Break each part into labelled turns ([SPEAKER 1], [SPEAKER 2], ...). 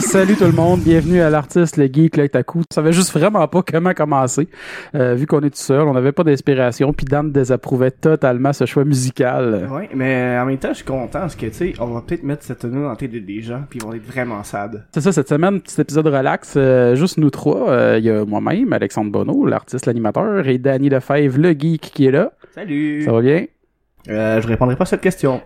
[SPEAKER 1] Salut tout le monde, bienvenue à l'artiste, le geek, le taku. On savait juste vraiment pas comment commencer. Euh, vu qu'on est tout seul, on n'avait pas d'inspiration, puis Dan désapprouvait totalement ce choix musical.
[SPEAKER 2] Ouais, mais en même temps, je suis content parce que, tu sais, on va peut-être mettre cette tenue dans la tête des gens, puis ils vont être vraiment sad.
[SPEAKER 1] C'est ça, cette semaine, petit épisode relax, euh, juste nous trois. Euh, Il y a moi-même, Alexandre Bonneau, l'artiste, l'animateur, et Danny Lefebvre, le geek qui est là.
[SPEAKER 2] Salut!
[SPEAKER 1] Ça va bien?
[SPEAKER 2] Euh, je répondrai pas à cette question.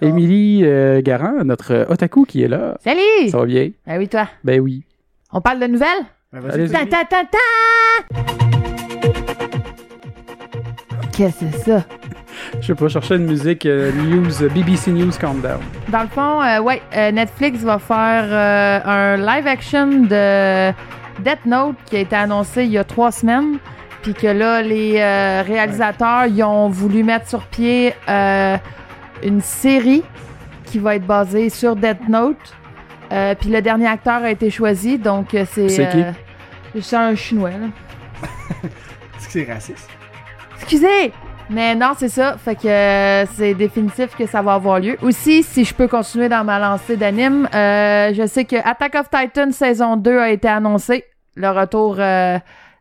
[SPEAKER 1] Émilie euh, Garand, notre otaku qui est là.
[SPEAKER 3] Salut!
[SPEAKER 1] Ça va bien?
[SPEAKER 3] Ben oui, toi.
[SPEAKER 1] Ben oui.
[SPEAKER 3] On parle de nouvelles?
[SPEAKER 2] Ben,
[SPEAKER 1] Allez-y.
[SPEAKER 2] vas-y.
[SPEAKER 3] Ta ta ta ta! Qu'est-ce que c'est ça?
[SPEAKER 1] Je sais pas, chercher une musique euh, news, euh, BBC News Countdown.
[SPEAKER 3] Dans le fond, euh, ouais, euh, Netflix va faire euh, un live action de Death Note qui a été annoncé il y a trois semaines. Puis que là, les euh, réalisateurs, ils ont voulu mettre sur pied euh, une série qui va être basée sur Death Note. Euh, puis le dernier acteur a été choisi, donc euh, c'est.
[SPEAKER 1] C'est qui?
[SPEAKER 3] euh, c'est un chinois, là.
[SPEAKER 2] Est-ce que c'est raciste?
[SPEAKER 3] Excusez! Mais non, c'est ça. Fait que euh, c'est définitif que ça va avoir lieu. Aussi, si je peux continuer dans ma lancée d'anime, euh, je sais que Attack of Titan saison 2 a été annoncé. Le retour euh,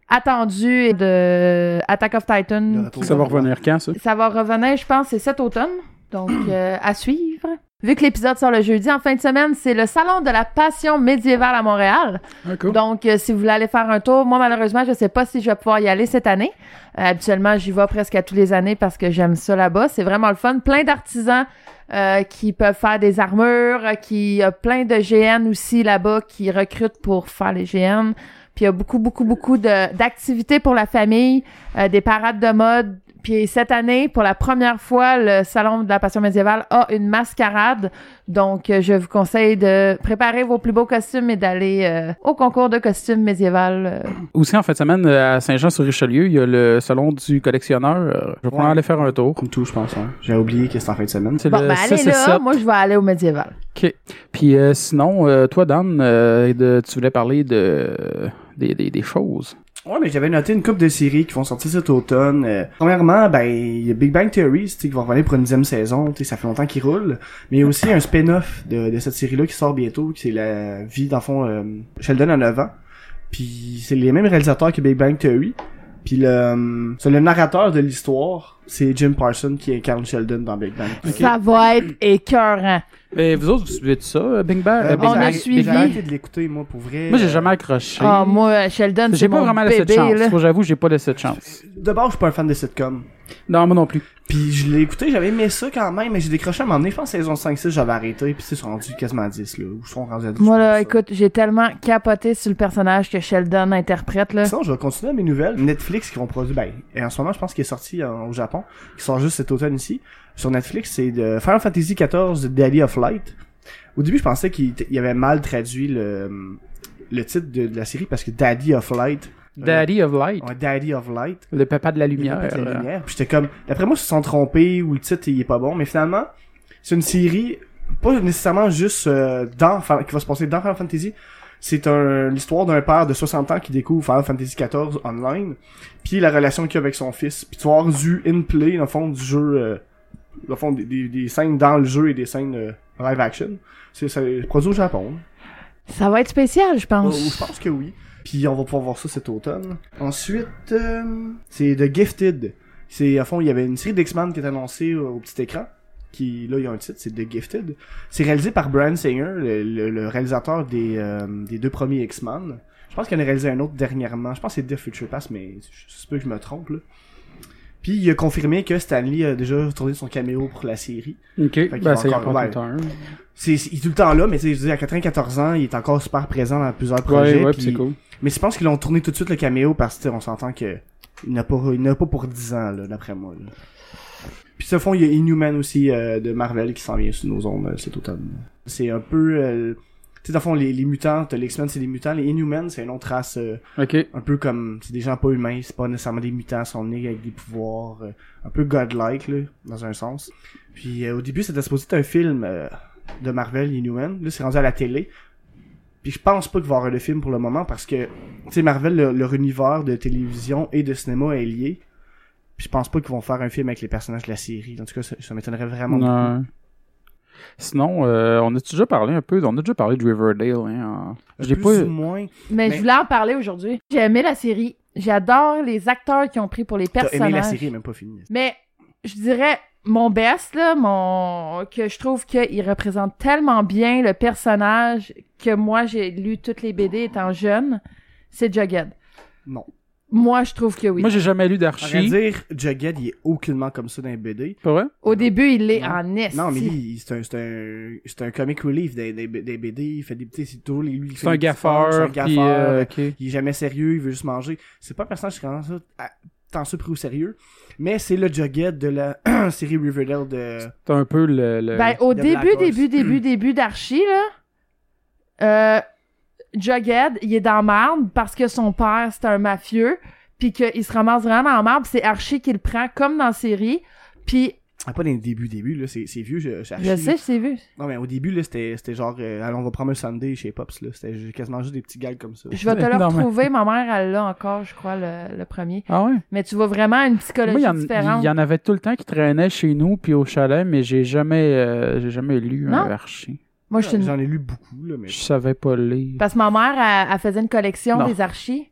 [SPEAKER 3] attendu de Attack of
[SPEAKER 2] Mm.
[SPEAKER 3] Titan.
[SPEAKER 1] Ça va revenir quand, ça?
[SPEAKER 3] Ça va revenir, je pense, c'est cet automne. Donc, euh, à suivre. Vu que l'épisode sort le jeudi, en fin de semaine, c'est le Salon de la Passion médiévale à Montréal. Donc, euh, si vous voulez aller faire un tour, moi, malheureusement, je sais pas si je vais pouvoir y aller cette année. Euh, habituellement, j'y vais presque à tous les années parce que j'aime ça là-bas. C'est vraiment le fun. Plein d'artisans euh, qui peuvent faire des armures, euh, qui euh, plein de GN aussi là-bas qui recrutent pour faire les GN. Puis il y a beaucoup, beaucoup, beaucoup de- d'activités pour la famille, euh, des parades de mode. Puis cette année, pour la première fois, le Salon de la Passion médiévale a une mascarade. Donc, euh, je vous conseille de préparer vos plus beaux costumes et d'aller euh, au concours de costumes médiéval. euh.
[SPEAKER 1] Aussi, en fin de semaine, euh, à Saint-Jean-sur-Richelieu, il y a le salon du collectionneur. Euh, Je vais probablement
[SPEAKER 2] Ouais.
[SPEAKER 1] aller faire un tour.
[SPEAKER 2] Comme tout, je pense. Hein. J'ai oublié que c'est en fin de semaine.
[SPEAKER 1] C'est
[SPEAKER 3] Bon,
[SPEAKER 1] le
[SPEAKER 3] ben allez
[SPEAKER 1] 6 et
[SPEAKER 3] là,
[SPEAKER 1] 7.
[SPEAKER 3] moi je vais aller au médiéval.
[SPEAKER 1] Puis euh, sinon, euh, toi, Dan, euh, de- tu voulais parler de, des, des, des choses.
[SPEAKER 2] Ouais, mais j'avais noté une coupe de séries qui vont sortir cet automne. Euh, premièrement, ben, il y a Big Bang Theory, tu sais, qui va revenir pour une dixième saison, tu sais, ça fait longtemps qu'il roule. Mais il y a aussi un spin-off de, de cette série-là qui sort bientôt, qui c'est la vie, dans le fond, euh, Sheldon à 9 ans. Puis c'est les mêmes réalisateurs que Big Bang Theory. Puis le, euh, c'est le narrateur de l'histoire, c'est Jim Parsons qui incarne Sheldon dans Big Bang.
[SPEAKER 3] Ça va être écœurant.
[SPEAKER 1] Mais vous autres, vous suivez ça, euh, Bing Bang?
[SPEAKER 2] Euh,
[SPEAKER 1] Euh, Bing
[SPEAKER 2] j'ai
[SPEAKER 3] on a
[SPEAKER 1] Bang?
[SPEAKER 2] arrêté-
[SPEAKER 3] suivi.
[SPEAKER 2] J'ai arrêté de l'écouter, moi, pour vrai. Euh,
[SPEAKER 1] Moi, j'ai jamais accroché.
[SPEAKER 3] Ah, moi, Sheldon, c'est
[SPEAKER 1] j'ai pas
[SPEAKER 3] mon
[SPEAKER 1] vraiment laissé de
[SPEAKER 3] bébé,
[SPEAKER 1] chance.
[SPEAKER 3] là.
[SPEAKER 1] Faut que J'avoue, j'ai pas laissé de chance.
[SPEAKER 2] De base, je suis pas un fan de sitcom.
[SPEAKER 1] Non, moi non plus.
[SPEAKER 2] Puis je l'ai écouté, j'avais aimé ça quand même, mais j'ai décroché à m'emmener. Je pense que saison 5-6, j'avais arrêté, puis c'est rendu quasiment à 10, là. Ou ils sont rendus à 10.
[SPEAKER 3] Moi
[SPEAKER 2] je
[SPEAKER 3] là,
[SPEAKER 2] sais pas.
[SPEAKER 3] écoute, j'ai tellement capoté sur le personnage que Sheldon interprète là.
[SPEAKER 2] Sinon, je vais continuer mes nouvelles. Netflix qui vont produire, ben, et en ce moment, je pense qu'il est sorti en- au Japon, qui sort juste cet automne ici. Sur Netflix, c'est de Final Fantasy XIV Daily of Light. Au début, je pensais qu'il t- il avait mal traduit le, le titre de, de la série parce que Daddy of Light. euh,
[SPEAKER 1] Daddy of Light,
[SPEAKER 2] Ouais, Daddy of Light.
[SPEAKER 1] le papa de la
[SPEAKER 2] Il y a
[SPEAKER 1] lumière.
[SPEAKER 2] peut-être la
[SPEAKER 1] euh,
[SPEAKER 2] lumière. Puis j'étais comme, d'après moi, ils se sont trompés ou le titre il est pas bon. Mais finalement, c'est une série pas nécessairement juste euh, dans Fin- qui va se passer dans Final Fantasy. C'est un, l'histoire d'un père de 60 ans qui découvre Final Fantasy XIV online, puis la relation qu'il a avec son fils. Puis tu vas avoir du in-play, dans le fond, du jeu, euh, dans le fond, des, des- des scènes dans le jeu et des scènes euh, live action. C'est, c'est produit au Japon.
[SPEAKER 3] Ça va être spécial, je
[SPEAKER 2] Oh,
[SPEAKER 3] pense.
[SPEAKER 2] je pense que oui. Puis on va pouvoir voir ça cet automne. Ensuite, euh, c'est The Gifted. C'est à fond, il y avait une série d'X-Men qui est annoncée au, au petit écran. Qui là, il y a un titre, c'est The Gifted. C'est réalisé par Brian Singer, le, le- le réalisateur des, euh, des deux premiers X-Men. Je pense qu'il en a réalisé un autre dernièrement. Je pense que c'est The Future Pass, mais je- je peux que je me trompe là. Puis il a confirmé que Stanley a déjà tourné son caméo pour la série.
[SPEAKER 1] Ok,
[SPEAKER 2] qu'il
[SPEAKER 1] ben,
[SPEAKER 2] va
[SPEAKER 1] c'est
[SPEAKER 2] encore-
[SPEAKER 1] encore tout un.
[SPEAKER 2] C'est, c'est- il est tout le temps là, mais tu sais, je veux dire, à 94 ans, il est encore super présent dans plusieurs projets.
[SPEAKER 1] Ouais, ouais,
[SPEAKER 2] puis
[SPEAKER 1] puis c'est cool.
[SPEAKER 2] mais je pense qu'ils l'ont tourné tout de suite le caméo parce que tu sais, on s'entend que il n'a pas il n'a pas pour 10 ans là d'après moi. Là. Puis ce fond il y a Inhuman aussi euh, de Marvel qui s'en vient sur nos ondes euh, cet automne. C'est un peu euh, tu sais dans le fond les, les mutants, t'as les X-Men c'est des mutants, les Inhumans c'est une autre race euh,
[SPEAKER 1] Ok.
[SPEAKER 2] un peu comme c'est des gens pas humains, c'est pas nécessairement des mutants, ils sont nés avec des pouvoirs euh, un peu godlike là, dans un sens. Puis euh, au début c'était supposé être un film euh, de Marvel Inhuman, là c'est rendu à la télé. Puis je pense pas qu'il va y avoir de film pour le moment parce que tu sais Marvel le- leur univers de télévision et de cinéma est lié. Puis je pense pas qu'ils vont faire un film avec les personnages de la série. En tout cas, ça, ça m'étonnerait vraiment. beaucoup.
[SPEAKER 1] Non. Sinon, euh, on a déjà parlé un peu, on a déjà parlé de Riverdale. Hein, en- J'ai
[SPEAKER 2] Plus
[SPEAKER 1] pas.
[SPEAKER 2] ou moins.
[SPEAKER 3] Mais,
[SPEAKER 2] Mais-
[SPEAKER 3] je voulais en parler aujourd'hui. J'ai aimé la série. J'adore les acteurs qui ont pris pour les
[SPEAKER 2] T'as
[SPEAKER 3] personnages.
[SPEAKER 2] aimé la série, même pas fini.
[SPEAKER 3] Mais je dirais mon best, là, mon... que je trouve qu'il représente tellement bien le personnage que moi, j'ai lu toutes les BD étant jeune, c'est Jughead.
[SPEAKER 2] Non.
[SPEAKER 3] Moi, je trouve que oui.
[SPEAKER 1] Moi, j'ai jamais lu
[SPEAKER 2] À vrai
[SPEAKER 1] d'archi.
[SPEAKER 2] dire, Jughead, il est aucunement comme ça dans les BD.
[SPEAKER 1] Pas vrai?
[SPEAKER 3] Au début, il est en est.
[SPEAKER 2] Non, mais lui, il- c'est un, c'est un, c'est un comic relief des, des, des BD. Il fait des petits, c'est tout, lui, il fait
[SPEAKER 1] C'est un
[SPEAKER 2] des petits
[SPEAKER 1] gaffeur.
[SPEAKER 2] farces, c'est un
[SPEAKER 1] puis,
[SPEAKER 2] gaffeur,
[SPEAKER 1] euh, ok.
[SPEAKER 2] Il est jamais sérieux, il veut juste manger. C'est pas un personnage qui est vraiment ça, à- tant ça pris au sérieux. Mais c'est le Jughead de la série Riverdale de.
[SPEAKER 1] C'est un peu le. le-
[SPEAKER 3] Ben, au
[SPEAKER 2] The
[SPEAKER 3] début,
[SPEAKER 2] Black
[SPEAKER 3] début,
[SPEAKER 2] Horse.
[SPEAKER 3] début, début d'Archie, là, euh, Jughead, il est dans marde parce que son père, c'est un mafieux, puis qu'il se ramasse vraiment dans marde, c'est Archie qui le prend, comme dans la série, puis
[SPEAKER 2] Ah, pas dans les débuts, débuts, là. C'est c'est vieux, je, je,
[SPEAKER 3] je sais, je t'ai vu.
[SPEAKER 2] Non, mais au début, là, c'était c'était genre, euh, allons, on va prendre un Sunday chez Pops, là. C'était ju- quasiment juste des petits gags comme ça.
[SPEAKER 3] Je vais te le
[SPEAKER 1] Non, mais-
[SPEAKER 3] retrouver, ma mère, elle l'a encore, je crois, le, le premier.
[SPEAKER 1] Ah ouais?
[SPEAKER 3] Mais tu vois vraiment une
[SPEAKER 1] Moi,
[SPEAKER 3] psychologie
[SPEAKER 1] il y, en,
[SPEAKER 3] différente.
[SPEAKER 1] il y en avait tout le temps qui traînait chez nous puis au chalet, mais j'ai jamais, euh, j'ai jamais lu un
[SPEAKER 3] Non.
[SPEAKER 1] archi.
[SPEAKER 3] Moi, je suis une...
[SPEAKER 2] J'en ai lu beaucoup, là, mais.
[SPEAKER 1] Je savais pas lire.
[SPEAKER 3] Parce que ma mère, elle, elle faisait une collection
[SPEAKER 1] Non.
[SPEAKER 3] des archis,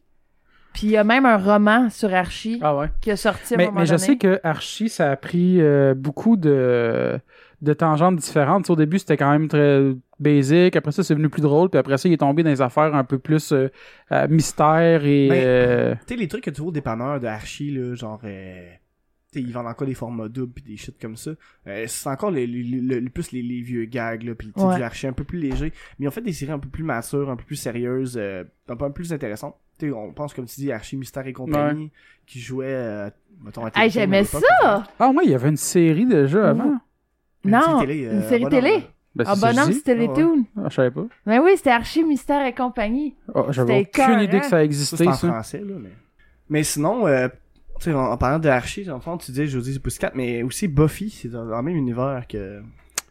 [SPEAKER 3] puis il y a même un roman sur Archie
[SPEAKER 1] Ah ouais?
[SPEAKER 3] qui a sorti à un
[SPEAKER 1] Mais,
[SPEAKER 3] moment
[SPEAKER 1] mais je
[SPEAKER 3] donné.
[SPEAKER 1] sais que Archie, ça a pris euh, beaucoup de, de tangentes différentes. Tu sais, au début, c'était quand même très basic. Après ça, c'est venu plus drôle. Puis après ça, il est tombé dans des affaires un peu plus euh, euh, mystère et.
[SPEAKER 2] Ben,
[SPEAKER 1] euh,
[SPEAKER 2] Tu sais, les trucs que tu vois au dépanneur de Archie, là, genre, euh, tu sais, ils vendent encore des formats doubles pis des shit comme ça. Euh, c'est encore les, les- les- les- plus les, les vieux gags, là, pis tu sais,
[SPEAKER 3] Ouais.
[SPEAKER 2] du Archie un peu plus léger. Mais ils ont fait des séries un peu plus matures, un peu plus sérieuses, euh, un peu plus intéressantes. Tu sais, on pense, comme tu dis, Archie, Mystère et compagnie, qui jouait, euh, mettons, à
[SPEAKER 3] Hey,
[SPEAKER 2] télévision
[SPEAKER 3] j'aimais
[SPEAKER 2] à
[SPEAKER 3] ça!
[SPEAKER 2] l'époque, là.
[SPEAKER 1] Ah ouais, il y avait une série déjà avant.
[SPEAKER 2] Une série
[SPEAKER 3] Non,
[SPEAKER 2] télé, euh,
[SPEAKER 3] une série
[SPEAKER 2] bonhomme,
[SPEAKER 3] télé.
[SPEAKER 2] là.
[SPEAKER 1] Ben,
[SPEAKER 3] En
[SPEAKER 1] c'est ça que je
[SPEAKER 3] bonhomme,
[SPEAKER 1] dis.
[SPEAKER 3] c'était les
[SPEAKER 2] Ah ouais.
[SPEAKER 3] Toons.
[SPEAKER 1] Ah, je savais pas.
[SPEAKER 3] Ben oui, c'était Archie, Mystère et compagnie.
[SPEAKER 1] Ah, J'avais
[SPEAKER 3] C'était
[SPEAKER 1] aucune
[SPEAKER 3] écœurant.
[SPEAKER 1] idée que ça
[SPEAKER 2] Ça,
[SPEAKER 1] existait,
[SPEAKER 2] c'est en
[SPEAKER 1] ça.
[SPEAKER 2] français, là, mais... Mais sinon, euh, tu sais, en, en parlant de Archie, en fond, tu disais Josie Pussycat, mais aussi Buffy, c'est dans dans le même univers que...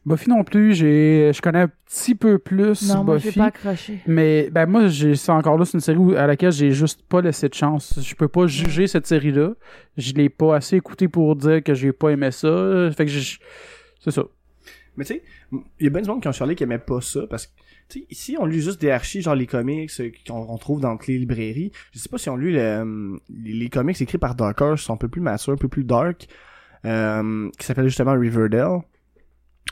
[SPEAKER 1] Buffy non plus, j'ai, je connais un petit peu plus
[SPEAKER 3] Non, moi, j'ai
[SPEAKER 1] Buffy.
[SPEAKER 3] pas accroché.
[SPEAKER 1] Mais ben moi, j'ai, c'est encore là, c'est une série où- à laquelle j'ai juste pas laissé de chance. Je peux pas juger cette série-là. Je l'ai pas assez écoutée pour dire que j'ai pas aimé ça. Fait que j'ai- c'est ça.
[SPEAKER 2] Mais tu sais, il y a bien du monde qui ont charlé qui aimait pas ça, parce que, tu sais, ici, on lit juste des Archie, genre les comics euh, qu'on on trouve dans toutes les librairies. Je sais pas si on lit le, euh, les, les comics écrits par Dark Horse, sont un peu plus matures, un peu plus dark, euh, qui s'appelle justement Riverdale.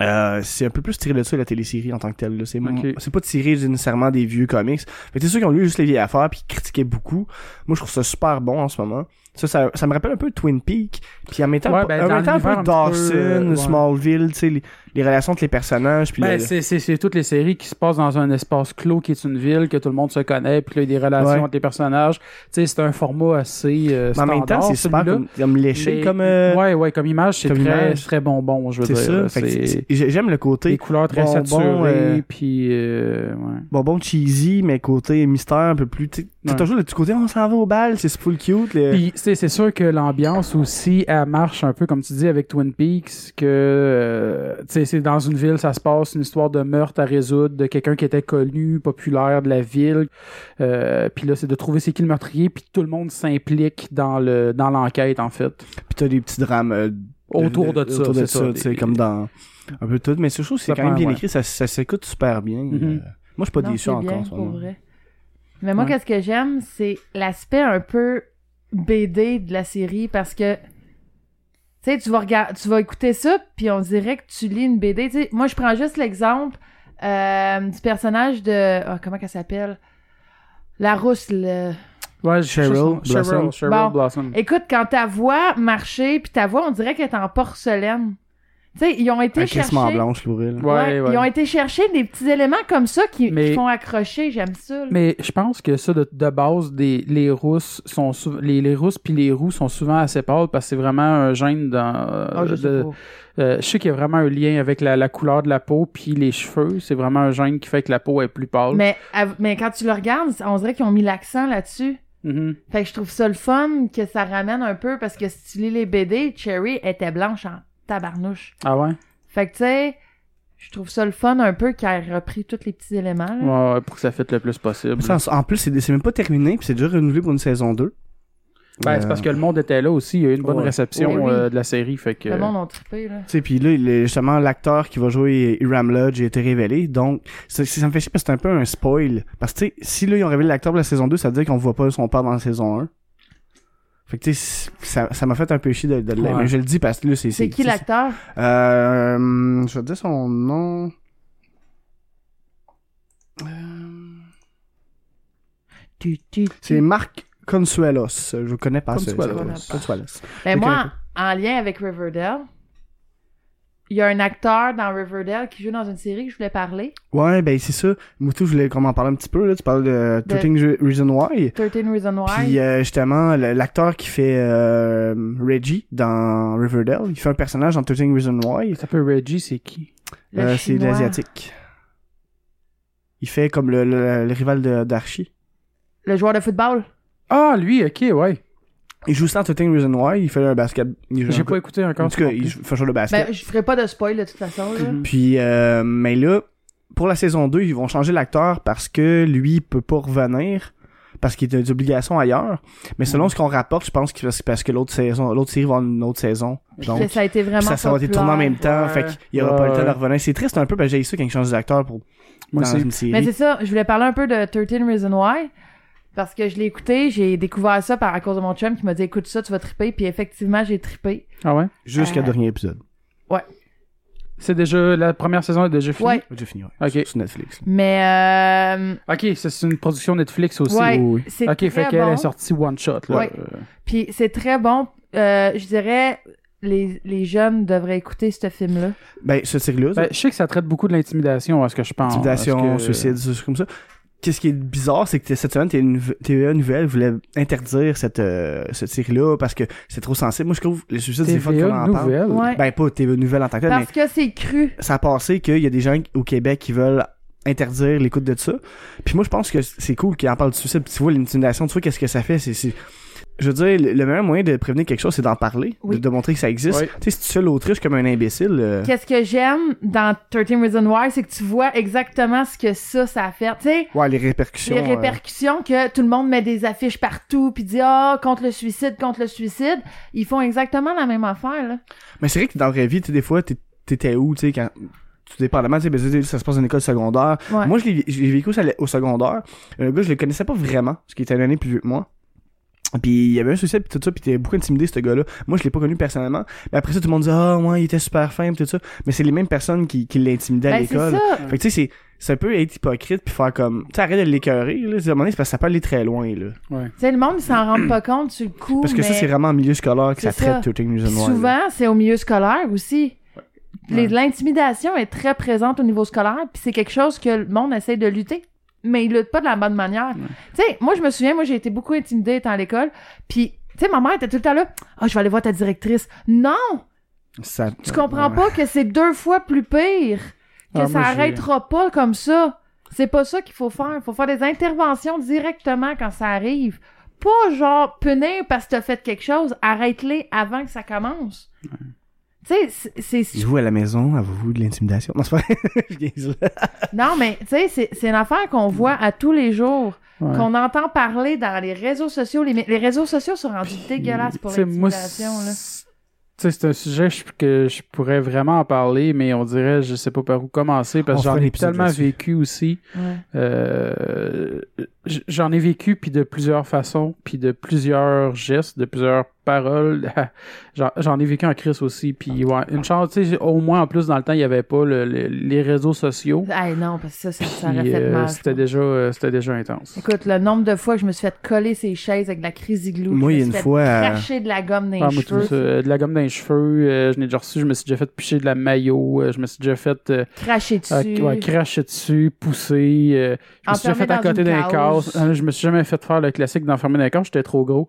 [SPEAKER 2] Euh, c'est un peu plus tiré de ça la télésérie en tant que telle. là. C'est mo-
[SPEAKER 1] Ok.
[SPEAKER 2] c'est pas tiré nécessairement des vieux comics. Mais c'est ceux qui ont lu juste les vieilles affaires puis qui critiquaient beaucoup. Moi je trouve ça super bon en ce moment. Ça ça, ça me rappelle un peu Twin Peaks puis en même temps
[SPEAKER 1] Ouais,
[SPEAKER 2] pas-
[SPEAKER 1] ben,
[SPEAKER 2] en
[SPEAKER 1] dans
[SPEAKER 2] même temps un peu
[SPEAKER 1] l'univers un petit
[SPEAKER 2] Dawson,
[SPEAKER 1] peu, euh, ouais.
[SPEAKER 2] Smallville, tu sais les, les relations entre les personnages puis
[SPEAKER 1] Ben,
[SPEAKER 2] le-
[SPEAKER 1] c'est, c'est, c'est toutes les séries qui se passent dans un espace clos qui est une ville, que tout le monde se connaît, puis là, il y a des relations
[SPEAKER 2] Ouais.
[SPEAKER 1] entre les personnages. Tu sais, c'est un format assez euh,
[SPEAKER 2] mais en même temps
[SPEAKER 1] standard,
[SPEAKER 2] c'est super
[SPEAKER 1] celui-là.
[SPEAKER 2] comme, comme léché
[SPEAKER 1] Mais-
[SPEAKER 2] comme euh,
[SPEAKER 1] Ouais, ouais, comme image, c'est
[SPEAKER 2] comme
[SPEAKER 1] très,
[SPEAKER 2] image.
[SPEAKER 1] très bonbon, je veux
[SPEAKER 2] c'est
[SPEAKER 1] dire.
[SPEAKER 2] ça.
[SPEAKER 1] là.
[SPEAKER 2] Fait que
[SPEAKER 1] C'est-
[SPEAKER 2] c'est- c'est- j'aime le côté
[SPEAKER 1] des couleurs très
[SPEAKER 2] bonbon,
[SPEAKER 1] saturées,
[SPEAKER 2] euh,
[SPEAKER 1] puis... euh, ouais.
[SPEAKER 2] bonbon cheesy mais côté mystère un peu plus tu sais t'as
[SPEAKER 1] Ouais.
[SPEAKER 2] toujours le petit côté on s'en va au bal c'est full cute le-
[SPEAKER 1] Puis, tu sais, c'est sûr que l'ambiance aussi, elle marche un peu, comme tu dis, avec Twin Peaks, que, euh, tu sais, c'est dans une ville, ça se passe une histoire de meurtre à résoudre, de quelqu'un qui était connu, populaire de la ville. Euh, puis là, c'est de trouver c'est qui le meurtrier, puis tout le monde s'implique dans le dans l'enquête, en fait.
[SPEAKER 2] Pis t'as des petits drames euh,
[SPEAKER 1] Autour de, ça,
[SPEAKER 2] autour
[SPEAKER 1] c'est
[SPEAKER 2] ça, tu sais,
[SPEAKER 1] Des-
[SPEAKER 2] comme dans un peu tout. Mais c'est chose, c'est
[SPEAKER 1] Ça
[SPEAKER 2] quand même
[SPEAKER 1] prend,
[SPEAKER 2] bien
[SPEAKER 1] ouais.
[SPEAKER 2] écrit, ça, ça s'écoute super bien.
[SPEAKER 1] Mhm.
[SPEAKER 2] Euh, moi, je suis pas
[SPEAKER 3] Non,
[SPEAKER 2] déçu
[SPEAKER 3] c'est
[SPEAKER 2] encore.
[SPEAKER 3] bien,
[SPEAKER 2] en ce
[SPEAKER 3] pour
[SPEAKER 2] moment.
[SPEAKER 3] vrai. Mais moi,
[SPEAKER 1] Ouais.
[SPEAKER 3] qu'est-ce que j'aime, c'est l'aspect un peu BD de la série parce que tu sais, tu vas regarder, tu vas écouter ça, puis on dirait que tu lis une BD. Tu sais, moi, je prends juste l'exemple euh, du personnage de ah, comment qu'elle s'appelle, la rousse. le-
[SPEAKER 1] Ouais, Cheryl
[SPEAKER 2] Cheryl
[SPEAKER 1] Blossom.
[SPEAKER 2] Blossom.
[SPEAKER 1] Cheryl
[SPEAKER 3] Bon.
[SPEAKER 1] Blossom.
[SPEAKER 3] Écoute, quand ta voix marcher, puis ta voix, on dirait qu'elle est en porcelaine. Tu sais, ils ont été
[SPEAKER 2] Un crissement
[SPEAKER 3] chercher.
[SPEAKER 2] blanche, pour elle.
[SPEAKER 1] Ouais, ouais.
[SPEAKER 3] Ils ont été chercher des petits éléments comme ça qui, qui
[SPEAKER 1] Mais-
[SPEAKER 3] font accrocher. J'aime ça. là.
[SPEAKER 1] Mais je pense que ça, de, de base, des, les rousses sont sou- les, les rousses puis les roux sont souvent assez pâles parce que c'est vraiment un gène dans, euh,
[SPEAKER 3] Ah, je sais
[SPEAKER 1] de-
[SPEAKER 3] pas.
[SPEAKER 1] Euh, je sais qu'il y a vraiment un lien avec la, la couleur de la peau puis les cheveux. C'est vraiment un gène qui fait que la peau est plus pâle.
[SPEAKER 3] Mais, av- mais quand tu le regardes, on dirait qu'ils ont mis l'accent là-dessus.
[SPEAKER 1] Mhm.
[SPEAKER 3] Fait que je trouve ça le fun que ça ramène un peu parce que si tu lis les BD, Cherry était blanche en tabarnouche.
[SPEAKER 1] Ah ouais?
[SPEAKER 3] Fait que tu sais, je trouve ça le fun un peu qu'elle ait repris tous les petits éléments. là.
[SPEAKER 1] Ouais, ouais, pour que ça fitte le plus possible.
[SPEAKER 2] Ça, en- en plus, c'est c'est même pas terminé, puis c'est déjà renouvelé pour une saison 2.
[SPEAKER 1] Ben, c'est parce que le monde était là aussi. Il y a eu une bonne
[SPEAKER 2] Ouais.
[SPEAKER 1] réception
[SPEAKER 3] Oui, oui.
[SPEAKER 1] euh, de la série. Fait que...
[SPEAKER 3] Le monde a trippé, là.
[SPEAKER 2] Tu sais, puis là, le- justement, l'acteur qui va jouer Iram Lodge a été révélé. Donc, ça, ça me fait chier parce que c'est un peu un spoil. Parce que, tu sais, si là, ils ont révélé l'acteur pour la saison 2, ça veut dire qu'on voit pas son père dans la saison 1. Fait que, tu sais, ça ça m'a fait un peu chier de, de l'aimer.
[SPEAKER 1] Ouais.
[SPEAKER 2] Je le dis parce que là, c'est...
[SPEAKER 3] C'est qui l'acteur?
[SPEAKER 2] Euh, hum, je vais te dire son nom. Euh,
[SPEAKER 3] Tu, tu, tu.
[SPEAKER 2] C'est Marc Consuelos. Je le connais pas. ce-
[SPEAKER 1] Consuelos.
[SPEAKER 2] ce- Consuelos.
[SPEAKER 3] Ben
[SPEAKER 2] Ok,
[SPEAKER 3] moi, en lien avec Riverdale, il y a un acteur dans Riverdale qui joue dans une série que je voulais parler,
[SPEAKER 2] Ouais, ben c'est ça. Moutou, je voulais qu'on en parle un petit peu. Là. Tu parles de
[SPEAKER 3] De-
[SPEAKER 2] 13 Reason Why.
[SPEAKER 3] 13 Reasons Why.
[SPEAKER 2] Puis euh, justement, le- l'acteur qui fait euh, Reggie dans Riverdale, il fait un personnage dans 13 Reason Why.
[SPEAKER 1] Ça peut Reggie, c'est qui
[SPEAKER 3] le
[SPEAKER 2] Euh, c'est de
[SPEAKER 3] Chinois.
[SPEAKER 2] l'asiatique. Il fait comme le, le- le rival de- d'Archie.
[SPEAKER 3] Le joueur de football.
[SPEAKER 1] Ah, lui, ok, ouais.
[SPEAKER 2] Il joue ça dans 13 Reason Why, il fait un basket. il joue
[SPEAKER 1] J'ai
[SPEAKER 2] un
[SPEAKER 1] pas écouté encore.
[SPEAKER 2] En tout cas,
[SPEAKER 1] non plus. Mhm.
[SPEAKER 2] il joue- fait un genre de basket.
[SPEAKER 3] Ben, je ferai pas de spoil de toute façon, là.
[SPEAKER 2] Puis, euh, mais là, pour la saison 2, ils vont changer l'acteur parce que lui, il peut pas revenir parce qu'il a des obligations ailleurs. Mais selon ce qu'on rapporte, je pense que c'est parce que l'autre saison, l'autre série va avoir une autre saison.
[SPEAKER 3] Puis
[SPEAKER 2] Donc,
[SPEAKER 3] ça a été vraiment.
[SPEAKER 2] ça, ça va être tourné en
[SPEAKER 3] populaire.
[SPEAKER 2] même temps.
[SPEAKER 1] ouais.
[SPEAKER 2] Fait qu'il y aura pas
[SPEAKER 1] Ouais,
[SPEAKER 2] le temps de
[SPEAKER 1] ouais.
[SPEAKER 2] revenir. C'est triste un peu, ben, j'ai ça quand ils changent d'acteur pour
[SPEAKER 1] Moi
[SPEAKER 2] dans
[SPEAKER 1] aussi.
[SPEAKER 2] une série.
[SPEAKER 3] Mais c'est ça, je voulais parler un peu de 13 Reasons Why. Parce que je l'ai écouté, j'ai découvert ça par à cause de mon chum qui m'a dit écoute ça, tu vas triper. Puis effectivement, j'ai trippé.
[SPEAKER 1] Ah ouais
[SPEAKER 2] Jusqu'à
[SPEAKER 3] Euh,
[SPEAKER 2] dernier épisode.
[SPEAKER 1] C'est déjà. La première saison est déjà finie.
[SPEAKER 3] Ouais.
[SPEAKER 2] J'ai fini, ouais.
[SPEAKER 1] Ok.
[SPEAKER 2] Sur Netflix.
[SPEAKER 3] Mais euh,
[SPEAKER 1] Ok, ça, c'est une production Netflix aussi.
[SPEAKER 3] Ouais,
[SPEAKER 1] oui, oui.
[SPEAKER 3] c'est
[SPEAKER 1] Ok,
[SPEAKER 3] très
[SPEAKER 1] fait qu'elle
[SPEAKER 3] bon.
[SPEAKER 1] est sortie one shot. Là.
[SPEAKER 3] Ouais.
[SPEAKER 1] Euh,
[SPEAKER 3] Puis c'est très bon. Euh, je dirais, les, les jeunes devraient écouter ce film-là.
[SPEAKER 2] Ben, ce série-là,
[SPEAKER 1] ben, je sais que ça traite beaucoup de l'intimidation, à ce que je pense.
[SPEAKER 2] intimidation,
[SPEAKER 1] Parce que-
[SPEAKER 2] suicide, des choses comme ça. Qu'est-ce qui est bizarre, c'est que cette semaine, TV TVA E Nouvelle voulait interdire cette, euh, cette série-là parce que c'est trop sensible. Moi, je trouve le suicide, c'est le fun qu'on
[SPEAKER 1] TVA
[SPEAKER 2] en parle.
[SPEAKER 1] nouvelle.
[SPEAKER 3] Ouais.
[SPEAKER 2] Ben, pas TVA Nouvelle en tant que telle, mais
[SPEAKER 3] Parce que c'est cru.
[SPEAKER 2] ça a passé qu'il y a des gens au Québec qui veulent interdire l'écoute de ça. Puis moi, je pense que c'est cool qu'ils en parlent du suicide. Puis tu vois, l'intimidation, tu vois, qu'est-ce que ça fait? C'est, c'est- Je veux dire, le le meilleur moyen de prévenir quelque chose, c'est d'en parler,
[SPEAKER 3] Oui.
[SPEAKER 2] de, de montrer que ça existe.
[SPEAKER 1] Ouais.
[SPEAKER 2] Tu sais, si tu fais l'autruche comme un imbécile... euh,
[SPEAKER 3] Qu'est-ce que j'aime dans 13 Reasons Why, c'est que tu vois exactement ce que ça, ça a fait. Tu sais,
[SPEAKER 2] Ouais, les répercussions.
[SPEAKER 3] les
[SPEAKER 2] euh,
[SPEAKER 3] répercussions que tout le monde met des affiches partout puis dit ah contre le suicide contre le suicide ils font exactement la même affaire là
[SPEAKER 2] Mais c'est vrai que dans la vraie vie, tu sais, des fois, t'é- t'étais où, tu sais, quand. Tout dépendamment, tu sais, ben, tu sais, ça se passe dans une école secondaire.
[SPEAKER 3] Ouais.
[SPEAKER 2] Moi, je l'ai je l'ai vécu ça au secondaire. Un gars, je le connaissais pas vraiment, parce qu'il était une année plus vieux que moi. Puis il y avait un suicide, puis tout ça, puis t'es beaucoup intimidé, ce gars-là. Moi, je l'ai pas connu personnellement. Mais après ça, tout le monde dit, ah, ouais, il était super fin, puis tout ça. Mais c'est les mêmes personnes qui, qui l'intimidaient à
[SPEAKER 3] ben c'est
[SPEAKER 2] l'école.
[SPEAKER 3] ça
[SPEAKER 2] Fait que, tu sais, c'est. C'est un peu être hypocrite puis faire comme. Tu sais, arrête de l'écœurer, là. C'est à un moment donné, c'est parce que ça peut aller très loin, là.
[SPEAKER 3] tu sais le monde ils s'en rend pas compte sur le coup
[SPEAKER 2] Parce que ça,
[SPEAKER 3] mais
[SPEAKER 2] c'est vraiment en milieu scolaire que ça
[SPEAKER 3] C'est ça.
[SPEAKER 2] traite Toting News
[SPEAKER 3] puis souvent c'est au milieu scolaire aussi Les-
[SPEAKER 2] Ouais.
[SPEAKER 3] l'intimidation est très présente au niveau scolaire puis c'est quelque chose que le monde essaie de lutter mais il lutte pas de la bonne manière tu sais moi je me souviens moi j'ai été beaucoup intimidée étant à l'école puis tu sais ma mère était tout le temps là ah je vais aller voir ta directrice non
[SPEAKER 2] Ça,
[SPEAKER 3] Tu comprends pas que c'est deux fois plus pire, que
[SPEAKER 1] Ah,
[SPEAKER 3] ça
[SPEAKER 1] moi, j'ai-
[SPEAKER 3] arrêtera pas comme ça. C'est pas ça qu'il faut faire. Il faut faire des interventions directement quand ça arrive. Pas genre punir parce que t'as fait quelque chose. Arrête-les avant que ça commence. Tu sais, c'est- c'est
[SPEAKER 2] Je vous à la maison, avez-vous de l'intimidation? Non, c'est pas vrai. Je niaise, là.
[SPEAKER 3] non mais tu sais, c'est c'est une affaire qu'on voit à tous les jours,
[SPEAKER 1] Mm. Ouais.
[SPEAKER 3] qu'on entend parler dans les réseaux sociaux. Les, les réseaux sociaux sont rendus dégueulasses pour
[SPEAKER 1] Tu sais, moi,
[SPEAKER 3] l'intimidation. là.
[SPEAKER 1] c'est- tu sais, c'est un sujet je- que je pourrais vraiment en parler, mais on dirait, je sais pas par où commencer, parce que
[SPEAKER 2] On fera
[SPEAKER 1] j'en
[SPEAKER 2] un
[SPEAKER 1] ai
[SPEAKER 2] épisode
[SPEAKER 1] tellement
[SPEAKER 2] là-dessus.
[SPEAKER 1] vécu aussi.
[SPEAKER 3] Ouais.
[SPEAKER 1] Euh, j- j'en ai vécu, puis de plusieurs façons, puis de plusieurs gestes, de plusieurs paroles. J'en- j'en ai vécu en crise aussi. Puis
[SPEAKER 3] Ah.
[SPEAKER 1] ouais, une chance, tu sais, au moins en plus, dans le temps, il n'y avait pas le- le- les réseaux sociaux.
[SPEAKER 3] Hey, non, parce que ça, ça, ça aurait
[SPEAKER 1] Puis,
[SPEAKER 3] fait
[SPEAKER 1] euh,
[SPEAKER 3] mal. je
[SPEAKER 1] c'était
[SPEAKER 3] pense.
[SPEAKER 1] déjà, euh, c'était déjà intense.
[SPEAKER 3] Écoute, le nombre de fois que je me suis fait coller ces chaises avec de la crisiglou.
[SPEAKER 2] Moi,
[SPEAKER 3] je
[SPEAKER 2] il y
[SPEAKER 3] me
[SPEAKER 2] a
[SPEAKER 3] suis
[SPEAKER 2] une
[SPEAKER 3] fait
[SPEAKER 2] fois, euh,
[SPEAKER 3] cracher de la gomme dans
[SPEAKER 1] Ah,
[SPEAKER 3] les
[SPEAKER 1] moi, tu vois ça,
[SPEAKER 3] cheveux,
[SPEAKER 1] euh, de la gomme dans les cheveux, euh, je n'ai déjà reçu, je me suis déjà fait picher de la maillot, euh, je me suis déjà fait euh,
[SPEAKER 3] cracher dessus.
[SPEAKER 1] euh, ouais, cracher dessus, pousser, euh, je me suis déjà
[SPEAKER 3] Enfermer
[SPEAKER 1] fait à
[SPEAKER 3] dans
[SPEAKER 1] côté
[SPEAKER 3] une
[SPEAKER 1] d'un
[SPEAKER 3] case.
[SPEAKER 1] casse. Ah, Je me suis jamais fait faire le classique d'enfermer d'un casse, j'étais trop gros.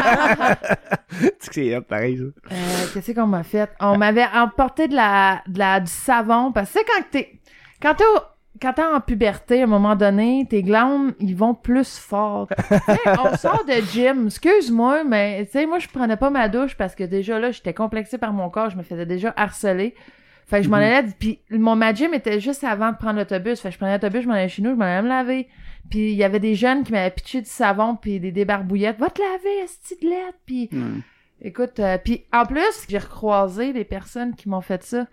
[SPEAKER 2] Tu sais que c'est hop, pareil, ça.
[SPEAKER 3] Euh, Qu'est-ce qu'on m'a fait? On m'avait emporté de la, de la, du savon. Parce que tu sais, quand t'es, quand t'es au- quand t'es en puberté, à un moment donné, tes glandes, ils vont plus fort. Tu sais, on sort de gym. Excuse-moi, mais tu sais, moi, je prenais pas ma douche parce que déjà là, j'étais complexée par mon corps. Je me faisais déjà harceler. Fait que je m'en
[SPEAKER 1] Mhm.
[SPEAKER 3] allais, puis mon magim était juste avant de prendre l'autobus. Fait que je prenais l'autobus, je m'en allais chez nous, je m'en allais me laver. Puis il y avait des jeunes qui m'avaient pitché du savon puis des débarbouillettes. Va te laver, esti de lettre, puis Écoute, euh, puis en plus, j'ai recroisé des personnes qui m'ont fait ça.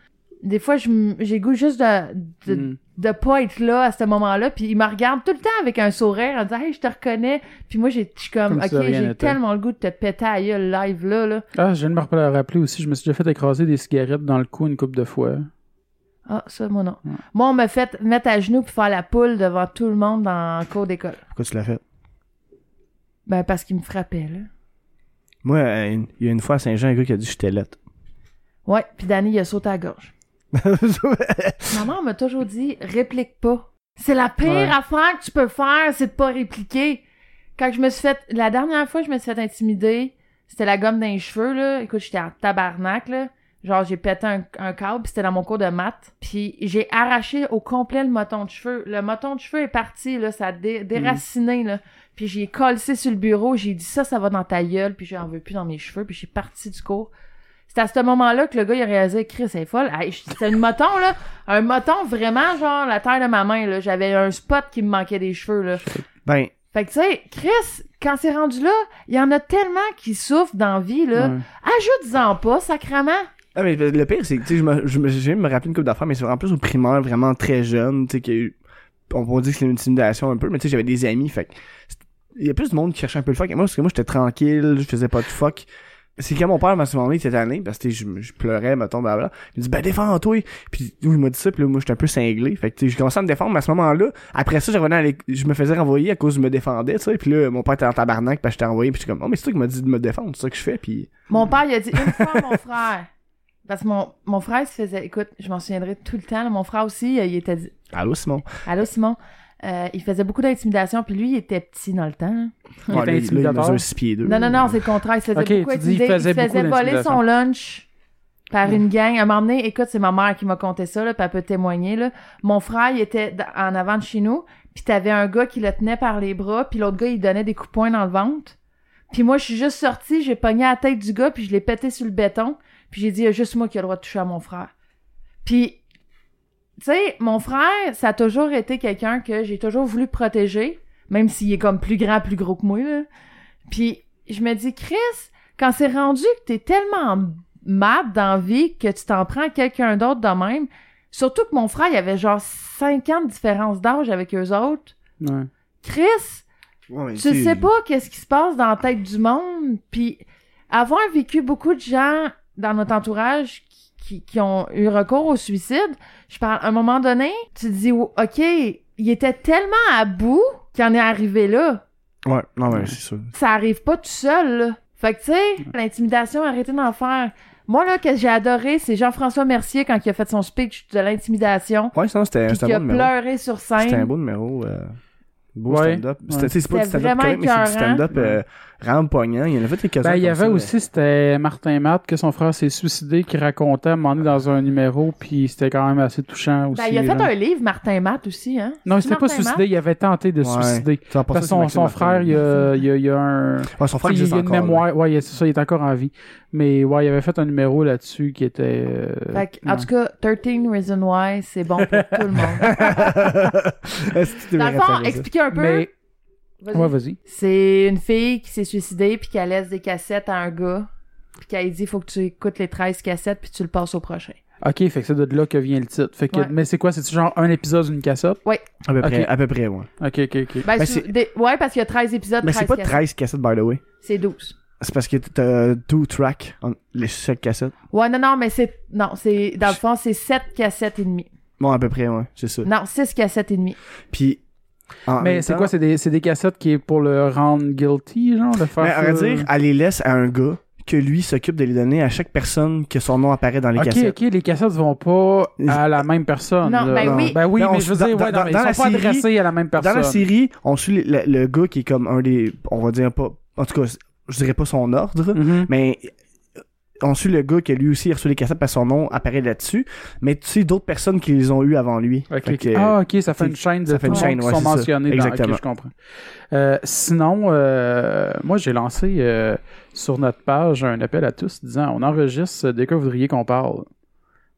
[SPEAKER 3] Des fois, je m- j'ai goût juste de, de,
[SPEAKER 1] Mm.
[SPEAKER 3] de pas être là à ce moment-là, puis ils me regardent tout le temps avec un sourire en disant « Hey, je te reconnais », puis moi, j'ai- je suis comme,
[SPEAKER 1] Comme si de
[SPEAKER 3] Ok,
[SPEAKER 1] rien
[SPEAKER 3] j'ai
[SPEAKER 1] n'était.
[SPEAKER 3] tellement le goût de te péter à la gueule live là, là.
[SPEAKER 1] Ah, je viens de me rappel- rappeler aussi, je me suis déjà fait écraser des cigarettes dans le cou une couple de fois.
[SPEAKER 3] Ah, ça, moi non.
[SPEAKER 1] Ouais.
[SPEAKER 3] Moi, on m'a fait mettre à genoux puis faire la poule devant tout le monde dans le cours d'école.
[SPEAKER 2] Pourquoi tu l'as fait?
[SPEAKER 3] Ben, parce qu'ils me frappaient, là.
[SPEAKER 2] Moi, euh, une- il y a une fois à Saint-Jean, un gars qui a dit j'étais lettre.
[SPEAKER 3] Ouais, puis Danny, il a sauté à la gorge. Maman m'a toujours dit réplique pas. C'est la pire
[SPEAKER 1] Ouais.
[SPEAKER 3] affaire que tu peux faire, c'est de pas répliquer. Quand je me suis fait la dernière fois que je me suis fait intimider, c'était la gomme dans les cheveux là, écoute, j'étais en tabarnak là. Genre j'ai pété un, un câble, puis c'était dans mon cours de maths, puis j'ai arraché au complet le moton de cheveux. Le moton de cheveux est parti là, ça a dé- déraciné là. Puis j'ai collé sur le bureau, j'ai dit ça ça va dans ta gueule, puis j'en veux plus dans mes cheveux, puis j'ai parti du cours. C'est à ce moment-là que le gars il a réalisé Chris elle est folle. Hey, je- C'était une moton là, un moton vraiment genre la taille de ma main là, j'avais un spot qui me manquait des cheveux là.
[SPEAKER 2] ben,
[SPEAKER 3] Fait que tu sais, Chris, quand c'est rendu là, il y en a tellement qui souffrent d'envie là.
[SPEAKER 1] Ouais.
[SPEAKER 3] Ajoute-en pas sacrément.
[SPEAKER 2] ah, mais le pire, c'est que tu sais, je me- je me- j'ai même me rappelé une couple d'affaires, mais c'est en plus au primaire, vraiment très jeune, tu sais, qu'il y a eu- on pourrait dire que c'est une intimidation un peu, mais tu sais, j'avais des amis, fait que c'est- il y a plus de monde qui cherchait un peu le fuck. Et moi, parce que moi, j'étais tranquille, je faisais pas de fuck. C'est quand mon père m'a demandé cette année, parce que tu sais, je, je pleurais, mettons, blablabla. Il me dit, ben, défends-toi. Puis, oui, il m'a dit ça, puis là, moi, j'étais un peu cinglé. Fait que, tu sais, je commençais à me défendre, mais à ce moment-là, après ça, je revenais à l'éc- je me faisais renvoyer à cause que je me défendais, tu sais. Puis là, mon père était en tabarnak, puis j'étais renvoyé, puis j'étais comme, oh, mais c'est toi qui m'as dit de me défendre, c'est ça que je fais, puis.
[SPEAKER 3] Mon père il a dit une fois à mon frère. Parce que mon, mon frère il se faisait écoute, je m'en souviendrai tout le temps, là, mon frère aussi, euh, il était dit
[SPEAKER 2] Allô, Simon.
[SPEAKER 3] Allô Simon, Euh, il faisait beaucoup d'intimidation puis lui il était petit dans le temps. hein.
[SPEAKER 1] Il était
[SPEAKER 2] Ah, là, là, il
[SPEAKER 1] intimidateur.
[SPEAKER 2] mesure six pieds deux.
[SPEAKER 3] Non, non, non, c'est le contraire. Il se faisait
[SPEAKER 1] Ok,
[SPEAKER 3] beaucoup
[SPEAKER 1] tu dis, il
[SPEAKER 3] intimider.
[SPEAKER 1] faisait
[SPEAKER 3] il se faisait
[SPEAKER 1] beaucoup
[SPEAKER 3] voler
[SPEAKER 1] d'intimidation. Mm.
[SPEAKER 3] son lunch par une gang. À un moment donné, écoute, c'est ma mère qui m'a conté ça, là, puis elle peut témoigner. Là. Mon frère, il était d- en avant de chez nous, puis t'avais un gars qui le tenait par les bras, puis l'autre gars, il donnait des coups de poing dans le ventre. Puis moi, je suis juste sortie, j'ai pogné la tête du gars, puis je l'ai pété sur le béton, puis j'ai dit, il y a juste moi qui ai le droit de toucher à mon frère. Puis, tu sais, mon frère, ça a toujours été quelqu'un que j'ai toujours voulu protéger, même s'il est comme plus grand, plus gros que moi, là. Puis je me dis, Chris, quand c'est rendu que t'es tellement mad d'envie que tu t'en prends à quelqu'un d'autre de même, surtout que mon frère, il avait genre 5 ans de différence d'âge avec eux autres.
[SPEAKER 1] Ouais.
[SPEAKER 3] Chris,
[SPEAKER 2] Ouais, mais
[SPEAKER 3] tu sais pas qu'est-ce qui se passe dans la tête du monde, puis avoir vécu beaucoup de gens dans notre entourage qui, qui, qui ont eu recours au suicide, je parle, à un moment donné, tu te dis, Oh, ok, il était tellement à bout qu'il en est arrivé là
[SPEAKER 2] Ouais, non, mais c'est sûr.
[SPEAKER 3] ça arrive pas tout seul, là. Fait que, tu sais,
[SPEAKER 2] Mm.
[SPEAKER 3] l'intimidation, arrêtez d'en faire. Moi, là, que j'ai adoré, c'est Jean-François Mercier quand il a fait son speech de l'intimidation,
[SPEAKER 2] Ouais, sinon, c'était
[SPEAKER 3] puis
[SPEAKER 2] c'était
[SPEAKER 3] qu'il
[SPEAKER 2] Euh, un
[SPEAKER 3] a
[SPEAKER 2] bon numéro.
[SPEAKER 3] pleuré sur
[SPEAKER 2] C'était un
[SPEAKER 3] scène.
[SPEAKER 2] beau numéro. euh, Beau
[SPEAKER 1] Ouais,
[SPEAKER 2] stand-up.
[SPEAKER 1] ouais.
[SPEAKER 2] C'était- tu sais, C'est pas du
[SPEAKER 3] C'était
[SPEAKER 2] stand-up
[SPEAKER 3] vraiment
[SPEAKER 2] correct, mais c'est du
[SPEAKER 3] écœurant.
[SPEAKER 2] stand-up euh, vraiment poignant. Il y en avait des
[SPEAKER 1] Ben, il y
[SPEAKER 2] comme
[SPEAKER 1] avait
[SPEAKER 2] ça, euh,
[SPEAKER 1] aussi, c'était Martin Matt, que son frère s'est suicidé, qui racontait à un moment donné dans un numéro, puis c'était quand même assez touchant aussi.
[SPEAKER 3] Ben, il a fait
[SPEAKER 1] là.
[SPEAKER 3] un livre, Martin Matt, aussi, hein?
[SPEAKER 1] Non, il
[SPEAKER 3] C'est
[SPEAKER 1] s'était pas
[SPEAKER 3] Martin
[SPEAKER 1] suicidé, il avait tenté de
[SPEAKER 2] mais-
[SPEAKER 1] se
[SPEAKER 2] Ouais.
[SPEAKER 1] suicider.
[SPEAKER 2] Tu vas pas
[SPEAKER 1] Parce que
[SPEAKER 2] ça, c'est
[SPEAKER 1] son,
[SPEAKER 2] Maxime
[SPEAKER 1] son
[SPEAKER 2] Martin.
[SPEAKER 1] frère, il y a, il y a- il y a un.
[SPEAKER 2] euh, Ouais, son frère
[SPEAKER 1] il y
[SPEAKER 2] existe
[SPEAKER 1] a une
[SPEAKER 2] encore. là.
[SPEAKER 1] mémoire. Ouais, il- c'est ça, il est encore en vie. Mais ouais, il avait fait un numéro là-dessus qui était. euh,
[SPEAKER 3] Fait que, en
[SPEAKER 1] ouais.
[SPEAKER 3] tout cas, 13 Reasons Why, c'est bon pour tout le monde.
[SPEAKER 2] Est-ce que tu
[SPEAKER 3] Dans
[SPEAKER 2] devrais
[SPEAKER 3] le fond,
[SPEAKER 2] faire ça?
[SPEAKER 3] expliquez un peu.
[SPEAKER 1] Mais.
[SPEAKER 3] Vas-y.
[SPEAKER 1] Ouais, vas-y.
[SPEAKER 3] C'est une fille qui s'est suicidée puis qu'elle laisse des cassettes à un gars puis qu'elle dit faut que tu écoutes les 13 cassettes puis tu le passes au prochain.
[SPEAKER 1] Ok, fait que c'est de là que vient le titre. Fait que,
[SPEAKER 3] Ouais.
[SPEAKER 1] Mais c'est quoi C'est genre un épisode d'une cassette
[SPEAKER 2] À peu près,
[SPEAKER 1] Ok.
[SPEAKER 2] à peu près, ouais.
[SPEAKER 1] Ok, ok, ok.
[SPEAKER 3] Ben,
[SPEAKER 2] Ben,
[SPEAKER 3] sou-
[SPEAKER 2] c'est-
[SPEAKER 3] des- Ouais, parce qu'il y a 13 épisodes,
[SPEAKER 2] Mais
[SPEAKER 3] 13
[SPEAKER 2] c'est pas
[SPEAKER 3] cassettes.
[SPEAKER 2] 13 cassettes, by the way.
[SPEAKER 3] C'est 12.
[SPEAKER 2] C'est parce que t'as two tracks, en- les chaque cassette.
[SPEAKER 3] Ouais, non, non, mais c'est. Non, c'est. Dans le fond, c'est 7 cassettes et demie.
[SPEAKER 2] Bon, à peu près, ouais, c'est ça.
[SPEAKER 3] Non, 6 cassettes et demie.
[SPEAKER 2] Puis. en
[SPEAKER 1] Mm. mais
[SPEAKER 2] même
[SPEAKER 1] c'est
[SPEAKER 2] temps-
[SPEAKER 1] quoi C'est des, c'est des cassettes qui est pour le rendre guilty, genre, de faire.
[SPEAKER 2] Mais à vrai
[SPEAKER 1] ça?
[SPEAKER 2] dire, elle les laisse à un gars que lui s'occupe de les donner à chaque personne que son nom apparaît dans les
[SPEAKER 1] Ok,
[SPEAKER 2] cassettes.
[SPEAKER 1] ok, les cassettes vont pas à la même personne.
[SPEAKER 3] Non,
[SPEAKER 1] là.
[SPEAKER 3] ben oui.
[SPEAKER 1] Ben oui,
[SPEAKER 2] Non,
[SPEAKER 1] mais
[SPEAKER 2] on-
[SPEAKER 1] je veux dire,
[SPEAKER 2] dans-
[SPEAKER 1] ouais,
[SPEAKER 2] dans-
[SPEAKER 1] non, mais ils
[SPEAKER 2] dans
[SPEAKER 1] sont
[SPEAKER 2] la
[SPEAKER 1] pas
[SPEAKER 2] série-
[SPEAKER 1] adressés à la même personne.
[SPEAKER 2] Dans la série, on suit le, le- le gars qui est comme un des. On va dire pas. En tout cas, je dirais pas son ordre,
[SPEAKER 1] Mhm.
[SPEAKER 2] mais on suit le gars qui lui aussi a reçu les cassettes parce que son nom apparaît là-dessus. Mais tu sais d'autres personnes qui les ont eues avant lui.
[SPEAKER 1] Ok,
[SPEAKER 2] ben, Fait
[SPEAKER 1] ok.
[SPEAKER 2] que-
[SPEAKER 1] ah, ok, ça fait
[SPEAKER 2] c'est-
[SPEAKER 1] une chaîne de
[SPEAKER 2] ça fait une
[SPEAKER 1] trucs
[SPEAKER 2] chaîne,
[SPEAKER 1] qui
[SPEAKER 2] ouais,
[SPEAKER 1] sont
[SPEAKER 2] c'est ça.
[SPEAKER 1] mentionnés dans ok,
[SPEAKER 2] Exactement.
[SPEAKER 1] je comprends. Euh, sinon, euh, moi, j'ai lancé euh, sur notre page un appel à tous disant on enregistre dès que vous voudriez qu'on parle.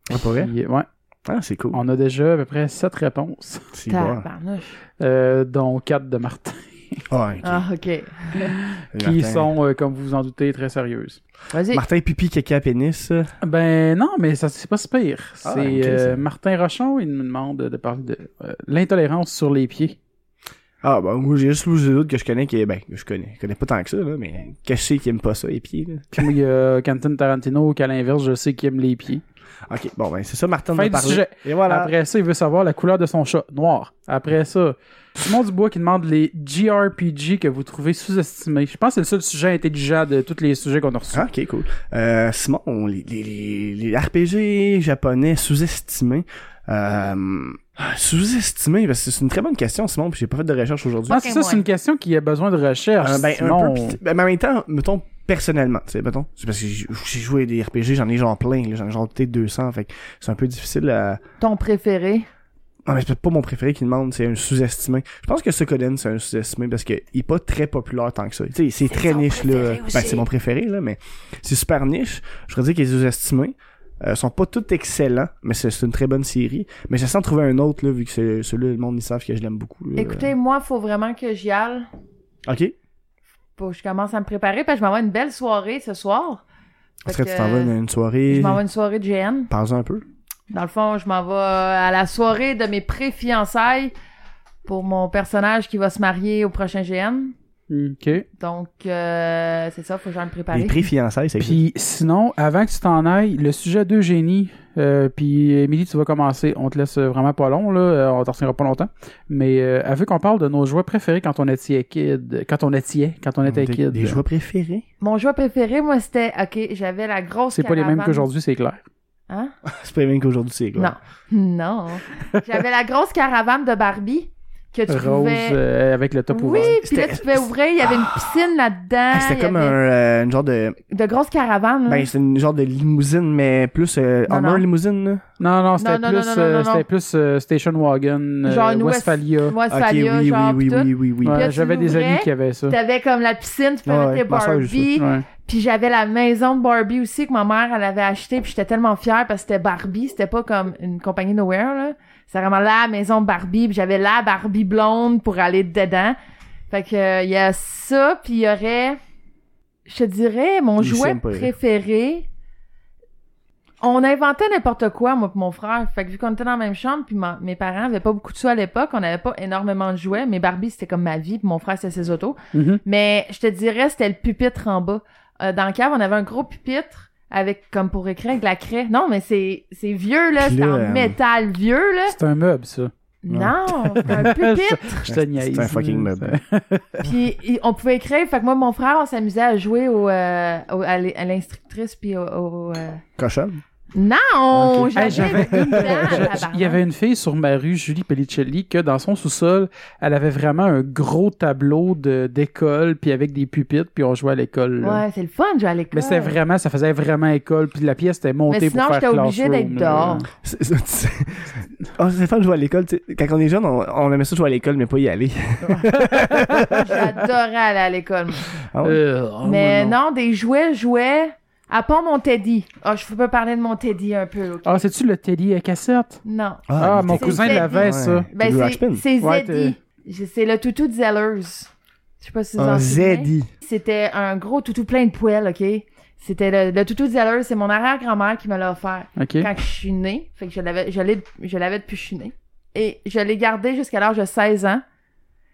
[SPEAKER 2] Ah, pas vrai?
[SPEAKER 1] Puis, ouais,
[SPEAKER 2] Ah, c'est cool.
[SPEAKER 1] on a déjà à peu près 7 réponses,
[SPEAKER 2] C'est bon.
[SPEAKER 3] Tabarnouche.
[SPEAKER 1] euh, dont 4 de Martin,
[SPEAKER 2] Ah, ok.
[SPEAKER 3] Ah, ok.
[SPEAKER 1] qui
[SPEAKER 2] Martin.
[SPEAKER 1] sont, euh, comme vous vous en doutez, très sérieuses.
[SPEAKER 3] Vas-y.
[SPEAKER 2] Martin Pipi, caca, pénis. euh,
[SPEAKER 1] Ben non, mais ça c'est pas si pire. C'est
[SPEAKER 2] Ah, ok, ça.
[SPEAKER 1] euh, Martin Rochon, il me demande de parler de euh, l'intolérance sur les pieds.
[SPEAKER 2] Ah, bah, moi, j'ai juste Louis autres que je connais, qui est, ben, que je connais. Je connais pas tant que ça, là, mais que je sais qu'il aime pas ça, les pieds, là.
[SPEAKER 1] Puis moi, il y a Quentin Tarantino qui, à l'inverse, je sais qu'il aime les pieds.
[SPEAKER 2] Ok, bon, ben, c'est ça, Martin
[SPEAKER 1] Fin
[SPEAKER 2] va
[SPEAKER 1] du
[SPEAKER 2] parler.
[SPEAKER 1] sujet.
[SPEAKER 2] Et voilà.
[SPEAKER 1] Après ça, il veut savoir la couleur de son chat, noir. Après ça, Simon Dubois qui demande les JRPG que vous trouvez sous-estimés. Je pense que c'est le seul sujet intelligent de tous les sujets qu'on a reçus.
[SPEAKER 2] Ah, ok, cool. Euh, Simon, les, les, les, les RPG japonais sous-estimés. Euh, sous-estimés, parce que c'est une très bonne question, Simon, puis j'ai pas fait de recherche aujourd'hui.
[SPEAKER 1] Je pense que ça, c'est une question qui a besoin de recherche.
[SPEAKER 2] Euh, ben,
[SPEAKER 1] Ah, Simon.
[SPEAKER 2] un peu, pis- ben, mais en même temps, mettons, personnellement, tu sais, mettons, c'est parce que j'ai j'ai joué à des RPG, j'en ai genre plein, là, j'en ai genre peut-être 200, fait que c'est un peu difficile à...
[SPEAKER 3] Ton préféré.
[SPEAKER 2] Non, mais c'est peut-être pas mon préféré qui demande, c'est un sous-estimé. Je pense que Sukoden, c'est un sous-estimé parce qu'il est pas très populaire tant que ça. Tu sais, c'est très niche, là. Ben, c'est mon préféré, là, mais c'est super niche. Je voudrais dire que les sous-estimés euh, sont pas tous excellents, mais c'est c'est une très bonne série. Mais j'essaie d'en trouver un autre, là, vu que c'est- celui-là, le monde, ils savent que je l'aime beaucoup. là.
[SPEAKER 3] Écoutez, moi, faut vraiment que j'y aille.
[SPEAKER 2] OK.
[SPEAKER 3] Faut que je commence à me préparer parce que je m'envoie une belle soirée ce soir. Fait
[SPEAKER 2] Est-ce que tu
[SPEAKER 3] que, euh,
[SPEAKER 2] t'en vas dans une soirée?
[SPEAKER 3] Je m'envoie une soirée de GN.
[SPEAKER 2] Parle-en un peu.
[SPEAKER 3] Dans le fond, je m'en vais euh, à la soirée de mes pré-fiançailles pour mon personnage qui va se marier au prochain GN.
[SPEAKER 1] OK.
[SPEAKER 3] Donc, euh, c'est ça, faut que j'en me
[SPEAKER 2] Les
[SPEAKER 3] préparer.
[SPEAKER 2] pré-fiançailles, c'est
[SPEAKER 1] Puis sinon, avant que tu t'en ailles, le sujet d'Eugénie, euh, puis Émilie, tu vas commencer. On te laisse vraiment pas long, là. euh, on t'en retiendra pas longtemps. Mais euh, elle veut qu'on parle de nos jouets préférés quand on était kid. Quand on était, quand on était
[SPEAKER 2] des,
[SPEAKER 1] kid.
[SPEAKER 2] des joueurs préférés.
[SPEAKER 3] Mon joueur préféré, moi, c'était, ok, j'avais la grosse
[SPEAKER 1] C'est pas les mêmes
[SPEAKER 3] caravane.
[SPEAKER 1] qu'aujourd'hui, c'est clair.
[SPEAKER 3] Hein?
[SPEAKER 2] c'est pas les mêmes qu'aujourd'hui, c'est clair.
[SPEAKER 3] Non. Non. j'avais la grosse caravane de Barbie que tu
[SPEAKER 1] Rose
[SPEAKER 3] pouvais...
[SPEAKER 1] euh, avec le top
[SPEAKER 3] oui,
[SPEAKER 1] ouvert.
[SPEAKER 3] puis là,
[SPEAKER 2] C'était-
[SPEAKER 3] tu pouvais ouvrir, il y avait une piscine là-dedans.
[SPEAKER 2] Ah, c'était
[SPEAKER 3] il y
[SPEAKER 2] comme
[SPEAKER 3] avait
[SPEAKER 2] un, euh, une genre de...
[SPEAKER 3] De grosses caravanes, là.
[SPEAKER 2] Ben, c'est une genre de limousine, mais plus euh,
[SPEAKER 3] Hein? Non,
[SPEAKER 2] Hummer
[SPEAKER 3] non.
[SPEAKER 2] limousine, là.
[SPEAKER 1] Non, non, c'était
[SPEAKER 3] Non, non, non,
[SPEAKER 1] plus,
[SPEAKER 3] non, non,
[SPEAKER 1] euh,
[SPEAKER 3] non.
[SPEAKER 1] c'était plus euh, Station Wagon, euh,
[SPEAKER 3] Genre une West-
[SPEAKER 1] Westphalia.
[SPEAKER 3] Moi,
[SPEAKER 2] Ok,
[SPEAKER 3] Salia,
[SPEAKER 2] oui,
[SPEAKER 3] genre,
[SPEAKER 2] oui,
[SPEAKER 3] pis
[SPEAKER 2] oui,
[SPEAKER 3] tout.
[SPEAKER 2] oui, oui, oui.
[SPEAKER 1] Ouais,
[SPEAKER 3] Puis là, tu
[SPEAKER 1] J'avais des
[SPEAKER 3] l'ouvrais,
[SPEAKER 1] amis qui avaient ça.
[SPEAKER 3] T'avais comme la piscine, tu pouvais
[SPEAKER 2] Ouais,
[SPEAKER 3] mettre tes
[SPEAKER 2] ouais, ma soeur a eu ça.
[SPEAKER 3] Barbie.
[SPEAKER 1] Ouais.
[SPEAKER 3] Puis j'avais la maison de Barbie aussi que ma mère, elle avait acheté. Puis j'étais tellement fière parce que c'était Barbie. C'était pas comme une compagnie nowhere, là. C'était vraiment la maison de Barbie. Puis j'avais la Barbie blonde pour aller dedans. Fait que, euh, il y a ça. Puis il y aurait, je te dirais, mon
[SPEAKER 2] Il
[SPEAKER 3] jouet
[SPEAKER 2] s'aime pas, il.
[SPEAKER 3] préféré. On inventait n'importe quoi, moi pis mon frère. Fait que vu qu'on était dans la même chambre, puis ma- mes parents avaient pas beaucoup de sous à l'époque, on avait pas énormément de jouets. Mais Barbie, c'était comme ma vie, puis mon frère, c'était ses autos.
[SPEAKER 1] Mhm.
[SPEAKER 3] Mais je te dirais, c'était le pupitre en bas. Euh, dans le cave, on avait un gros pupitre avec, comme pour écrire, avec de la craie. Non, mais c'est, c'est vieux, là.
[SPEAKER 2] Puis
[SPEAKER 3] C'est
[SPEAKER 2] là,
[SPEAKER 3] en
[SPEAKER 2] euh,
[SPEAKER 3] métal vieux, là.
[SPEAKER 1] C'est un meuble, ça.
[SPEAKER 3] Non, c'est un pupitre.
[SPEAKER 1] Je te
[SPEAKER 2] C'est-
[SPEAKER 1] niaise.
[SPEAKER 2] c'est un fucking meuble.
[SPEAKER 3] puis il- on pouvait écrire. Fait que moi, mon frère, on s'amusait à jouer au, euh, au- à l'- à l'instructrice, puis au... au, euh,
[SPEAKER 2] Cochonne.
[SPEAKER 3] Non!
[SPEAKER 2] Ok.
[SPEAKER 1] Hey,
[SPEAKER 3] J'avais
[SPEAKER 1] j'avais
[SPEAKER 3] une dent, tabarnak.
[SPEAKER 1] Il y avait une fille sur ma rue, Julie Pellicelli, que dans son sous-sol, elle avait vraiment un gros tableau de- d'école, puis avec des pupitres, puis on jouait à l'école. là.
[SPEAKER 3] Ouais, c'est le fun de jouer à l'école.
[SPEAKER 1] Mais c'était vraiment, ça faisait vraiment école, puis la pièce était montée
[SPEAKER 3] Mais sinon,
[SPEAKER 1] pour faire
[SPEAKER 3] j'étais obligée
[SPEAKER 1] classroom,
[SPEAKER 3] d'être
[SPEAKER 1] là.
[SPEAKER 3] dehors.
[SPEAKER 2] C'est c'est- c'est- Ah, c'est le fun de jouer à l'école. tu sais. Quand on est jeune, on, on aimait ça jouer à l'école, mais pas y aller.
[SPEAKER 3] J'adorais aller à l'école, moi.
[SPEAKER 2] Ah ouais.
[SPEAKER 1] Euh, oh,
[SPEAKER 3] Mais
[SPEAKER 1] moi,
[SPEAKER 3] non. des jouets, jouets. À part mon Teddy. Ah, je peux parler de mon Teddy un peu, ok?
[SPEAKER 1] Ah, c'est-tu le Teddy à cassette?
[SPEAKER 3] Non.
[SPEAKER 1] Ah,
[SPEAKER 2] il
[SPEAKER 1] mon
[SPEAKER 2] était-
[SPEAKER 3] c'est
[SPEAKER 1] cousin
[SPEAKER 3] Zeddy.
[SPEAKER 1] l'avait,
[SPEAKER 2] Ouais.
[SPEAKER 1] ça.
[SPEAKER 3] Ben,
[SPEAKER 2] Blue
[SPEAKER 3] c'est-
[SPEAKER 2] Ashpin.
[SPEAKER 3] c'est
[SPEAKER 1] Ouais,
[SPEAKER 3] Zeddy. J'ai- C'est le toutou de Zellers. Je sais pas si vous en
[SPEAKER 2] Un
[SPEAKER 3] souvenez.
[SPEAKER 2] Zeddy.
[SPEAKER 3] C'était un gros toutou plein de poils, OK? C'était le, le toutou de Zellers. C'est mon arrière-grand-mère qui me l'a offert
[SPEAKER 1] OK.
[SPEAKER 3] quand je suis née. Fait que je l'avais, je l'ai, je l'avais depuis que je suis née. Et je l'ai gardé jusqu'à l'âge de 16 ans.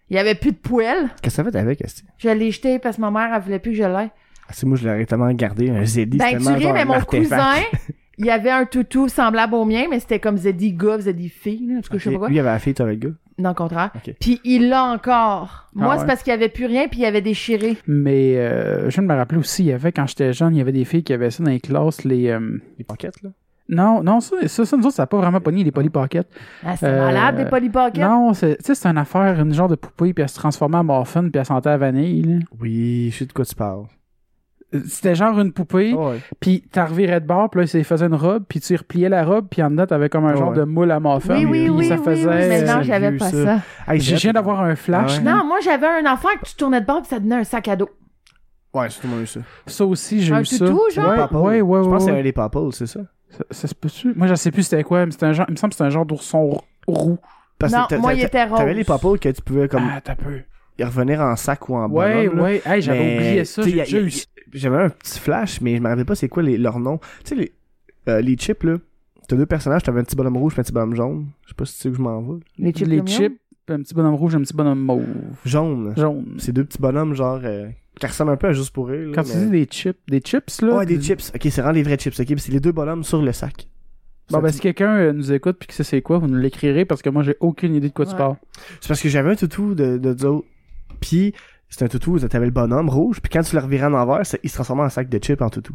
[SPEAKER 3] Il y avait plus de poils.
[SPEAKER 2] Qu'est-ce que ça fait avec, Esti?
[SPEAKER 3] Je l'ai jeté parce que ma mère, elle voulait plus que je l'aie.
[SPEAKER 2] Ah, c'est moi, je l'aurais tellement gardé. Un Zeddy,
[SPEAKER 3] Ben,
[SPEAKER 2] c'était
[SPEAKER 3] tu
[SPEAKER 2] tellement
[SPEAKER 3] ris,
[SPEAKER 2] genre
[SPEAKER 3] mais
[SPEAKER 2] un
[SPEAKER 3] mon
[SPEAKER 2] artefact.
[SPEAKER 3] cousin, il y avait un toutou semblable au mien, mais c'était comme Zeddy gars, Zeddy fille, là. En tout cas, je sais pas
[SPEAKER 2] Ok,
[SPEAKER 3] quoi.
[SPEAKER 2] Lui, il avait la fille, t'avais le gars.
[SPEAKER 3] Non, le contraire.
[SPEAKER 2] Ok.
[SPEAKER 3] Puis il l'a encore. Moi,
[SPEAKER 1] Ah ouais.
[SPEAKER 3] c'est parce qu'il y avait plus rien, puis il avait déchiré.
[SPEAKER 1] Mais euh, je viens de me rappeler aussi, il y avait, quand j'étais jeune, il y avait des filles qui avaient ça dans les classes, les... euh,
[SPEAKER 2] Les banquettes, là.
[SPEAKER 1] Non, non, ça, ça, ça, nous autres, ça n'a pas vraiment pogné les polypockets.
[SPEAKER 3] Ah, c'est
[SPEAKER 1] Euh,
[SPEAKER 3] malade, des polypockets.
[SPEAKER 1] Non, c'est- tu sais, c'est une affaire, une genre de poupée, puis elle se transformait en morphine, puis elle sentait la vanille. là.
[SPEAKER 2] Oui, je sais de quoi tu parles.
[SPEAKER 1] Euh, C'était genre une poupée,
[SPEAKER 3] Oh.
[SPEAKER 2] Ah ouais.
[SPEAKER 1] puis t'arriverais de bord, puis là, ça faisait une robe, puis tu repliais la robe, puis en dedans, t'avais comme un
[SPEAKER 2] Oh,
[SPEAKER 1] genre
[SPEAKER 2] ouais.
[SPEAKER 1] de moule à morphine,
[SPEAKER 3] Oui, oui,
[SPEAKER 1] puis
[SPEAKER 3] oui,
[SPEAKER 1] ça
[SPEAKER 3] oui,
[SPEAKER 1] faisait...
[SPEAKER 3] oui, mais
[SPEAKER 2] euh,
[SPEAKER 3] non,
[SPEAKER 2] j'ai
[SPEAKER 3] j'avais
[SPEAKER 2] vu
[SPEAKER 3] pas
[SPEAKER 2] ça.
[SPEAKER 3] ça.
[SPEAKER 2] Hey,
[SPEAKER 1] je viens d'avoir un flash.
[SPEAKER 2] Ah ouais?
[SPEAKER 1] là.
[SPEAKER 3] Non, moi, j'avais un enfant que tu tournais de bord, puis ça donnait un sac à dos.
[SPEAKER 2] Ouais, c'est tout le monde eu ça.
[SPEAKER 1] Ça aussi, j'ai
[SPEAKER 3] Un
[SPEAKER 1] eu ça.
[SPEAKER 3] toutou, genre?
[SPEAKER 1] Ouais,
[SPEAKER 2] Papal.
[SPEAKER 1] ouais, ouais,
[SPEAKER 2] Je pense que
[SPEAKER 1] ouais,
[SPEAKER 2] c'est
[SPEAKER 1] ouais.
[SPEAKER 2] un des papals, c'est ça?
[SPEAKER 1] Ça, ça se peut-tu? Moi, je sais plus c'était quoi, mais c'était un genre, il me semble que c'était un genre d'ourson rou- roux.
[SPEAKER 2] Parce
[SPEAKER 3] Non,
[SPEAKER 2] que t'a-
[SPEAKER 3] moi,
[SPEAKER 2] t'a-
[SPEAKER 3] il
[SPEAKER 2] t'a-
[SPEAKER 3] était rose.
[SPEAKER 2] T'avais les papas que tu pouvais comme
[SPEAKER 1] Ah, t'as peu.
[SPEAKER 2] y revenir en sac ou en
[SPEAKER 1] Ouais,
[SPEAKER 2] bonhomme, là.
[SPEAKER 1] ouais. Hey, j'avais
[SPEAKER 2] Mais,
[SPEAKER 1] oublié ça.
[SPEAKER 2] tu sais,
[SPEAKER 1] J'ai
[SPEAKER 2] y a-
[SPEAKER 1] déjà
[SPEAKER 2] y a-
[SPEAKER 1] eu ça.
[SPEAKER 2] J'avais un petit flash, mais je me rappelle pas c'est quoi les, leur nom. Tu sais, les, euh, les chips, là. T'as deux personnages, t'avais un petit bonhomme rouge et un petit bonhomme jaune. Je sais pas si tu sais où je m'en vais.
[SPEAKER 3] Les chips.
[SPEAKER 1] les
[SPEAKER 3] Yum Yum.
[SPEAKER 1] chips, un petit bonhomme rouge, un petit bonhomme mauve.
[SPEAKER 2] Jaune.
[SPEAKER 1] Jaune.
[SPEAKER 2] C'est deux petits bonhommes, genre, euh, qui ressemblent un peu à Juste pour rire. là,
[SPEAKER 1] Quand tu
[SPEAKER 2] mais-
[SPEAKER 1] dis des chips, des chips, là.
[SPEAKER 2] Ouais, des
[SPEAKER 1] tu-
[SPEAKER 2] chips. Ok, c'est vraiment les vrais chips. Ok, puis c'est les deux bonhommes sur le sac.
[SPEAKER 1] Bon,
[SPEAKER 2] Ça,
[SPEAKER 1] ben,
[SPEAKER 2] tu-
[SPEAKER 1] si quelqu'un euh, nous écoute puis que sait c'est quoi, vous nous l'écrirez parce que moi, j'ai aucune idée de quoi tu
[SPEAKER 3] Ouais.
[SPEAKER 1] parles.
[SPEAKER 2] C'est parce que j'avais un toutou de, de Zo. Puis, c'était un toutou, t'avais le bonhomme rouge. Puis quand tu le revirais en envers, ça- il se transformait en sac de chips en toutou.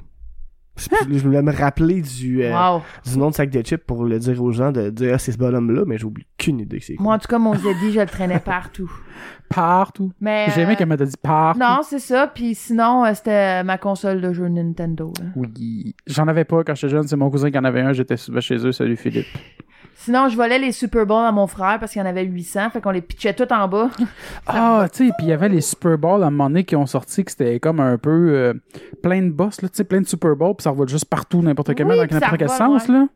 [SPEAKER 2] C'est- puis Je voulais me rappeler du, euh,
[SPEAKER 3] Wow.
[SPEAKER 2] du nom de sac de chips pour le dire aux gens, de dire ah, c'est ce bonhomme-là, mais j'ai oublié qu'une idée que c'est quoi.
[SPEAKER 3] Moi, en tout cas, mon Zeddy, je le traînais partout.
[SPEAKER 1] Partout.
[SPEAKER 3] Mais.
[SPEAKER 1] J'ai aimé
[SPEAKER 3] euh,
[SPEAKER 1] qu'elle m'a dit partout.
[SPEAKER 3] Non, c'est ça. Puis sinon, euh, c'était ma console de jeu Nintendo. là.
[SPEAKER 1] Oui. J'en avais pas quand j'étais jeune. C'est mon cousin qui en avait un. J'étais souvent chez eux. Salut Philippe.
[SPEAKER 3] Sinon, je volais les Super Bowl à mon frère parce qu'il y en avait 800. Fait qu'on les pitchait tout en bas.
[SPEAKER 1] Ah, tu sais, puis il y avait les Super Bowl à un moment donné qui ont sorti que c'était comme un peu euh, plein de boss, là, tu sais, plein de Super Bowl, puis ça revole juste partout, n'importe comment,
[SPEAKER 3] Oui,
[SPEAKER 1] dans
[SPEAKER 3] puis ça
[SPEAKER 1] n'importe quel
[SPEAKER 3] revole,
[SPEAKER 1] sens, là.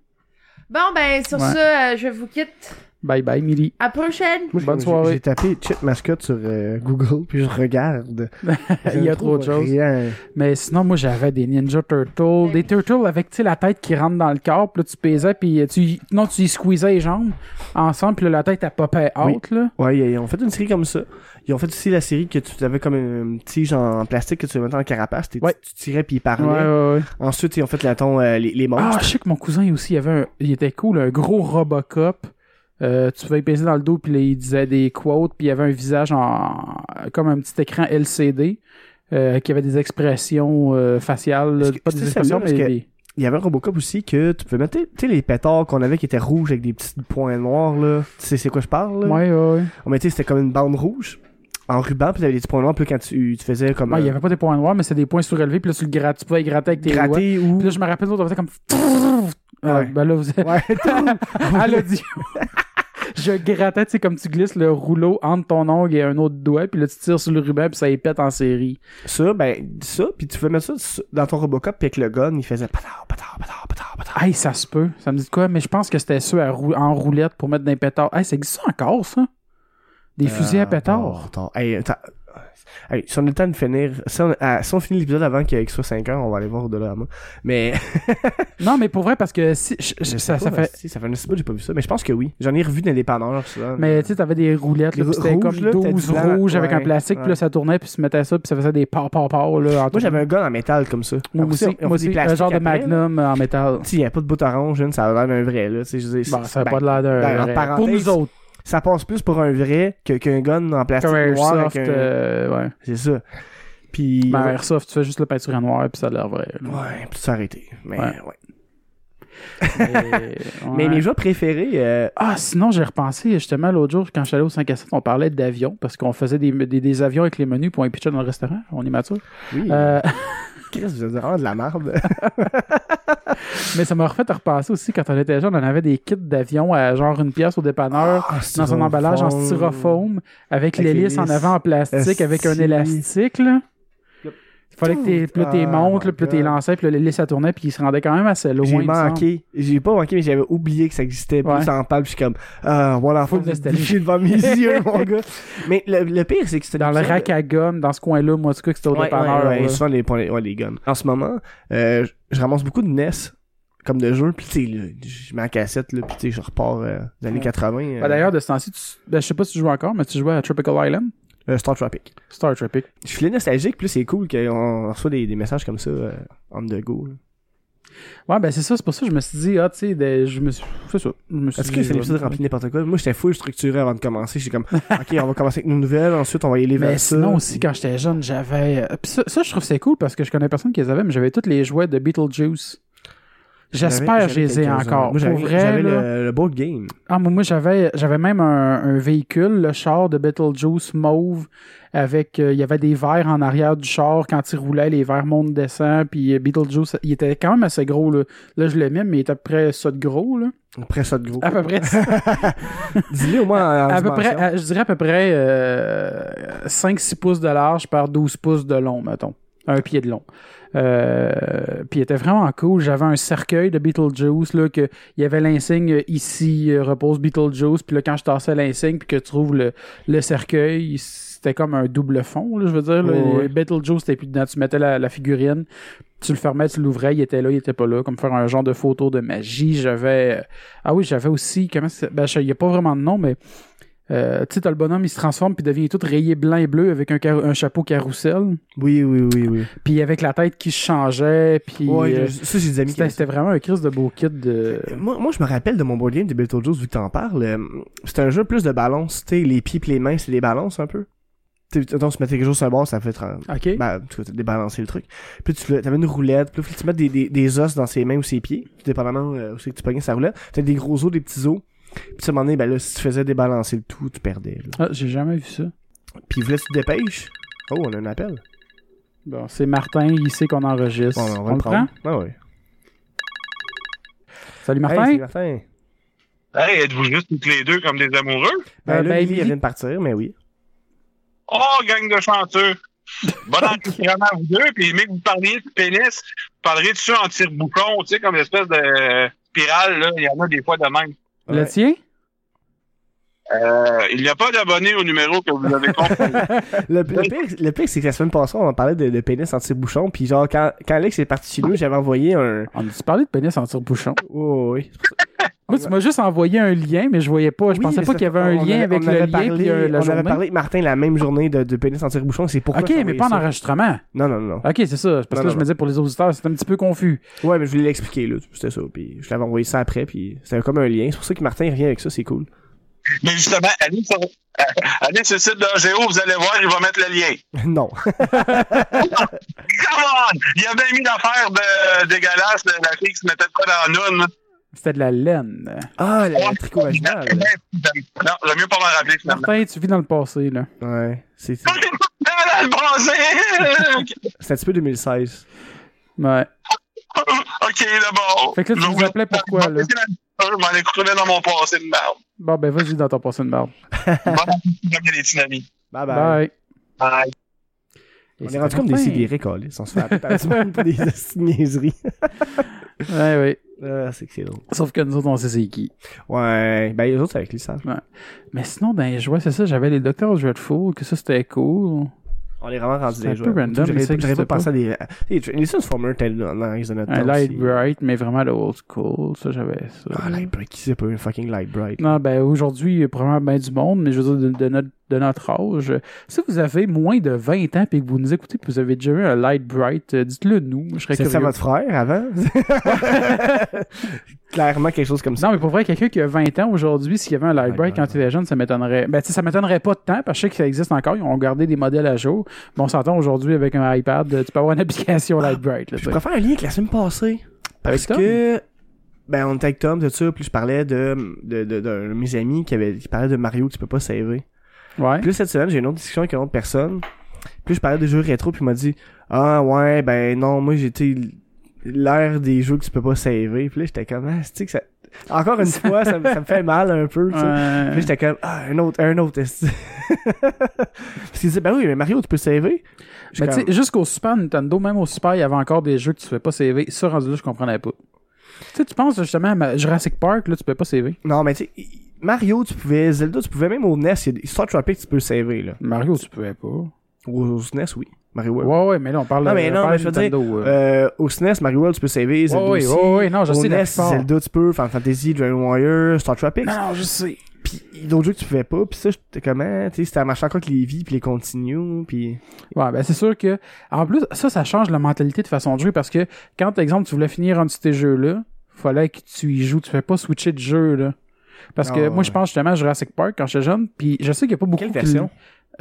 [SPEAKER 3] Bon, ben, sur
[SPEAKER 1] Ouais.
[SPEAKER 3] ça, je vous quitte.
[SPEAKER 1] Bye bye, Millie.
[SPEAKER 3] À prochaine.
[SPEAKER 2] Moi, j'ai-
[SPEAKER 1] Bonne
[SPEAKER 2] j'ai-
[SPEAKER 1] soirée.
[SPEAKER 2] J'ai tapé chip mascotte sur euh, Google, puis je regarde.
[SPEAKER 1] Il y a trop de choses.
[SPEAKER 2] Rien.
[SPEAKER 1] Mais sinon, moi, j'avais des Ninja Turtles, des Turtles avec, tu sais, la tête qui rentre dans le corps, puis là, tu pesais, puis euh, tu, non, tu y squeezais les jambes ensemble, puis là, la tête, elle popait
[SPEAKER 2] Oui.
[SPEAKER 1] haute, là.
[SPEAKER 2] Ouais, ils ils ont fait une série comme ça. Ils ont fait aussi la série que tu avais comme une tige en plastique que tu mettais en carapace. t'es-
[SPEAKER 1] Ouais.
[SPEAKER 2] Tu tirais puis ils parlaient.
[SPEAKER 1] Ouais, ouais, ouais.
[SPEAKER 2] Ensuite, ils ont fait la ton, euh, les, les
[SPEAKER 1] Ah,
[SPEAKER 2] monstres.
[SPEAKER 1] je sais que mon cousin aussi, il avait un- il était cool, un gros Robocop. Euh, tu pouvais y peser dans le dos, puis là, il disait des quotes, puis il avait un visage en comme un petit écran LCD euh, qui avait des expressions euh, faciales,
[SPEAKER 2] Est-ce que-
[SPEAKER 1] pas des
[SPEAKER 2] c'était
[SPEAKER 1] expressions, mais
[SPEAKER 2] celle-là, parce
[SPEAKER 1] des...
[SPEAKER 2] Il y avait un Robocop aussi que tu pouvais mettre, tu sais, les pétards qu'on avait qui étaient rouges avec des petits points noirs, là. Tu sais, c'est quoi je parle, là? Oh,
[SPEAKER 1] Ouais, ouais, ouais.
[SPEAKER 2] On mettait, c'était comme une bande rouge en ruban, puis t'avais des petits points noirs, puis quand tu, tu faisais comme.
[SPEAKER 1] Ouais, il y
[SPEAKER 2] euh,
[SPEAKER 1] avait pas des points noirs, mais c'était des points surélevés, puis là, tu le grattes, tu pouvais le gratter avec tes doigts.
[SPEAKER 2] gratter ou.
[SPEAKER 1] Puis là, je me rappelle, l'autre, on faisait comme... Ah,
[SPEAKER 2] Ouais.
[SPEAKER 1] ben là, vous êtes
[SPEAKER 2] Ouais,
[SPEAKER 1] à l'audio. Je grattais, tu sais, comme tu glisses le rouleau entre ton ongle et un autre doigt, puis là, tu tires sur le ruban, puis ça y pète en série.
[SPEAKER 2] ça, ben, ça, puis tu pouvais mettre ça sur- dans ton Robocop, puis avec le gun, il faisait patard, patard, patard, patard, patard.
[SPEAKER 1] Hey, ça se peut. Ça me dit de quoi? Mais je pense que c'était ceux à rou- en roulette pour mettre des pétards. Hey, ça existe encore, ça? Des fusils à pétards.
[SPEAKER 2] Attends, Hey, attends. Hey, si on a le temps de finir, si on, ah, si on finit l'épisode avant qu'il qu'il soit 5 heures, on va aller voir au-delà. hein. Mais
[SPEAKER 1] Non, mais pour vrai, parce que si, je- je-
[SPEAKER 2] Je sais
[SPEAKER 1] ça, ça
[SPEAKER 2] pas,
[SPEAKER 1] fait.
[SPEAKER 2] si, ça fait un petit bout que j'ai pas vu ça, mais je pense que oui. J'en ai revu dans les dépanneurs, ça.
[SPEAKER 1] Mais tu sais, t'avais des roulettes, là,
[SPEAKER 2] Rou-
[SPEAKER 1] puis c'était
[SPEAKER 2] rouge,
[SPEAKER 1] comme
[SPEAKER 2] là, t'as
[SPEAKER 1] 12
[SPEAKER 2] du blanc,
[SPEAKER 1] rouges avec un
[SPEAKER 2] ouais,
[SPEAKER 1] plastique, puis
[SPEAKER 2] ouais.
[SPEAKER 1] là, ça tournait, puis tu mettais ça, puis ça faisait des par par par là. en
[SPEAKER 2] Moi, j'avais
[SPEAKER 1] tournant.
[SPEAKER 2] un gun en métal comme ça.
[SPEAKER 1] Moi aussi,
[SPEAKER 2] on
[SPEAKER 1] moi aussi, un genre de magnum en métal.
[SPEAKER 2] Si, il n'y a pas de bout orange, hein, ça a l'air d'un vrai, là. tu sais, je veux dire,
[SPEAKER 1] Bon,
[SPEAKER 2] c'est-
[SPEAKER 1] ça n'a
[SPEAKER 2] ben,
[SPEAKER 1] pas de l'air d'un.
[SPEAKER 2] ben, en
[SPEAKER 1] vrai.
[SPEAKER 2] parenthèse,
[SPEAKER 1] pour nous autres,
[SPEAKER 2] ça passe plus pour un vrai que- qu'un gun en plastique
[SPEAKER 1] comme un
[SPEAKER 2] noir.
[SPEAKER 1] Airsoft,
[SPEAKER 2] avec un-
[SPEAKER 1] euh, ouais.
[SPEAKER 2] C'est ça. Puis.
[SPEAKER 1] Ben, un
[SPEAKER 2] ouais,
[SPEAKER 1] Airsoft, tu fais juste le peinture en noir, puis ça a l'air vrai. là.
[SPEAKER 2] ouais, puis s'arrêter. Mais,
[SPEAKER 1] Ouais.
[SPEAKER 2] ouais.
[SPEAKER 1] Mais-
[SPEAKER 2] mais
[SPEAKER 1] ouais.
[SPEAKER 2] mes jeux préférés, euh,
[SPEAKER 1] Ah, sinon, j'ai repensé justement l'autre jour, quand je suis allé au 5 à 7, on parlait d'avions, parce qu'on faisait des, des, des avions avec les menus, pour on les pitchait dans le restaurant. On est mature.
[SPEAKER 2] oui,
[SPEAKER 1] Euh,
[SPEAKER 2] Chris, vous êtes vraiment de la merde.
[SPEAKER 1] mais ça m'a refait repenser aussi, quand on était jeune, on avait des kits d'avions à genre une pièce au dépanneur, Ah, dans un emballage en styrofoam, avec
[SPEAKER 2] Avec
[SPEAKER 1] l'hélice en
[SPEAKER 2] l'hélice.
[SPEAKER 1] avant en plastique,
[SPEAKER 2] Esti.
[SPEAKER 1] avec un élastique, là.
[SPEAKER 2] Yep.
[SPEAKER 1] Il fallait que t'es- puis là, t'es
[SPEAKER 2] Ah,
[SPEAKER 1] montes,
[SPEAKER 2] my
[SPEAKER 1] là, puis là, t'es
[SPEAKER 2] God.
[SPEAKER 1] lancé, puis là, l'hélice, ça tournait, puis il se rendait quand même assez loin.
[SPEAKER 2] J'ai
[SPEAKER 1] il me semble.
[SPEAKER 2] manqué. J'ai pas manqué, mais j'avais oublié que ça existait. Puis
[SPEAKER 1] Ouais.
[SPEAKER 2] ça en parle, puis je suis comme, ah, voilà, enfin,
[SPEAKER 1] Full
[SPEAKER 2] vous êtes
[SPEAKER 1] nostalgie.
[SPEAKER 2] bouché devant mes yeux, mon gars. Mais le, le pire, c'est que c'était
[SPEAKER 1] Dans le rack à gomme, dans ce coin-là, moi, en tout cas, que c'était au
[SPEAKER 2] ouais,
[SPEAKER 1] dépanneur.
[SPEAKER 2] ouais, ouais,
[SPEAKER 1] là.
[SPEAKER 2] souvent les, pour les- ouais, les guns. En ce moment, euh, je ramasse beaucoup de NES comme de jeux, puis tu sais, là, je mets en cassette, là, puis tu sais, je repars euh, des années
[SPEAKER 1] Ouais.
[SPEAKER 2] 80. euh,
[SPEAKER 1] Bah, D'ailleurs, de ce temps-ci, tu- ben, je sais pas si tu joues encore, mais tu jouais à Tropical Island.
[SPEAKER 2] euh, Star Tropic.
[SPEAKER 1] Star Tropic.
[SPEAKER 2] Je suis nostalgique, puis là, c'est cool qu'on reçoit des, des messages comme ça euh, on the go. là.
[SPEAKER 1] Ouais, ben c'est ça, c'est pour ça que je me suis dit, ah, tu sais, de- je me suis. C'est ça. Je me suis
[SPEAKER 2] Est-ce
[SPEAKER 1] dit, euh,
[SPEAKER 2] que c'est
[SPEAKER 1] je-
[SPEAKER 2] l'épisode rempli de n'importe quoi? Moi, j'étais full structuré avant de commencer. J'étais comme, OK, on va commencer avec nos nouvelles, ensuite, on va y aller vers
[SPEAKER 1] Mais
[SPEAKER 2] ça.
[SPEAKER 1] sinon aussi, quand j'étais jeune, j'avais. euh, pis ça, ça, je trouve que c'est cool parce que je connais personne qui les avait, mais j'avais tous les jouets de Beetlejuice. J'espère
[SPEAKER 2] J'avais-
[SPEAKER 1] que je les ai
[SPEAKER 2] j'avais quelques-uns.
[SPEAKER 1] encore.
[SPEAKER 2] Moi, j'avais
[SPEAKER 1] Pour vrai,
[SPEAKER 2] j'avais
[SPEAKER 1] là-
[SPEAKER 2] le, le board game.
[SPEAKER 1] Ah, moi, moi, j'avais, j'avais même un, un véhicule, le char de Beetlejuice mauve, avec, euh, il y avait des verres en arrière du char. Quand il roulait, les verres montent, descendent, puis euh, Beetlejuice, il était quand même assez gros, là. Là, je le mets, mais il était à peu près ça de gros, là.
[SPEAKER 2] Après ça de gros.
[SPEAKER 1] À peu près,
[SPEAKER 2] Dis-le au moins en, en
[SPEAKER 1] à peu
[SPEAKER 2] dimension.
[SPEAKER 1] près, hein. euh, à- je dirais à peu près, 5-6 pouces de large par 12 pouces de long, mettons. un pied de long. Euh, puis il était vraiment cool. J'avais un cercueil de Beetlejuice là que il y avait l'insigne ici euh, repose Beetlejuice. Puis là quand je tassais l'insigne puis que tu trouves le, le cercueil, c'était comme un double fond. Là, je veux dire, là,
[SPEAKER 2] Ouais, ouais.
[SPEAKER 1] Beetlejuice c'était plus dedans. Tu mettais la, la figurine, tu le fermais, tu l'ouvrais, il était là, il était pas là. Comme faire un genre de photo de magie. J'avais euh, ah oui j'avais aussi comment ça- ben je- il y a pas vraiment de nom mais euh, tu sais, t'as le bonhomme, il se transforme, puis devient tout rayé blanc et bleu avec un, carou- un chapeau carrousel,
[SPEAKER 2] Oui, oui, oui, oui.
[SPEAKER 1] puis avec la tête qui changeait, puis...
[SPEAKER 2] ouais,
[SPEAKER 1] euh,
[SPEAKER 2] je- ça, j'ai des amis qui
[SPEAKER 1] c'était,
[SPEAKER 2] avaient
[SPEAKER 1] c'était vraiment un crise de beau kit de.
[SPEAKER 2] Euh, Moi, moi, je me rappelle de mon board game de Beetlejuice, vu que t'en parles. euh, C'était un jeu plus de balance, tu sais, les pieds pis les mains, c'est des balances un peu. Tu sais, mettons, tu mettais quelque chose sur un bord, ça fait 30.
[SPEAKER 1] Ok.
[SPEAKER 2] Bah, tu sais, débalancer le truc. Puis tu le- t'avais une roulette, puis là, faut que tu mettes des, des, des os dans ses mains ou ses pieds, tout dépendamment euh, où c'est que tu pognais sa roulette. T'as des gros os, des petits os. Puis à un moment donné, ben là, si tu faisais débalancer le tout, tu perdais. Là.
[SPEAKER 1] Ah, j'ai jamais vu ça.
[SPEAKER 2] Puis là, tu te dépêches. Oh, on a un appel.
[SPEAKER 1] Bon, c'est Martin, il sait qu'on enregistre.
[SPEAKER 2] Bon, ben, on va le
[SPEAKER 1] prend?
[SPEAKER 2] prendre. Ah ouais.
[SPEAKER 1] Salut Martin.
[SPEAKER 2] Hey, c'est Martin.
[SPEAKER 4] Hey, êtes-vous juste toutes les deux comme des amoureux?
[SPEAKER 2] Ben,
[SPEAKER 1] Euh,
[SPEAKER 2] là,
[SPEAKER 1] ben,
[SPEAKER 2] Lily,
[SPEAKER 1] Lily-
[SPEAKER 2] elle vient de partir, mais oui.
[SPEAKER 4] Oh, gang de chanceux! Bon enregistrement à vous deux, puis mais que vous parliez de pénis, vous parleriez de ça en tire-bouchon, tu sais, comme une espèce de euh, spirale, là. Il y en a des fois de même.
[SPEAKER 1] Le
[SPEAKER 2] Ouais.
[SPEAKER 1] tien?
[SPEAKER 4] Euh, il n'y a pas d'abonnés au numéro que vous avez compris.
[SPEAKER 2] Le, le pire, le pire, c'est que la semaine passée, on en parlait de, de pénis anti-bouchon, puis genre, quand, quand Alex est parti chez nous, j'avais envoyé un...
[SPEAKER 1] On a-tu parlé de pénis en tire-bouchon?
[SPEAKER 2] Oh, oui.
[SPEAKER 1] Moi, tu m'as juste envoyé un lien, mais je voyais pas. Je
[SPEAKER 2] Oui,
[SPEAKER 1] pensais
[SPEAKER 2] mais
[SPEAKER 1] pas
[SPEAKER 2] ça-
[SPEAKER 1] qu'il y avait un
[SPEAKER 2] on
[SPEAKER 1] lien
[SPEAKER 2] avait-
[SPEAKER 1] avec le
[SPEAKER 2] on avait
[SPEAKER 1] lien
[SPEAKER 2] parlé-
[SPEAKER 1] puis euh, la
[SPEAKER 2] On
[SPEAKER 1] journée.
[SPEAKER 2] avait parlé, Martin, la même journée de, de pénis anti-bouchon, c'est pourquoi...
[SPEAKER 1] Ok,
[SPEAKER 2] j'ai
[SPEAKER 1] mais
[SPEAKER 2] envoyé
[SPEAKER 1] pas en
[SPEAKER 2] ça.
[SPEAKER 1] enregistrement.
[SPEAKER 2] Non, non, non.
[SPEAKER 1] Ok, c'est ça. C'est parce que là,
[SPEAKER 2] Non,
[SPEAKER 1] je
[SPEAKER 2] non,
[SPEAKER 1] me disais pour les auditeurs, c'était un petit peu confus.
[SPEAKER 2] Ouais, mais je voulais l'expliquer, là. C'était ça, puis je l'avais envoyé ça après, puis c'était comme un lien. C'est pour ça que Martin revient avec ça, c'est cool.
[SPEAKER 4] mais justement, allez sur, euh, allez sur le site de Géo, vous allez voir, il va mettre le lien.
[SPEAKER 2] non.
[SPEAKER 4] Come on! Il y a bien mis l'affaire de, euh, dégueulasse de la fille qui se mettait de quoi dans la noune.
[SPEAKER 1] C'était de la laine.
[SPEAKER 2] Ah, la, la tricot vaginal.
[SPEAKER 4] Non, j'aime mieux pas m'en rappeler, finalement.
[SPEAKER 1] Martin, tu vis dans le passé, là.
[SPEAKER 2] Ouais. C'est c'est-
[SPEAKER 4] Quand t'es dans le Brésil!
[SPEAKER 2] c'est un petit peu 2016.
[SPEAKER 1] Ouais.
[SPEAKER 4] ok, d'abord.
[SPEAKER 1] Fait que là, tu nous appelais pourquoi, là?
[SPEAKER 4] Je m'en ai coupé dans mon passé de merde.
[SPEAKER 1] Bon, ben, vas-y dans ton passé de merde.
[SPEAKER 4] Bon, il y a des tsunamis.
[SPEAKER 2] Bye bye.
[SPEAKER 1] Bye. Et
[SPEAKER 2] On
[SPEAKER 4] Bye.
[SPEAKER 2] est
[SPEAKER 1] c'était
[SPEAKER 2] rendu comme des
[SPEAKER 1] Martin.
[SPEAKER 2] sidérés, câlés. On se fait appeler par du monde pour des astuces de niaiseries.
[SPEAKER 1] Ouais, ouais.
[SPEAKER 2] Ah, c'est que c'est drôle.
[SPEAKER 1] Sauf que nous autres, on sait c'est qui.
[SPEAKER 2] Ouais. Ben, les autres, c'est avec les sages.
[SPEAKER 1] Mais sinon, dans les jouets, c'est ça, j'avais les Docteurs Dreadful, que ça c'était cool.
[SPEAKER 2] On est vraiment rendu
[SPEAKER 1] C'est
[SPEAKER 2] des
[SPEAKER 1] un
[SPEAKER 2] joueurs.
[SPEAKER 1] peu random, mais ça
[SPEAKER 2] J'aurais j'aurais
[SPEAKER 1] existe
[SPEAKER 2] pas pensé
[SPEAKER 1] pas.
[SPEAKER 2] à des. à- Tu sais, Les Transformers étaient dans dans Rise of Notre
[SPEAKER 1] Un
[SPEAKER 2] Temps
[SPEAKER 1] Light
[SPEAKER 2] aussi.
[SPEAKER 1] Bright, mais vraiment le old school, ça j'avais ça.
[SPEAKER 2] Ah, Light Bright. Qui c'est pas un fucking Light Bright?
[SPEAKER 1] Non, ben aujourd'hui, il y a probablement bien du monde, mais je veux dire, de, de notre, de notre âge, euh, si vous avez moins de 20 ans et que vous nous écoutez puis vous avez déjà eu un Light Bright, euh, dites-le nous, je serais
[SPEAKER 2] C'est
[SPEAKER 1] curieux.
[SPEAKER 2] ça votre frère avant? Clairement quelque chose comme ça.
[SPEAKER 1] Non, mais pour vrai, quelqu'un qui a 20 ans aujourd'hui, s'il y avait un Light
[SPEAKER 2] Light
[SPEAKER 1] Bright quand
[SPEAKER 2] Bright,
[SPEAKER 1] il était jeune, ça m'étonnerait. Ben, tu sais, ça m'étonnerait pas de temps, parce que je sais que ça existe encore, ils ont gardé des modèles à jour. Mais on s'entend aujourd'hui avec un iPad, euh, tu peux avoir une application Light Bright, là,
[SPEAKER 2] Ah, Je
[SPEAKER 1] tu sais.
[SPEAKER 2] préfère un lien avec la semaine passée. Parce
[SPEAKER 1] ben- Tom?
[SPEAKER 2] que. Ben, on était avec Tom, de ça, puis je parlais de, de, de, d'un de mes amis qui, avait, qui parlait de Mario que tu peux pas saver.
[SPEAKER 1] Ouais.
[SPEAKER 2] Puis là, cette semaine, j'ai une autre discussion avec une autre personne. Puis je parlais des jeux rétro, puis il m'a dit Ah ouais, ben non, moi j'étais l'ère des jeux que tu peux pas saver. Puis là, j'étais comme Ah, c'est-tu que ça. Encore une fois, ça, me- ça me fait mal un peu, tu sais.
[SPEAKER 1] Euh,
[SPEAKER 2] Puis là, j'étais comme Ah, un autre, un autre. esti. Parce qu'il disait Ben oui, mais Mario, tu peux saver.
[SPEAKER 1] Mais
[SPEAKER 2] J'étais
[SPEAKER 1] Ben, tu
[SPEAKER 2] comme,
[SPEAKER 1] sais, jusqu'au Super Nintendo, même au Super, il y avait encore des jeux que tu pouvais pas sauver. Ça, rendu là, je comprenais pas. Tu sais, tu penses justement à ma- Jurassic Park, là, tu peux pas sauver.
[SPEAKER 2] Non, mais tu sais, Mario, tu pouvais, Zelda, tu pouvais, même au NES, il y a des- Star Tropic, tu peux saver, là.
[SPEAKER 1] Mario, tu pouvais pas. Ouais,
[SPEAKER 2] Au, au SNES, oui. Mario World.
[SPEAKER 1] ouais, mais là, on parle
[SPEAKER 2] Non,
[SPEAKER 1] de
[SPEAKER 2] mais
[SPEAKER 1] on
[SPEAKER 2] non,
[SPEAKER 1] parle
[SPEAKER 2] mais je veux
[SPEAKER 1] Nintendo. euh.
[SPEAKER 2] Euh, au SNES, Mario World, tu peux saver, Zelda
[SPEAKER 1] ouais,
[SPEAKER 2] aussi.
[SPEAKER 1] ouais, ouais, non, je
[SPEAKER 2] Au
[SPEAKER 1] sais, la
[SPEAKER 2] NES,
[SPEAKER 1] plupart. Ah.
[SPEAKER 2] Zelda, tu peux, Final Fantasy, Dragon Warrior, Star Trek,
[SPEAKER 1] Non, non, je sais.
[SPEAKER 2] pis d'autres jeux que tu pouvais pas, pis ça, j'étais comment, tu sais, c'était à marcher encore avec les vies, pis les continues, pis...
[SPEAKER 1] Ouais, ben c'est sûr que. En plus, ça, ça change la mentalité de façon de jouer parce que quand, par exemple, tu voulais finir un de ces jeux-là, fallait que tu y joues. Tu fais pas switcher de jeu, là. Parce que
[SPEAKER 2] Ah,
[SPEAKER 1] moi, je
[SPEAKER 2] ouais.
[SPEAKER 1] pense justement à Jurassic Park quand j'étais jeune, puis je sais qu'il y a pas beaucoup
[SPEAKER 2] Quelle
[SPEAKER 1] qui
[SPEAKER 2] version?
[SPEAKER 1] l'ont.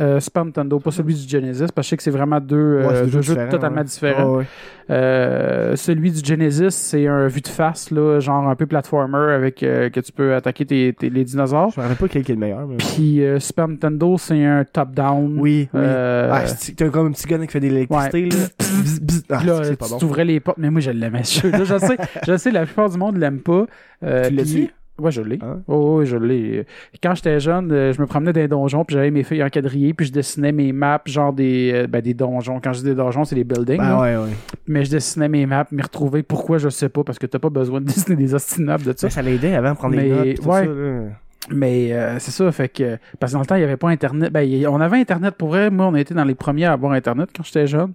[SPEAKER 1] Euh, Super Nintendo, pas celui du Genesis, parce que je sais que c'est vraiment deux, euh,
[SPEAKER 2] Ouais, c'est
[SPEAKER 1] deux jeux
[SPEAKER 2] différents,
[SPEAKER 1] totalement
[SPEAKER 2] ouais.
[SPEAKER 1] différents.
[SPEAKER 2] Ouais, ouais.
[SPEAKER 1] Euh, celui du Genesis, c'est un vue de face, là, genre un peu platformer avec euh, que tu peux attaquer tes, tes- les dinosaures.
[SPEAKER 2] Je me rappelle pas quel qui est le meilleur, mais...
[SPEAKER 1] Puis euh, Super Nintendo, c'est un top-down.
[SPEAKER 2] Oui, oui.
[SPEAKER 1] Euh,
[SPEAKER 2] Ah, c'est- t'as comme un petit gun qui fait de l'électricité,
[SPEAKER 1] ouais.
[SPEAKER 2] là. Bzz, bzz. Ah,
[SPEAKER 1] Puis là,
[SPEAKER 2] c'est
[SPEAKER 1] tu
[SPEAKER 2] pas bon.
[SPEAKER 1] t'ouvrais les portes, mais moi je l'aimais. ce jeu-là. Je sais, je sais, la plupart du monde l'aime pas. Euh,
[SPEAKER 2] Tu l'as
[SPEAKER 1] puis-
[SPEAKER 2] dit?
[SPEAKER 1] Ouais, je l'ai.
[SPEAKER 2] Hein?
[SPEAKER 1] Oh, oui, je l'ai. Quand j'étais jeune, euh, je me promenais dans les donjons, puis j'avais mes feuilles encadrillées, puis je dessinais mes maps, genre des, euh, ben, des donjons. Quand je dis des donjons, c'est des buildings. là.
[SPEAKER 2] Ben ouais, ouais.
[SPEAKER 1] Mais je dessinais mes maps, m'y retrouver. Pourquoi, je sais pas, parce que t'as pas besoin de dessiner des ostinables de ça.
[SPEAKER 2] Ça, ça l'aidait avant de prendre
[SPEAKER 1] Mais-
[SPEAKER 2] des notes. pis tout
[SPEAKER 1] ouais.
[SPEAKER 2] ça, là.
[SPEAKER 1] Mais euh, c'est ça, fait que. Parce que dans le temps, il n'y avait pas Internet. Ben, il- on avait Internet pour vrai. Moi, on a été dans les premiers à avoir Internet quand j'étais jeune.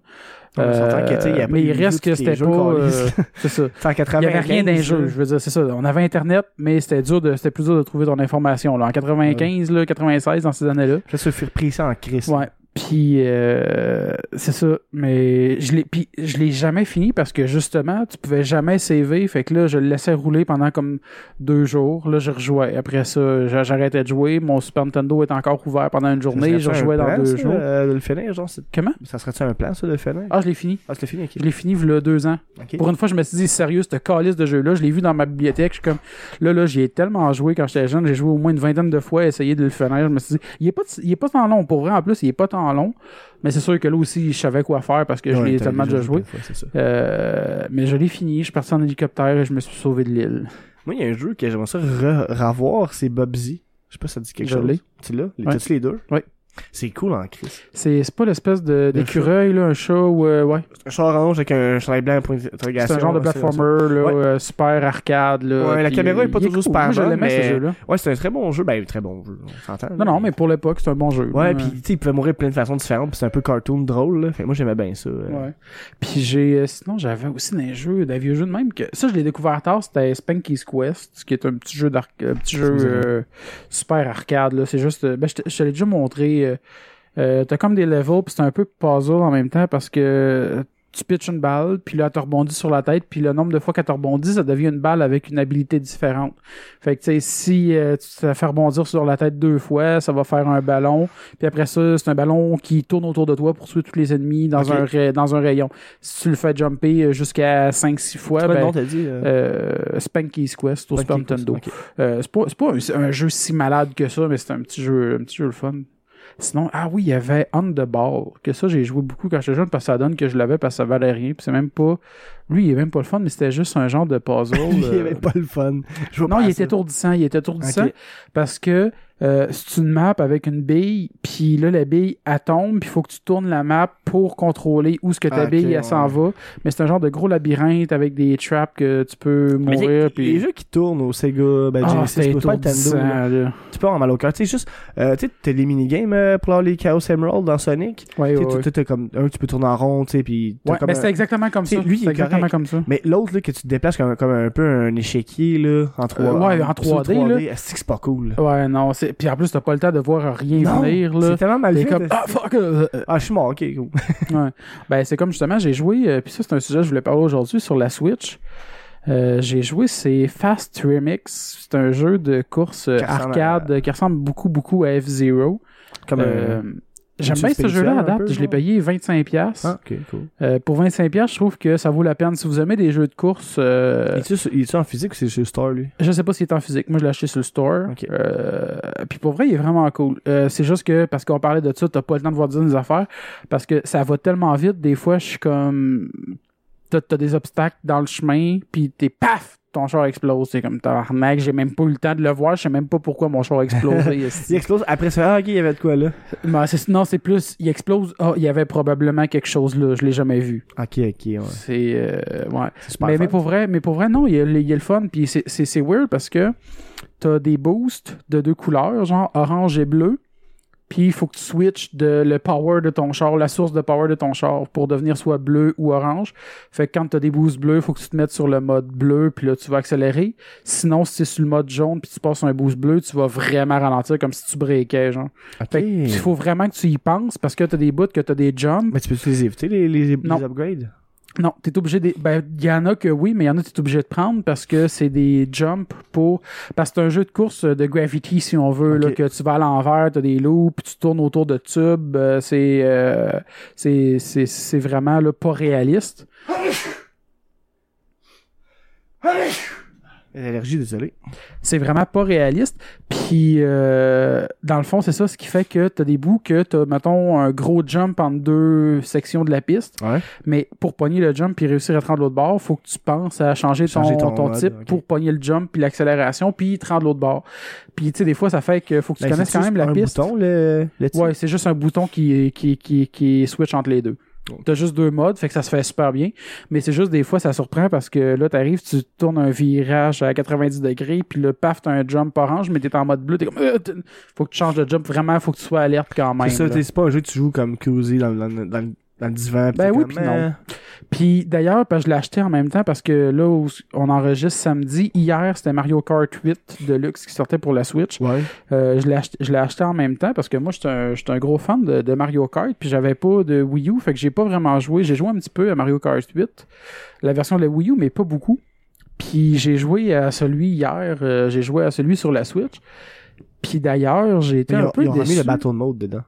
[SPEAKER 2] On s'entend que, tu sais, il y a pas
[SPEAKER 1] Euh, mais il
[SPEAKER 2] les
[SPEAKER 1] reste
[SPEAKER 2] jeux
[SPEAKER 1] que
[SPEAKER 2] tous les
[SPEAKER 1] c'était
[SPEAKER 2] jeux,
[SPEAKER 1] pas. euh,
[SPEAKER 2] câlisse.
[SPEAKER 1] c'est ça.
[SPEAKER 2] C'est en
[SPEAKER 1] Il
[SPEAKER 2] 95,
[SPEAKER 1] n'y avait rien d'un jeu, je veux dire, c'est ça. On avait Internet, mais c'était dur de, c'était plus dur de trouver ton information. Là. En 95, là, 96, dans ces années-là.
[SPEAKER 2] Je suis surpris ça en crise.
[SPEAKER 1] Ouais. Puis euh, c'est ça, mais je l'ai puis je l'ai jamais fini parce que justement, tu pouvais jamais saver, fait que là je le laissais rouler pendant comme deux jours, là je rejouais. Après ça, j'a- j'arrêtais de jouer, mon Super Nintendo est encore ouvert pendant une journée, je rejouais dans deux jours.
[SPEAKER 2] euh, de le finir, genre, c'est-
[SPEAKER 1] Comment
[SPEAKER 2] ça serait-tu un plan, ça, de le finir?
[SPEAKER 1] Ah, je l'ai fini.
[SPEAKER 2] Ah, c'est le fini, ok.
[SPEAKER 1] Je l'ai fini il y a deux ans.
[SPEAKER 2] Ok.
[SPEAKER 1] Pour une fois, je me suis dit sérieux, ce calice de jeu là, je l'ai vu dans ma bibliothèque, je suis comme là là, j'y ai tellement joué quand j'étais jeune, j'ai joué au moins une vingtaine de fois, essayé de le finir, je me suis dit il est pas il est pas tant long pour vrai en plus, il est pas tant long, mais c'est sûr que là aussi je savais quoi faire parce que je
[SPEAKER 2] Ouais,
[SPEAKER 1] l'ai
[SPEAKER 2] t'as
[SPEAKER 1] tellement déjà joué.
[SPEAKER 2] plein de fois, c'est ça.
[SPEAKER 1] Euh, mais je l'ai fini, je suis parti en hélicoptère et je me suis sauvé de l'île.
[SPEAKER 2] Moi, il y a un jeu que j'aimerais ça re- revoir, c'est Bobsy. Je sais pas si ça dit quelque
[SPEAKER 1] Je
[SPEAKER 2] chose.
[SPEAKER 1] l'ai.
[SPEAKER 2] Tu l'as? Les-
[SPEAKER 1] Ouais.
[SPEAKER 2] T'as-tu les deux?
[SPEAKER 1] Ouais.
[SPEAKER 2] C'est cool en crise.
[SPEAKER 1] C'est c'est pas l'espèce de
[SPEAKER 2] Le
[SPEAKER 1] d'écureuil là, un chat ou euh, ouais,
[SPEAKER 2] Un char orange avec un chandail blanc pour une
[SPEAKER 1] c'est
[SPEAKER 2] interrogation.
[SPEAKER 1] un genre de
[SPEAKER 2] là, c'est-
[SPEAKER 1] platformer là,
[SPEAKER 2] Ouais.
[SPEAKER 1] euh, super arcade là.
[SPEAKER 2] Ouais, la
[SPEAKER 1] puis, euh,
[SPEAKER 2] caméra est pas
[SPEAKER 1] il
[SPEAKER 2] toujours
[SPEAKER 1] cool.
[SPEAKER 2] super
[SPEAKER 1] Moi, je
[SPEAKER 2] bonne,
[SPEAKER 1] l'aimais,
[SPEAKER 2] mais-
[SPEAKER 1] ce jeu là.
[SPEAKER 2] Ouais, c'est un très bon jeu. Ben, très bon jeu, on s'entend.
[SPEAKER 1] Non
[SPEAKER 2] là.
[SPEAKER 1] non, mais pour l'époque, c'est un bon jeu. là.
[SPEAKER 2] Ouais, puis tu sais, il pouvait mourir de plein de façons différentes, puis c'est un peu cartoon drôle, là. Fait que moi, j'aimais bien ça. euh.
[SPEAKER 1] Ouais. Puis j'ai euh, sinon j'avais aussi des jeux, des vieux jeux de même que ça je l'ai découvert tard, c'était Spanky's Quest, qui est un petit jeu d'arc un petit jeu
[SPEAKER 2] Ça me dit
[SPEAKER 1] euh, super arcade là, c'est juste euh, ben je te- je te l'ai déjà montré euh, euh, t'as comme des levels puis c'est un peu puzzle en même temps parce que euh, tu pitches une balle, puis là, elle te rebondit sur la tête, puis le nombre de fois qu'elle te rebondit, ça devient une balle avec une habilité différente. Fait que, tu sais, si euh, tu te fais rebondir sur la tête deux fois, ça va faire un ballon, puis après ça, c'est un ballon qui tourne autour de toi pour tuer tous les ennemis dans,
[SPEAKER 2] Ok.
[SPEAKER 1] un, ray- dans un rayon. Si tu le fais jumper euh, jusqu'à 5-6
[SPEAKER 2] C'est
[SPEAKER 1] fois,
[SPEAKER 2] quoi le nom,
[SPEAKER 1] ben,
[SPEAKER 2] t'as dit? euh,
[SPEAKER 1] euh, Spanky's Quest au Super
[SPEAKER 2] Donkey Kong,
[SPEAKER 1] Nintendo.
[SPEAKER 2] ok.
[SPEAKER 1] Euh, c'est pas, c'est pas un, c'est un jeu si malade que ça, mais c'est un petit jeu, un petit jeu le fun. Sinon, ah oui, il y avait On the Ball, que ça j'ai joué beaucoup quand j'étais jeune parce que ça donne que je l'avais parce que ça valait rien, puis c'est même pas. Lui, il est même pas le fun, mais c'était juste un genre de puzzle.
[SPEAKER 2] Il
[SPEAKER 1] euh,
[SPEAKER 2] avait pas le fun. Je vois
[SPEAKER 1] Non,
[SPEAKER 2] pas
[SPEAKER 1] il
[SPEAKER 2] ça.
[SPEAKER 1] était étourdissant, il était étourdissant
[SPEAKER 2] Ok.
[SPEAKER 1] parce que euh, c'est une map avec une bille, puis là la bille elle tombe, puis il faut que tu tournes la map pour contrôler où ce que ta
[SPEAKER 2] Ah, ok,
[SPEAKER 1] bille elle s'en va, mais c'est un genre de gros labyrinthe avec des traps que tu peux
[SPEAKER 2] Mais tu sais,
[SPEAKER 1] mourir puis
[SPEAKER 2] Les jeux qui tournent au Sega, ben,
[SPEAKER 1] ah,
[SPEAKER 2] Genesis,
[SPEAKER 1] c'était
[SPEAKER 2] pas Nintendo,
[SPEAKER 1] étourdissant,
[SPEAKER 2] là.
[SPEAKER 1] là.
[SPEAKER 2] tu peux avoir mal au cœur. Tu sais, juste, euh, tu sais, t'as les minigames euh, pour avoir les Chaos Emerald dans Sonic.
[SPEAKER 1] Ouais,
[SPEAKER 2] Tu
[SPEAKER 1] ouais,
[SPEAKER 2] sais,
[SPEAKER 1] ouais.
[SPEAKER 2] t'as- t'as comme un, tu peux tourner en rond, tu sais, puis t'as
[SPEAKER 1] Ouais,
[SPEAKER 2] comme
[SPEAKER 1] ben,
[SPEAKER 2] un-
[SPEAKER 1] c'était exactement comme
[SPEAKER 2] Tu sais,
[SPEAKER 1] ça.
[SPEAKER 2] lui, il
[SPEAKER 1] C'était
[SPEAKER 2] est
[SPEAKER 1] exactement
[SPEAKER 2] correct.
[SPEAKER 1] comme ça.
[SPEAKER 2] Mais l'autre, là, que tu te déplaces comme, comme un peu un échiquier, là, en 3D.
[SPEAKER 1] Euh, ouais, en 3D, là.
[SPEAKER 2] C'est que c'est pas cool.
[SPEAKER 1] Ouais, non, c'est. Puis en plus, t'as pas le temps de voir rien
[SPEAKER 2] Non,
[SPEAKER 1] venir,
[SPEAKER 2] C'est
[SPEAKER 1] là.
[SPEAKER 2] tellement mal
[SPEAKER 1] T'es
[SPEAKER 2] fait.
[SPEAKER 1] comme,
[SPEAKER 2] de-
[SPEAKER 1] ah, fuck! euh, euh,
[SPEAKER 2] Ah, je suis mort, ok, cool.
[SPEAKER 1] Ouais. Ben, c'est comme justement, j'ai joué, euh, puis ça, c'est un sujet que je voulais parler aujourd'hui sur la Switch. Euh, j'ai joué, c'est Fast Remix. C'est un jeu de course euh,
[SPEAKER 2] Qui ressemble à-
[SPEAKER 1] arcade euh, qui ressemble beaucoup, beaucoup à F-Zero.
[SPEAKER 2] Comme
[SPEAKER 1] Euh,
[SPEAKER 2] un.
[SPEAKER 1] J'aime
[SPEAKER 2] une
[SPEAKER 1] bien ce
[SPEAKER 2] spéciale,
[SPEAKER 1] jeu-là à
[SPEAKER 2] un
[SPEAKER 1] date.
[SPEAKER 2] peu,
[SPEAKER 1] je l'ai
[SPEAKER 2] genre?
[SPEAKER 1] payé 25$. pièces
[SPEAKER 2] Ah, ok, cool.
[SPEAKER 1] Euh, pour 25$, piastres, je trouve que ça vaut la peine. Si vous aimez des jeux de course, euh,
[SPEAKER 2] Il est-tu en physique ou c'est chez Star, lui
[SPEAKER 1] Je sais pas s'il est en physique. Moi, je l'ai acheté sur le store.
[SPEAKER 2] Ok.
[SPEAKER 1] Euh, puis pour vrai, il est vraiment cool. Euh, c'est juste que, parce qu'on parlait de ça, t'as pas le temps de voir dire des affaires. Parce que ça va tellement vite, des fois, je suis comme. T'as t'as des obstacles dans le chemin, puis t'es paf! Ton char explose. C'est comme mec, j'ai même pas eu le temps de le voir, je sais même pas pourquoi mon char a explosé.
[SPEAKER 2] Il
[SPEAKER 1] esti.
[SPEAKER 2] explose. Après ça, ah, ok, il y avait de quoi, là.
[SPEAKER 1] Ben, c'est- non, c'est plus, il explose. Ah, il y avait probablement quelque chose là, je l'ai jamais vu.
[SPEAKER 2] Ok, ok, ouais.
[SPEAKER 1] C'est. euh, ouais.
[SPEAKER 2] C'est super.
[SPEAKER 1] Mais, mais
[SPEAKER 2] fun.
[SPEAKER 1] pour vrai, mais pour vrai, non, il y a, le- il y a le fun. Puis c'est- c'est c'est weird parce que t'as des boosts de deux couleurs, genre orange et bleu. Puis il faut que tu switches de le power de ton char, la source de power de ton char pour devenir soit bleu ou orange. Fait que quand t'as des boosts bleus, faut que tu te mettes sur le mode bleu, puis là tu vas accélérer. Sinon, si c'est sur le mode jaune, puis tu passes sur un boost bleu, tu vas vraiment ralentir comme si tu breakais, genre.
[SPEAKER 2] Ok.
[SPEAKER 1] Fait que il faut vraiment que tu y penses parce que t'as des bouts, que t'as des jumps.
[SPEAKER 2] Mais tu peux les éviter, les, les, les
[SPEAKER 1] Non.
[SPEAKER 2] upgrades?
[SPEAKER 1] Non, t'es obligé de. Ben, il y en a que oui, mais il y en a que t'es obligé de prendre parce que c'est des jumps pour. Parce que c'est un jeu de course euh, de gravity, si on veut,
[SPEAKER 2] Ok.
[SPEAKER 1] là, que tu vas à l'envers, t'as des loops, tu tournes autour de tubes. euh, c'est, euh, c'est, c'est, c'est vraiment là, pas réaliste.
[SPEAKER 2] L'allergie, désolé.
[SPEAKER 1] C'est vraiment pas réaliste. Puis, euh, dans le fond, c'est ça ce qui fait que t'as des bouts que t'as, mettons, un gros jump entre deux sections de la piste.
[SPEAKER 2] Ouais.
[SPEAKER 1] Mais pour pogner le jump puis réussir à te rendre l'autre bord, faut que tu penses à changer ton,
[SPEAKER 2] Changer ton
[SPEAKER 1] ton,
[SPEAKER 2] mode,
[SPEAKER 1] type
[SPEAKER 2] ok.
[SPEAKER 1] pour pogner le jump puis l'accélération puis te rendre l'autre bord. Puis, tu sais, des fois, ça fait que faut que tu
[SPEAKER 2] Ben,
[SPEAKER 1] connaisses
[SPEAKER 2] c'est-tu
[SPEAKER 1] quand même la
[SPEAKER 2] un
[SPEAKER 1] piste.
[SPEAKER 2] Bouton, le, le tir?
[SPEAKER 1] Ouais, c'est juste un bouton qui, qui, qui, qui switch entre les deux.
[SPEAKER 2] Ok.
[SPEAKER 1] T'as juste deux modes, fait que ça se fait super bien. Mais c'est juste des fois, ça surprend parce que là, t'arrives, tu tournes un virage à 90 degrés, puis là, paf, t'as un jump orange, mais t'es en mode bleu, t'es comme, euh, t'es- faut que tu changes de jump, vraiment, faut que tu sois alerte quand même.
[SPEAKER 2] C'est ça,
[SPEAKER 1] là.
[SPEAKER 2] t'es- c'est pas un jeu que tu joues comme cozy dans, dans, dans, le- dans le divan.
[SPEAKER 1] Ben
[SPEAKER 2] t'es
[SPEAKER 1] oui,
[SPEAKER 2] comme,
[SPEAKER 1] puis non.
[SPEAKER 2] euh,
[SPEAKER 1] Puis d'ailleurs, parce que je l'ai acheté en même temps parce que là, où on enregistre samedi, hier, c'était Mario Kart 8 Deluxe qui sortait pour la Switch.
[SPEAKER 2] Ouais.
[SPEAKER 1] Euh, je l'ai acheté, je l'ai acheté en même temps parce que moi, j'étais un, j'étais un gros fan de, de Mario Kart, puis j'avais pas de Wii U, fait que j'ai pas vraiment joué. J'ai joué un petit peu à Mario Kart 8, la version de la Wii U, mais pas beaucoup. Puis j'ai joué à celui hier, euh, j'ai joué à celui sur la Switch. Puis d'ailleurs, j'ai été
[SPEAKER 2] Ils
[SPEAKER 1] un
[SPEAKER 2] ont,
[SPEAKER 1] peu
[SPEAKER 2] ils ont remis
[SPEAKER 1] déçu.
[SPEAKER 2] le battle mode dedans.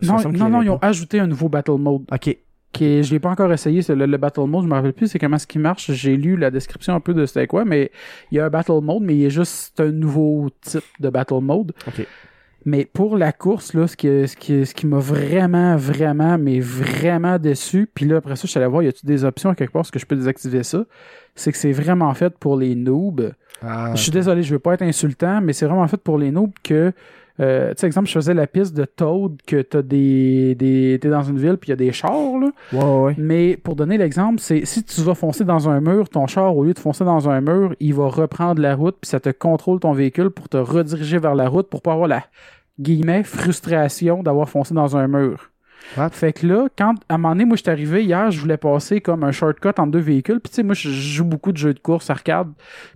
[SPEAKER 2] Il me
[SPEAKER 1] non,
[SPEAKER 2] semble qu'il
[SPEAKER 1] non,
[SPEAKER 2] y
[SPEAKER 1] non,
[SPEAKER 2] avait
[SPEAKER 1] ils ont
[SPEAKER 2] pas.
[SPEAKER 1] ajouté un nouveau Battle Mode.
[SPEAKER 2] Ok.
[SPEAKER 1] Qui est- je l'ai pas encore essayé, c'est le, le Battle Mode, je me rappelle plus c'est comment ce qui marche. J'ai lu la description un peu de c'était quoi, mais il y a un Battle Mode, mais il est juste c'est un nouveau type de Battle Mode.
[SPEAKER 2] Ok.
[SPEAKER 1] Mais pour la course, là, ce qui, ce qui, ce qui m'a vraiment, vraiment, mais vraiment déçu, puis là, après ça, je suis allé voir, y a-tu des options à quelque part, est-ce que je peux désactiver ça? C'est que c'est vraiment fait pour les noobs.
[SPEAKER 2] Ah,
[SPEAKER 1] Je suis désolé, je veux pas être insultant, mais c'est vraiment fait pour les noobs que, euh, tu sais, exemple, je faisais la piste de Toad, que t'as des, des, t'es dans une ville, puis il y a des chars, là.
[SPEAKER 2] ouais, ouais, ouais.
[SPEAKER 1] Mais pour donner l'exemple, c'est si tu vas foncer dans un mur, ton char, au lieu de foncer dans un mur, il va reprendre la route, puis ça te contrôle ton véhicule pour te rediriger vers la route pour pas avoir la guillemets frustration d'avoir foncé dans un mur.
[SPEAKER 2] What?
[SPEAKER 1] Fait que là, quand à un moment donné, moi je suis arrivé hier, je voulais passer comme un shortcut entre deux véhicules. Puis tu sais, moi je joue beaucoup de jeux de course arcade,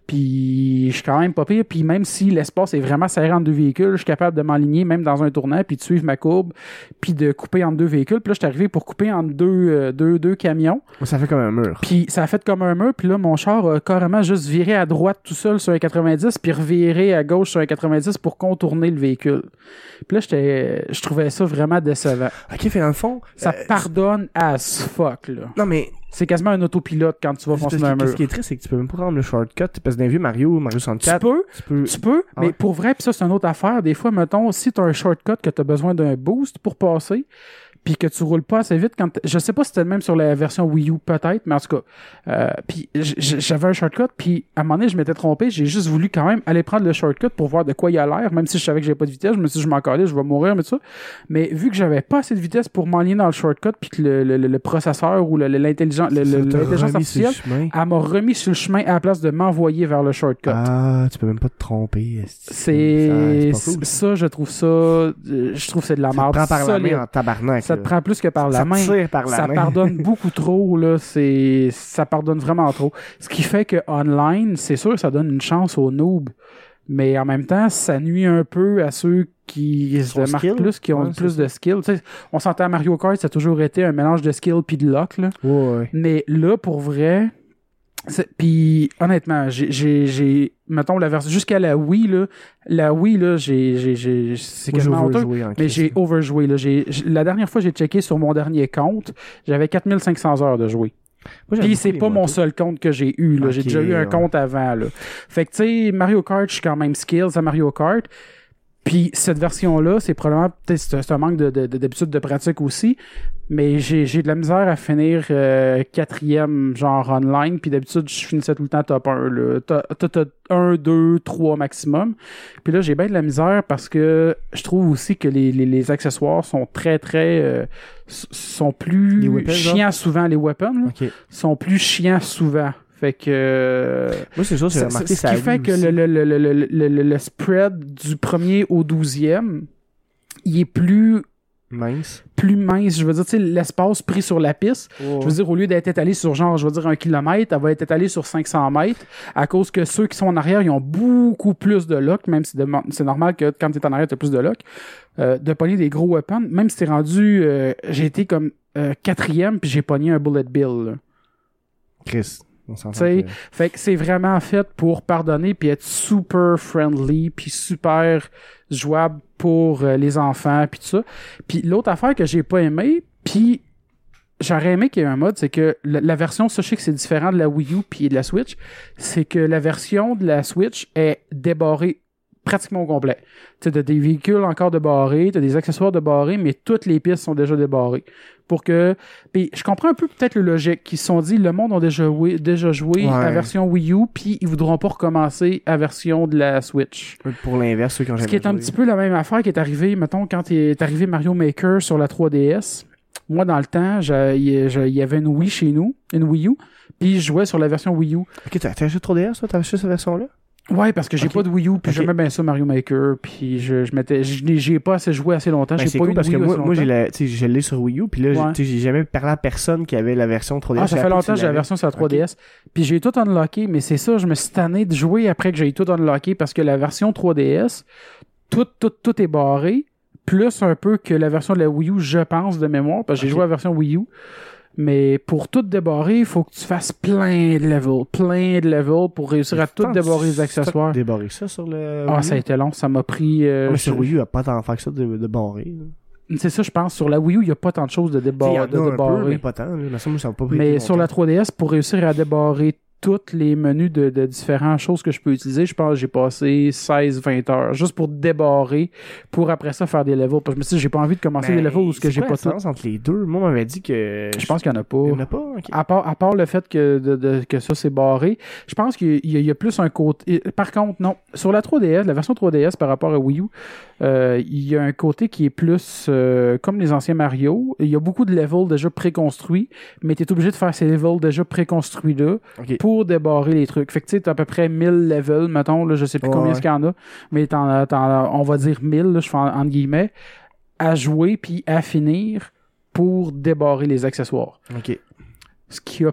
[SPEAKER 1] puis je suis quand même pas pire. Puis même si l'espace est vraiment serré entre deux véhicules, je suis capable de m'aligner même dans un tournant, puis de suivre ma courbe, puis de couper entre deux véhicules. Puis là, je suis arrivé pour couper entre deux, euh, deux, deux camions.
[SPEAKER 2] Ça fait comme un mur.
[SPEAKER 1] Puis ça a fait comme un mur, puis là, mon char a carrément juste viré à droite tout seul sur un 90, puis reviré à gauche sur un 90 pour contourner le véhicule. Puis là, j'étais, je trouvais ça vraiment décevant.
[SPEAKER 2] Ok, fait dans le fond.
[SPEAKER 1] Ça
[SPEAKER 2] euh,
[SPEAKER 1] pardonne as fuck, là.
[SPEAKER 2] Non, mais
[SPEAKER 1] C'est quasiment un autopilote quand tu vas
[SPEAKER 2] Parce
[SPEAKER 1] foncer
[SPEAKER 2] que
[SPEAKER 1] dans un
[SPEAKER 2] qu'est-ce
[SPEAKER 1] mur.
[SPEAKER 2] qui est triste, c'est que tu peux même pas prendre le shortcut. Parce que dans les vieux Mario, Mario
[SPEAKER 1] Tu
[SPEAKER 2] 64,
[SPEAKER 1] peux,
[SPEAKER 2] tu peux.
[SPEAKER 1] tu peux,
[SPEAKER 2] Ah
[SPEAKER 1] mais
[SPEAKER 2] ouais.
[SPEAKER 1] pour vrai, puis ça, c'est une autre affaire. Des fois, mettons, si t'as un shortcut que t'as besoin d'un boost pour passer, puis que tu roules pas assez vite, quand t- je sais pas si c'était le même sur la version Wii U, peut-être, mais en tout cas, euh, puis j- j- j'avais un shortcut, puis à un moment donné, je m'étais trompé, j'ai juste voulu quand même aller prendre le shortcut pour voir de quoi il a l'air, même si je savais que j'avais pas de vitesse, je me suis dit, je m'en calais, je vais mourir, mais tout ça. Mais vu que j'avais pas assez de vitesse pour m'enligner dans le shortcut, puis que le, le- le- le processeur ou le- le- l'intelligence le- le-
[SPEAKER 2] Ça t'a
[SPEAKER 1] l'intelligence
[SPEAKER 2] remis sur
[SPEAKER 1] artificielle,
[SPEAKER 2] le chemin.
[SPEAKER 1] elle m'a remis sur le chemin à la place de m'envoyer vers le shortcut.
[SPEAKER 2] Ah, tu peux même pas te tromper. esti.
[SPEAKER 1] C'est
[SPEAKER 2] Ça, c'est pas cool.
[SPEAKER 1] ça, je trouve ça. euh, Je trouve que c'est de la
[SPEAKER 2] Ça
[SPEAKER 1] merde.
[SPEAKER 2] te prend par la
[SPEAKER 1] solide.
[SPEAKER 2] main en tabarnak.
[SPEAKER 1] Ça te
[SPEAKER 2] là.
[SPEAKER 1] prend plus que par la
[SPEAKER 2] Ça te
[SPEAKER 1] main.
[SPEAKER 2] tire par la
[SPEAKER 1] Ça
[SPEAKER 2] main.
[SPEAKER 1] pardonne beaucoup trop, là. C'est, ça pardonne vraiment trop. Ce qui fait que online, c'est sûr, ça donne une chance aux noobs. Mais en même temps, ça nuit un peu à ceux qui se
[SPEAKER 2] Son
[SPEAKER 1] démarquent
[SPEAKER 2] skill.
[SPEAKER 1] plus, qui ont
[SPEAKER 2] Ouais,
[SPEAKER 1] le plus de skill. Tu sais, on s'entend à Mario Kart, ça a toujours été un mélange de skill puis de luck, là.
[SPEAKER 2] Ouais, ouais.
[SPEAKER 1] Mais là, pour vrai, c'est- puis honnêtement, j'ai- j'ai, j'ai- mettons la version jusqu'à la Wii là, la Wii là, j'ai, j'ai, j'ai, c'est
[SPEAKER 2] Moi, je
[SPEAKER 1] quasiment
[SPEAKER 2] veux
[SPEAKER 1] honteux.
[SPEAKER 2] jouer en
[SPEAKER 1] Mais
[SPEAKER 2] crise,
[SPEAKER 1] j'ai
[SPEAKER 2] là.
[SPEAKER 1] overjoué là. J'ai, j'ai- la dernière fois j'ai checké sur mon dernier compte, j'avais 4500 heures de jouer.
[SPEAKER 2] Moi, j'aime
[SPEAKER 1] Puis
[SPEAKER 2] beaucoup
[SPEAKER 1] c'est
[SPEAKER 2] les
[SPEAKER 1] pas mon
[SPEAKER 2] motos.
[SPEAKER 1] seul compte que j'ai eu. là. J'ai
[SPEAKER 2] Ok,
[SPEAKER 1] déjà eu un
[SPEAKER 2] ouais.
[SPEAKER 1] compte avant. Là. Fait que tu sais, Mario Kart, je suis quand même skills à Mario Kart. Puis cette version-là, c'est probablement peut-être c'est un- c'est un manque de- de- de- d'habitude de, pratique aussi. Mais j'ai j'ai de la misère à finir euh, quatrième genre online. Puis d'habitude, je finissais tout le temps top 1. là. T'as- T'as t'as un, deux, trois maximum. Puis là, j'ai bien de la misère parce que je trouve aussi que les, les- les accessoires sont très, très... euh, s- sont plus
[SPEAKER 2] Les weapons, genre?
[SPEAKER 1] chiants souvent, les weapons. là
[SPEAKER 2] Ok.
[SPEAKER 1] sont plus chiants souvent. Fait que. euh,
[SPEAKER 2] Moi, c'est sûr, j'ai
[SPEAKER 1] ça-
[SPEAKER 2] remarqué
[SPEAKER 1] ça-
[SPEAKER 2] ça.
[SPEAKER 1] ce qui fait que le, le, le, le, le, le- le- le spread du premier au douzième, il est plus,
[SPEAKER 2] Mince.
[SPEAKER 1] plus mince. Je veux dire, tu sais, l'espace pris sur la piste. Je veux dire, au lieu d'être étalée sur genre, je veux dire, un kilomètre, elle va être étalée sur 500 mètres, à cause que ceux qui sont en arrière, ils ont beaucoup plus de lock, même si de- c'est normal que quand t'es en arrière, t'as plus de lock, euh, de pogner des gros weapons, même si t'es rendu, euh, j'ai été comme euh, quatrième, puis j'ai pogné un bullet bill, là.
[SPEAKER 2] Chris. On s'entend.
[SPEAKER 1] Tu sais,
[SPEAKER 2] que-
[SPEAKER 1] Fait que c'est vraiment fait pour pardonner puis être super friendly puis super jouable pour euh, les enfants puis tout ça. Puis l'autre affaire que j'ai pas aimé, puis j'aurais aimé qu'il y ait un mode, c'est que la, la version, sachez que c'est différent de la Wii U puis de la Switch, c'est que la version de la Switch est débarrée pratiquement au complet. Tu as des véhicules encore débarrés, tu as des accessoires débarrés, mais toutes les pistes sont déjà débarrées. Pour que. Puis je comprends un peu peut-être le logique. Ils se sont dit le monde a déjà joué, déjà joué à la
[SPEAKER 2] Ouais.
[SPEAKER 1] version Wii U, puis ils voudront pas recommencer à la version de la Switch.
[SPEAKER 2] Pour l'inverse, ceux qui ont
[SPEAKER 1] Ce
[SPEAKER 2] jamais
[SPEAKER 1] qui est un
[SPEAKER 2] joué.
[SPEAKER 1] petit peu la même affaire qui est arrivée, mettons, quand est arrivé Mario Maker sur la 3DS. Moi, dans le temps, j'ai- il je- il y avait une Wii chez nous, une Wii U, puis je jouais sur la version Wii U.
[SPEAKER 2] Ok, t'as t'as acheté 3DS, toi? T'as acheté cette version-là?
[SPEAKER 1] Ouais, parce que j'ai
[SPEAKER 2] Ok.
[SPEAKER 1] pas de Wii U, puis
[SPEAKER 2] Ok.
[SPEAKER 1] j'aimais bien ça Mario Maker, puis je, je m'étais, je n'ai- j'y ai pas assez joué assez longtemps,
[SPEAKER 2] Ben,
[SPEAKER 1] j'ai
[SPEAKER 2] c'est
[SPEAKER 1] pas eu
[SPEAKER 2] cool
[SPEAKER 1] de
[SPEAKER 2] parce que
[SPEAKER 1] Wii U
[SPEAKER 2] moi,
[SPEAKER 1] assez
[SPEAKER 2] moi j'ai
[SPEAKER 1] longtemps.
[SPEAKER 2] la, tu sais, je l'ai sur Wii U, puis là, j'ai-
[SPEAKER 1] Ouais.
[SPEAKER 2] tu sais, j'ai jamais parlé à personne qui avait la version 3DS.
[SPEAKER 1] Ah, ça fait
[SPEAKER 2] Après,
[SPEAKER 1] longtemps
[SPEAKER 2] tu
[SPEAKER 1] que j'ai la
[SPEAKER 2] l'avais.
[SPEAKER 1] version sur la
[SPEAKER 2] Ok.
[SPEAKER 1] 3DS, puis j'ai tout unlocké, mais c'est ça, je me suis tanné de jouer après que j'ai tout unlocké, parce que la version 3DS, tout, tout, tout est barré, plus un peu que la version de la Wii U, je pense, de mémoire, parce que j'ai
[SPEAKER 2] Ok.
[SPEAKER 1] joué à la version Wii U, mais pour tout débarrer, il faut que tu fasses plein de levels, plein de levels pour réussir à tout
[SPEAKER 2] Tant
[SPEAKER 1] débarrer
[SPEAKER 2] que
[SPEAKER 1] les
[SPEAKER 2] tu-
[SPEAKER 1] accessoires.
[SPEAKER 2] t'as Débarré ça sur le.
[SPEAKER 1] Ah,
[SPEAKER 2] Wii U?
[SPEAKER 1] ça a été long, ça m'a pris... euh,
[SPEAKER 2] Ah, mais
[SPEAKER 1] je-
[SPEAKER 2] sur Wii U, il n'y a pas tant faire que ça de, de barrer. là.
[SPEAKER 1] C'est ça, je pense. Sur la Wii U, il n'y a pas tant de choses de, débar-
[SPEAKER 2] Tu sais, il y en a
[SPEAKER 1] de
[SPEAKER 2] un peu,
[SPEAKER 1] débarrer.
[SPEAKER 2] mais pas tant. là. Mais ça, moi, ça m'a pas pris
[SPEAKER 1] mais
[SPEAKER 2] longtemps.
[SPEAKER 1] sur la 3DS, pour réussir à débarrer toutes les menus de, de différentes choses que je peux utiliser, je pense que j'ai passé 16-20 heures juste pour débarrer, pour après ça faire des levels. Parce que je me suis dit, j'ai pas envie de commencer
[SPEAKER 2] Ben,
[SPEAKER 1] des levels où ce que
[SPEAKER 2] c'est
[SPEAKER 1] j'ai
[SPEAKER 2] quoi
[SPEAKER 1] pas
[SPEAKER 2] la
[SPEAKER 1] tout.
[SPEAKER 2] différence entre les deux. Moi, on m'avait dit que.
[SPEAKER 1] Je pense qu'il n'y en a pas.
[SPEAKER 2] qu'il n'y en a pas. ok.
[SPEAKER 1] À part, à part le fait que, de- de- que ça c'est barré, je pense qu'il y, a- il y a plus un côté. Par contre, non. Sur la 3DS, la version 3DS par rapport à Wii U, euh, il y a un côté qui est plus euh, comme les anciens Mario. Il y a beaucoup de levels déjà préconstruits, mais tu es obligé de faire ces levels déjà préconstruits-là
[SPEAKER 2] Ok.
[SPEAKER 1] pour débarrer les trucs. Fait que tu sais, t'as à peu près 1000 levels, mettons, là, je sais plus
[SPEAKER 2] Ouais,
[SPEAKER 1] combien
[SPEAKER 2] ouais.
[SPEAKER 1] est-ce qu'il y en a, mais t'en as- t'en as- on va dire 1000, là, je fais en- entre guillemets, à jouer puis à finir pour débarrer les accessoires.
[SPEAKER 2] Ok.
[SPEAKER 1] Ce qui a,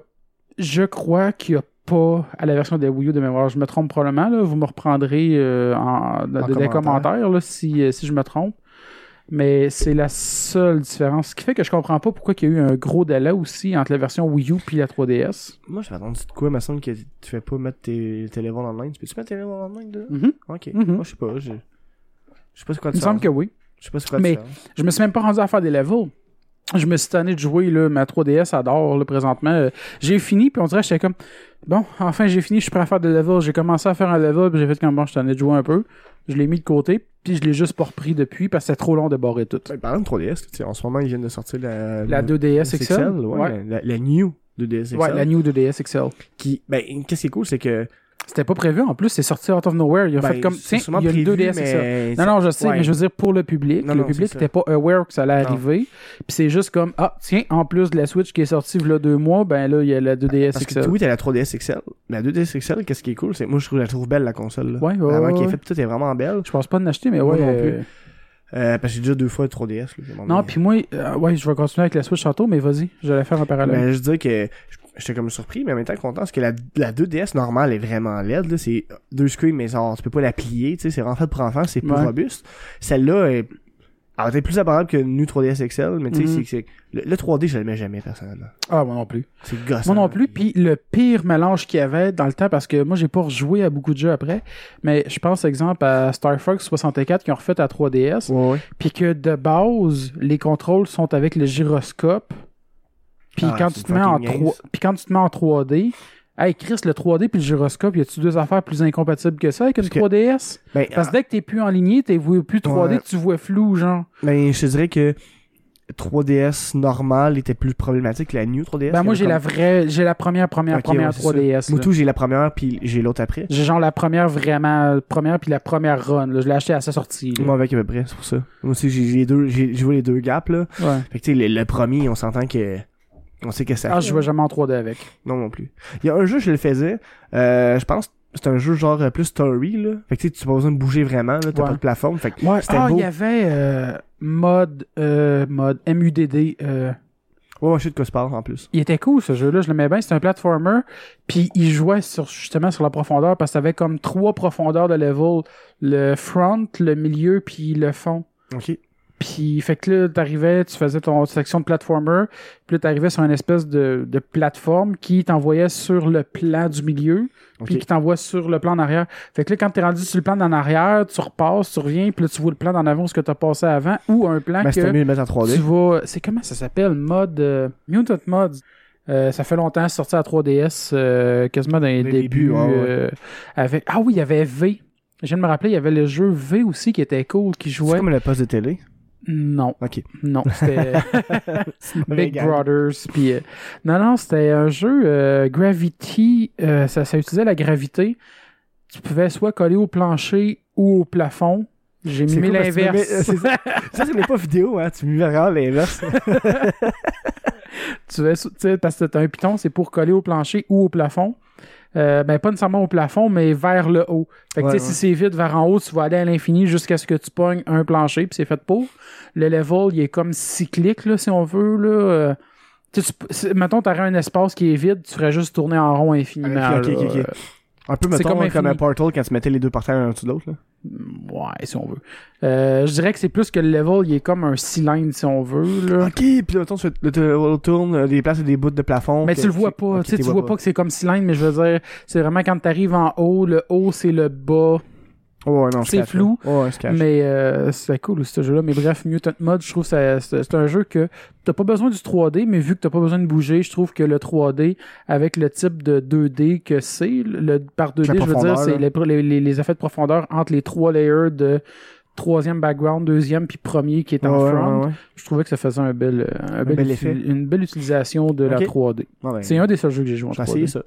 [SPEAKER 1] je crois qu'il n'y a pas à la version de la Wii U de mémoire. Je me trompe probablement. Là. Vous me reprendrez euh, en, dans-
[SPEAKER 2] En
[SPEAKER 1] dans les
[SPEAKER 2] commentaire.
[SPEAKER 1] commentaires là, si, euh, si je me trompe. Mais c'est la seule différence. Ce qui fait que je comprends pas pourquoi il y a eu un gros délai aussi entre la version Wii U puis la 3DS.
[SPEAKER 2] Moi, je vais attendre de quoi, il me semble que tu fais pas mettre tes téléphones en ligne. Tu peux-tu mettre tes téléphones en ligne, là?
[SPEAKER 1] Mhm.
[SPEAKER 2] Ok.
[SPEAKER 1] Mhm.
[SPEAKER 2] Moi, je sais pas. Je je sais pas c'est quoi
[SPEAKER 1] Il me semble que oui.
[SPEAKER 2] Je sais pas c'est quoi
[SPEAKER 1] Mais-
[SPEAKER 2] mais...
[SPEAKER 1] Je me suis même pas rendu à faire des levels. Je me suis tanné de jouer là, ma 3DS adore là, présentement. Euh, J'ai fini, puis on dirait que j'étais comme Bon, enfin j'ai fini, je suis prêt à faire des levels. J'ai commencé à faire un level, puis j'ai fait comme bon, je suis tanné de jouer un peu. Je l'ai mis de côté, puis je l'ai juste pas repris depuis parce que c'était trop long de barrer tout.
[SPEAKER 2] Parlant de 3DS, tu sais, en ce moment, ils viennent de sortir la.
[SPEAKER 1] La 2DS
[SPEAKER 2] XL,
[SPEAKER 1] XL.
[SPEAKER 2] Euh, ouais,
[SPEAKER 1] ouais.
[SPEAKER 2] La, la new 2DS XL.
[SPEAKER 1] Ouais, la new 2DS XL.
[SPEAKER 2] Qui, ben, qu'est-ce qui est cool, c'est que.
[SPEAKER 1] C'était pas prévu en plus, c'est sorti out of nowhere. Il a
[SPEAKER 2] ben,
[SPEAKER 1] fait comme
[SPEAKER 2] c'est
[SPEAKER 1] tiens,
[SPEAKER 2] sûrement
[SPEAKER 1] il y a une
[SPEAKER 2] prévu,
[SPEAKER 1] 2DS XL.
[SPEAKER 2] mais-
[SPEAKER 1] Non, non, je sais,
[SPEAKER 2] Ouais.
[SPEAKER 1] mais je veux dire pour le public.
[SPEAKER 2] Non,
[SPEAKER 1] le
[SPEAKER 2] non,
[SPEAKER 1] public
[SPEAKER 2] c'est ça.
[SPEAKER 1] n'était pas aware que ça allait
[SPEAKER 2] Non.
[SPEAKER 1] arriver. Puis c'est juste comme Ah, tiens, en plus de la Switch qui est sortie il y a deux mois, ben là, il y a la 2DS
[SPEAKER 2] Parce que
[SPEAKER 1] XL.
[SPEAKER 2] oui, t'as la 3DS XL. Mais la 2DS XL, qu'est-ce qui est cool, c'est moi, je trouve, la trouve belle, la console. Là.
[SPEAKER 1] Ouais, ouais,
[SPEAKER 2] Vraiment,
[SPEAKER 1] ouais,
[SPEAKER 2] qui est
[SPEAKER 1] ouais.
[SPEAKER 2] faite, tout est vraiment belle.
[SPEAKER 1] Je pense pas de l'acheter, mais
[SPEAKER 2] Moi
[SPEAKER 1] ouais.
[SPEAKER 2] non
[SPEAKER 1] euh,
[SPEAKER 2] Euh, parce que j'ai déjà deux fois la 3DS. Là,
[SPEAKER 1] Non, puis moi, euh, ouais, je vais continuer avec la Switch tantôt, mais vas-y, je vais la faire en parallèle.
[SPEAKER 2] Ben, je dis que je- j'étais comme surpris, mais en même temps content parce que la, la 2DS normale est vraiment laide. là. C'est deux screens, mais genre, tu peux pas la plier. tu sais, C'est vraiment fait pour enfants, c'est plus
[SPEAKER 1] Ouais.
[SPEAKER 2] robuste. Celle-là est. Alors, t'es plus abordable que nu 3DS XL, mais tu sais,
[SPEAKER 1] Mhm.
[SPEAKER 2] c'est- c'est- le, le 3D, je le mets jamais, personnellement.
[SPEAKER 1] Ah, moi non plus.
[SPEAKER 2] C'est gossant.
[SPEAKER 1] Moi non plus, puis le pire mélange qu'il y avait dans le temps, parce que moi j'ai pas rejoué à beaucoup de jeux après, mais je pense exemple à Star Fox 64 qui ont refait à 3DS,
[SPEAKER 2] Ouais, ouais.
[SPEAKER 1] puis que de base, les contrôles sont avec le gyroscope, puis
[SPEAKER 2] Ah,
[SPEAKER 1] quand, tu
[SPEAKER 2] c'est
[SPEAKER 1] te mets en
[SPEAKER 2] fucking niaise.
[SPEAKER 1] 3... puis quand tu te mets en 3D, hey Chris, le 3D puis le gyroscope, y a-tu deux affaires plus incompatibles que ça avec une
[SPEAKER 2] Parce que-
[SPEAKER 1] 3DS?
[SPEAKER 2] Ben,
[SPEAKER 1] Parce que dès que t'es plus en ligne, t'es vu plus 3D,
[SPEAKER 2] Ouais.
[SPEAKER 1] tu vois flou, genre.
[SPEAKER 2] ah, ben, je te dirais que 3DS normale était plus problématique que la new 3DS.
[SPEAKER 1] Ben moi j'ai
[SPEAKER 2] comme-
[SPEAKER 1] la vraie, j'ai la première première
[SPEAKER 2] Ok,
[SPEAKER 1] première
[SPEAKER 2] ouais, c'est ça.
[SPEAKER 1] 3DS. là.
[SPEAKER 2] Moutou, j'ai la première, puis j'ai l'autre après.
[SPEAKER 1] J'ai genre la première vraiment euh, première puis la première run. là. Je l'ai acheté à sa sortie. là.
[SPEAKER 2] Moi avec à peu près, c'est pour ça. Moi aussi, j'ai j'ai les deux, j'ai j'ai joué les deux gaps, là.
[SPEAKER 1] Ouais.
[SPEAKER 2] Fait que tu sais, le, le premier, on s'entend que. On sait que ça.
[SPEAKER 1] Ah,
[SPEAKER 2] fait.
[SPEAKER 1] je jouais jamais en 3D avec.
[SPEAKER 2] Non, non plus. Il y a un jeu, je le faisais. Euh, je pense c'est un jeu genre euh, plus story, là. Fait que tu sais, tu n'as pas besoin de bouger vraiment, là. T'as
[SPEAKER 1] Ouais.
[SPEAKER 2] pas de plateforme. Fait que.
[SPEAKER 1] Ouais.
[SPEAKER 2] C'était
[SPEAKER 1] Ah,
[SPEAKER 2] beau.
[SPEAKER 1] il y avait euh, mode euh, mode MUDD. euh,
[SPEAKER 2] Ouais, ouais, je sais de quoi tu parles en plus.
[SPEAKER 1] Il était cool ce jeu-là, je l'aimais bien. C'était un platformer, puis il jouait sur justement sur la profondeur parce que t'avais comme trois profondeurs de level, le front, le milieu puis le fond.
[SPEAKER 2] Ok.
[SPEAKER 1] Puis, fait que là, t'arrivais, tu faisais ton section de platformer, puis là, t'arrivais sur une espèce de, de plateforme qui t'envoyait sur le plan du milieu, puis
[SPEAKER 2] Ok.
[SPEAKER 1] qui t'envoie sur le plan en arrière. Fait que là, quand t'es rendu sur le plan d'en arrière, tu repasses, tu reviens, puis là, tu vois le plan d'en avant, ce que t'as passé avant, ou un plan
[SPEAKER 2] Mais
[SPEAKER 1] que
[SPEAKER 2] Ben, c'était mieux de mettre en
[SPEAKER 1] tu
[SPEAKER 2] 3D.
[SPEAKER 1] vas... C'est comment ça s'appelle? Mode... euh, Mutant Mods. Euh, ça fait longtemps, c'est sorti à 3DS, euh, quasiment dans les
[SPEAKER 2] Des
[SPEAKER 1] débuts.
[SPEAKER 2] débuts, ouais, ouais.
[SPEAKER 1] euh, avec... Ah oui, il y avait V. Je viens de me rappeler, il y avait le jeu V aussi qui était cool, qui
[SPEAKER 2] C'est
[SPEAKER 1] jouait...
[SPEAKER 2] comme le poste de télé.
[SPEAKER 1] Non.
[SPEAKER 2] Ok.
[SPEAKER 1] Non, c'était Big
[SPEAKER 2] Regarde.
[SPEAKER 1] Brothers. Puis, euh, non, non, c'était un jeu euh, Gravity. euh, ça, ça utilisait la gravité. Tu pouvais soit coller au plancher ou au plafond. J'ai
[SPEAKER 2] C'est
[SPEAKER 1] mis
[SPEAKER 2] cool parce que tu
[SPEAKER 1] l'inverse.
[SPEAKER 2] mets- euh, c'est ça. Ça, c'est pas vidéo, hein. Tu mets vraiment l'inverse.
[SPEAKER 1] tu vas- tu sais, parce que t'as un piton, c'est pour coller au plancher ou au plafond. Euh, ben, pas nécessairement au plafond, mais vers le haut. Fait que,
[SPEAKER 2] Ouais,
[SPEAKER 1] tu sais,
[SPEAKER 2] ouais.
[SPEAKER 1] si c'est vite vers en haut, tu vas aller à l'infini jusqu'à ce que tu pognes un plancher, puis c'est fait pour. Le level, il est comme cyclique, là, si on veut, là. Euh, tu sais, tu- c'est- mettons, t'aurais un espace qui est vide, tu ferais juste tourner en rond infiniment.
[SPEAKER 2] Ah, ok,
[SPEAKER 1] là.
[SPEAKER 2] ok, ok. Un peu,
[SPEAKER 1] C'est
[SPEAKER 2] mettons,
[SPEAKER 1] comme
[SPEAKER 2] comme,
[SPEAKER 1] infini.
[SPEAKER 2] un portal quand tu mettais les deux par terre un en dessous de l'autre, là.
[SPEAKER 1] Euh, Ouais, si on veut. Euh, je dirais que c'est plus que le level, il est comme un cylindre, si on veut, là.
[SPEAKER 2] Ok, puis mettons, tu fais- le tour- tourne euh, des places et des bouts de plafond.
[SPEAKER 1] Mais
[SPEAKER 2] que-
[SPEAKER 1] tu le vois pas,
[SPEAKER 2] euh, ok,
[SPEAKER 1] tu sais,
[SPEAKER 2] t'y
[SPEAKER 1] tu vois pas que c'est comme cylindre, mais je veux dire, c'est vraiment quand t'arrives en haut, le haut c'est le bas,
[SPEAKER 2] Ouais, ouais, non, je
[SPEAKER 1] c'est
[SPEAKER 2] cache,
[SPEAKER 1] flou,
[SPEAKER 2] là. Ouais, ouais, je cache.
[SPEAKER 1] mais euh, c'est cool ce jeu-là. Mais bref, Mutant Mode, je trouve que ça- c'est c'est un jeu que t'as pas besoin du 3D, mais vu que t'as pas besoin de bouger, je trouve que le 3D, avec le type de 2D que c'est, le, par 2D, je veux dire,
[SPEAKER 2] profondeur,
[SPEAKER 1] c'est les, les- les- les effets de profondeur entre les trois layers de troisième background, deuxième, puis premier qui est en
[SPEAKER 2] Ouais,
[SPEAKER 1] front.
[SPEAKER 2] ouais, ouais.
[SPEAKER 1] Je trouvais que ça faisait un bel, euh, un bel
[SPEAKER 2] bel
[SPEAKER 1] uti-
[SPEAKER 2] effet.
[SPEAKER 1] une belle utilisation de la
[SPEAKER 2] Ok.
[SPEAKER 1] 3D.
[SPEAKER 2] Ouais, ouais.
[SPEAKER 1] C'est un des seuls jeux que j'ai joué en
[SPEAKER 2] J'ai
[SPEAKER 1] 3D.
[SPEAKER 2] essayé ça.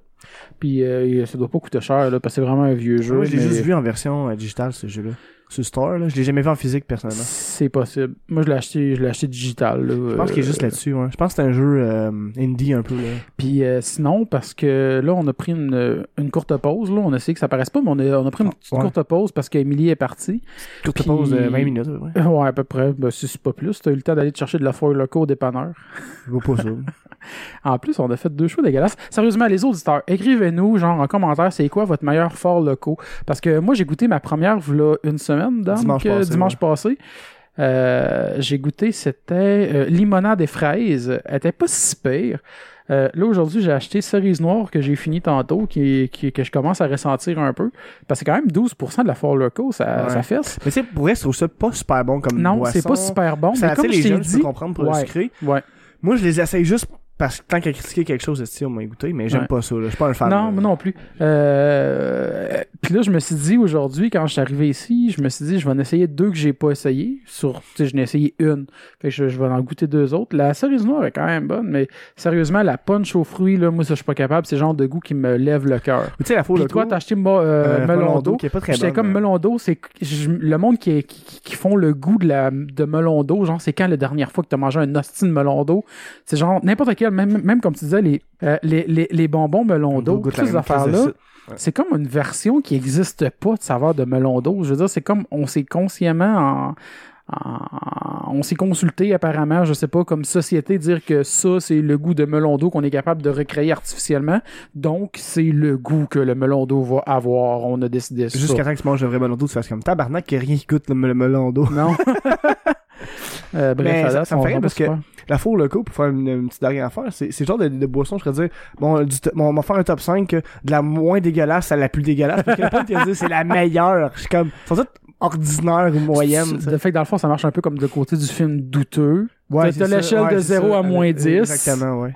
[SPEAKER 1] Puis euh, ça doit pas coûter cher, là, parce que c'est vraiment un vieux jeu.
[SPEAKER 2] Moi, je l'ai
[SPEAKER 1] mais
[SPEAKER 2] juste vu en version euh, digitale, ce jeu-là. Sur Store, là. Je l'ai jamais vu en physique, personnellement.
[SPEAKER 1] C'est possible. Moi, je l'ai acheté, je l'ai acheté digital. là,
[SPEAKER 2] Je pense qu'il est
[SPEAKER 1] euh,
[SPEAKER 2] juste là-dessus, ouais. Je pense que c'est un jeu euh, indie un peu, là.
[SPEAKER 1] Puis euh, sinon, parce que là, on a pris une, euh, une courte pause. Là, on a essayé que ça paraisse pas, mais on a, on a pris une
[SPEAKER 2] Ah,
[SPEAKER 1] petite
[SPEAKER 2] ouais.
[SPEAKER 1] courte pause parce qu'Emilie est partie.
[SPEAKER 2] Courte
[SPEAKER 1] Puis-
[SPEAKER 2] pause de 20 minutes, ouais.
[SPEAKER 1] Euh, Ouais, à peu près. Ben, si c'est pas plus, t'as eu le temps d'aller te chercher de la foire loco au dépanneur.
[SPEAKER 2] Je vois pas ça.
[SPEAKER 1] En plus, on a fait deux choix dégueulasses. Sérieusement, les auditeurs, écrivez-nous, genre, en commentaire, c'est quoi votre meilleur fort locaux? Parce que moi, j'ai goûté ma première, voilà, une semaine, donc,
[SPEAKER 2] Dimanche
[SPEAKER 1] euh,
[SPEAKER 2] passé,
[SPEAKER 1] dimanche
[SPEAKER 2] ouais.
[SPEAKER 1] passé. Euh, j'ai goûté, c'était euh, limonade et fraises. Elle était pas si pire. Euh, là, aujourd'hui, j'ai acheté cerise noire que j'ai fini tantôt, qui, qui- que je commence à ressentir un peu. Parce que c'est quand même 12% de la fort locaux, ça,
[SPEAKER 2] Ouais.
[SPEAKER 1] ça fesse.
[SPEAKER 2] Mais tu sais, pour vrai, je trouve ça pas super bon comme
[SPEAKER 1] Non,
[SPEAKER 2] boisson.
[SPEAKER 1] c'est pas super bon.
[SPEAKER 2] Ça
[SPEAKER 1] mais comme
[SPEAKER 2] attire les
[SPEAKER 1] je t'ai
[SPEAKER 2] jeunes, je peux
[SPEAKER 1] dit,
[SPEAKER 2] comprendre, pour
[SPEAKER 1] Ouais.
[SPEAKER 2] le sucré.
[SPEAKER 1] ouais.
[SPEAKER 2] Moi, je les essaye juste parce que tant qu'à critiquer quelque chose, c'est on m'a goûté, mais j'aime
[SPEAKER 1] Ouais.
[SPEAKER 2] pas ça. là. Je suis pas un fan.
[SPEAKER 1] Non,
[SPEAKER 2] là.
[SPEAKER 1] moi non plus. Euh, Puis là, je me suis dit aujourd'hui, quand je suis arrivé ici, je me suis dit, je vais en essayer deux que j'ai pas essayé. Sur, tu sais, je n'ai essayé une. Fait que je, je vais en goûter deux autres. La cerise noire est quand même bonne, mais sérieusement, la punch aux fruits, là, moi, ça, je suis pas capable. C'est le genre de goût qui me lève le cœur.
[SPEAKER 2] Tu sais, la faux
[SPEAKER 1] Puis
[SPEAKER 2] le
[SPEAKER 1] toi, t'as acheté mo- euh, melon d'eau.
[SPEAKER 2] qui est pas très
[SPEAKER 1] J'étais
[SPEAKER 2] bonne. hein.
[SPEAKER 1] comme
[SPEAKER 2] là.
[SPEAKER 1] melon d'eau, c'est je- le monde qui, est- qui, qui font le goût de la de melon d'eau, genre c'est quand la dernière fois que t'as mangé un hostie de melon d'eau, c'est genre n'importe quel, même, même comme tu disais les euh, les, les, les bonbons melon
[SPEAKER 2] Melon d'eau
[SPEAKER 1] d'eau,
[SPEAKER 2] goûte
[SPEAKER 1] toutes
[SPEAKER 2] la
[SPEAKER 1] ces
[SPEAKER 2] même
[SPEAKER 1] affaires là,
[SPEAKER 2] chose de
[SPEAKER 1] c'est comme une version qui n'existe pas de saveur de melon d'eau. Je veux dire, c'est comme on s'est consciemment en, en- on s'est consulté apparemment, je sais pas, comme société, dire que ça, c'est le goût de melon d'eau qu'on est capable de recréer artificiellement. Donc, c'est le goût que le melon d'eau va avoir. On a décidé ça.
[SPEAKER 2] Jusqu'à temps que tu manges le vrai melon d'eau, tu fasses comme tabarnak, qu'il y a rien qui goûte le, le melon d'eau.
[SPEAKER 1] Non. Euh, bref,
[SPEAKER 2] Mais
[SPEAKER 1] à
[SPEAKER 2] ça-
[SPEAKER 1] date,
[SPEAKER 2] ça me
[SPEAKER 1] on
[SPEAKER 2] fait
[SPEAKER 1] va
[SPEAKER 2] rire
[SPEAKER 1] pas
[SPEAKER 2] parce que-
[SPEAKER 1] super.
[SPEAKER 2] La faux loco, pour faire une, une petite dernière affaire, c'est c'est le genre de, de boisson, je pourrais dire, bon, du top- bon, on va faire un top 5 euh, de la moins dégueulasse à la plus dégueulasse, parce que la qui dit c'est la meilleure. Je suis comme, ils sont toutes ordinaires ou moyennes. tu sais.
[SPEAKER 1] De fait que dans le fond, ça marche un peu comme le côté du film douteux. T'as-
[SPEAKER 2] c'est
[SPEAKER 1] t'as
[SPEAKER 2] ça,
[SPEAKER 1] l'échelle de
[SPEAKER 2] c'est
[SPEAKER 1] 0 à
[SPEAKER 2] Avec-
[SPEAKER 1] moins 10.
[SPEAKER 2] Exactement, ouais.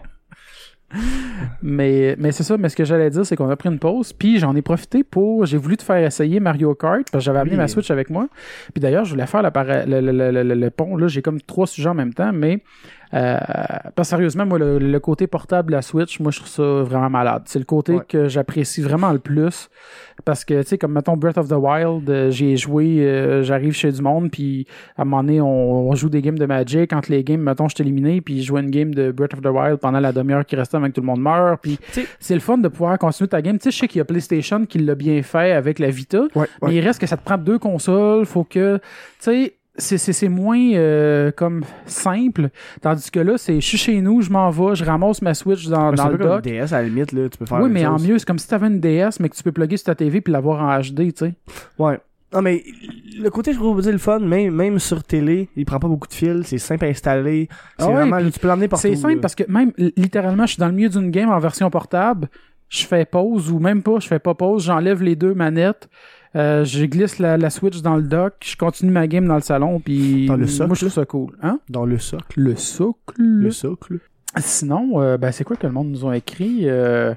[SPEAKER 1] Mais, mais c'est ça, mais ce que j'allais dire, c'est qu'on a pris une pause, puis j'en ai profité pour. J'ai voulu te faire essayer Mario Kart, parce que j'avais amené
[SPEAKER 2] Oui.
[SPEAKER 1] ma Switch avec moi. Puis d'ailleurs, je voulais faire la para- le, le- le- le- le pont. Là, j'ai comme trois sujets en même temps, mais. Euh, parce que sérieusement, moi, le, le côté portable, la Switch, moi, je trouve ça vraiment malade. C'est le côté
[SPEAKER 2] Ouais.
[SPEAKER 1] que j'apprécie vraiment le plus. Parce que, tu sais, comme mettons Breath of the Wild, euh, j'y ai joué, euh, j'arrive chez du monde, puis à un moment donné, on, on joue des games de Magic. Entre les games, mettons, je suis éliminé, puis je joue une game de Breath of the Wild pendant la demi-heure qui restait avant que tout le monde meure. Puis
[SPEAKER 2] Tu sais-
[SPEAKER 1] c'est le fun de pouvoir continuer ta game. Tu sais, je sais qu'il y a PlayStation qui l'a bien fait avec la Vita,
[SPEAKER 2] Ouais, ouais.
[SPEAKER 1] mais il reste que ça te prend deux consoles, faut que. Tu sais, c'est- c'est c'est moins euh, comme simple. Tandis que là, c'est je suis chez nous, je m'en vais, je ramasse ma Switch dans,
[SPEAKER 2] C'est
[SPEAKER 1] dans
[SPEAKER 2] un
[SPEAKER 1] le
[SPEAKER 2] peu comme une
[SPEAKER 1] dock.
[SPEAKER 2] DS, à la limite, là, tu peux faire
[SPEAKER 1] Oui,
[SPEAKER 2] la
[SPEAKER 1] mais
[SPEAKER 2] même
[SPEAKER 1] en
[SPEAKER 2] chose.
[SPEAKER 1] mieux, c'est comme si t'avais une DS, mais que tu peux plugger sur ta TV puis l'avoir en HD, tu sais.
[SPEAKER 2] Ouais. Non, mais le côté, je trouve, c'est le fun, même, même sur télé, il prend pas beaucoup de fil, c'est simple à installer. C'est
[SPEAKER 1] Ah ouais,
[SPEAKER 2] vraiment,
[SPEAKER 1] puis
[SPEAKER 2] tu peux l'emmener partout.
[SPEAKER 1] C'est simple
[SPEAKER 2] là.
[SPEAKER 1] parce que même l- littéralement, je suis dans le milieu d'une game en version portable, je fais pause ou même pas, je fais pas pause, j'enlève les deux manettes, euh, je glisse la, la Switch dans le dock, je continue ma game dans le salon, puis
[SPEAKER 2] Dans le socle.
[SPEAKER 1] moi je trouve ça cool. Hein?
[SPEAKER 2] Dans le socle.
[SPEAKER 1] Le socle.
[SPEAKER 2] Le socle.
[SPEAKER 1] Sinon, euh, ben, c'est quoi que le monde nous a écrit? Euh,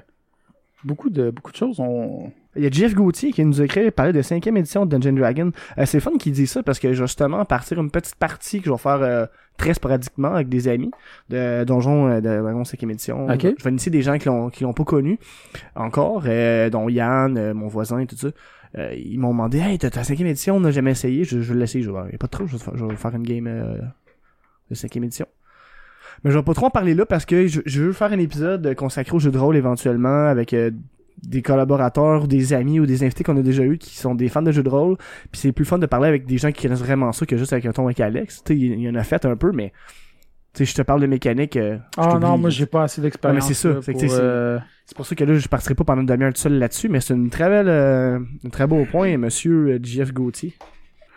[SPEAKER 1] beaucoup, de, beaucoup de choses ont...
[SPEAKER 2] Il y a Jeff Gauthier qui nous a écrit, parler de cinquième édition de Dungeon Dragon. Euh, c'est fun qu'il dit ça parce que justement, partir une petite partie que je vais faire euh, très sporadiquement avec des amis de Donjon euh, de Dragon 5e édition.
[SPEAKER 1] Ok.
[SPEAKER 2] Je vais initier des gens qui l'ont qui l'ont pas connu encore, euh, dont Yann, euh, mon voisin et tout ça. Euh, ils m'ont demandé Hey, t'as ta cinquième édition, on n'a jamais essayé, je, je vais l'essayer, je vais y a pas de trouble, je vais, faire- je vais faire une game euh, de cinquième édition. Mais je vais pas trop en parler là parce que je, je veux faire un épisode consacré aux jeux de rôle éventuellement avec euh, des collaborateurs, des amis ou des invités qu'on a déjà eu qui sont des fans de jeux de rôle. Puis c'est plus fun de parler avec des gens qui connaissent vraiment ça que juste avec un ton avec Alex. Tu sais, il, il en a fait un peu, mais tu sais, je te parle de mécanique. euh, je
[SPEAKER 1] Ah
[SPEAKER 2] t'oublie.
[SPEAKER 1] non, moi j'ai pas assez d'expérience.
[SPEAKER 2] Non, mais c'est ça,
[SPEAKER 1] là,
[SPEAKER 2] fait que
[SPEAKER 1] pour,
[SPEAKER 2] c'est- c'est-
[SPEAKER 1] euh,
[SPEAKER 2] C'est pour ça que là, je partirai pas pendant une demi-heure tout seul là-dessus, mais c'est une très belle, euh, un très beau point, monsieur euh, JF Gauthier.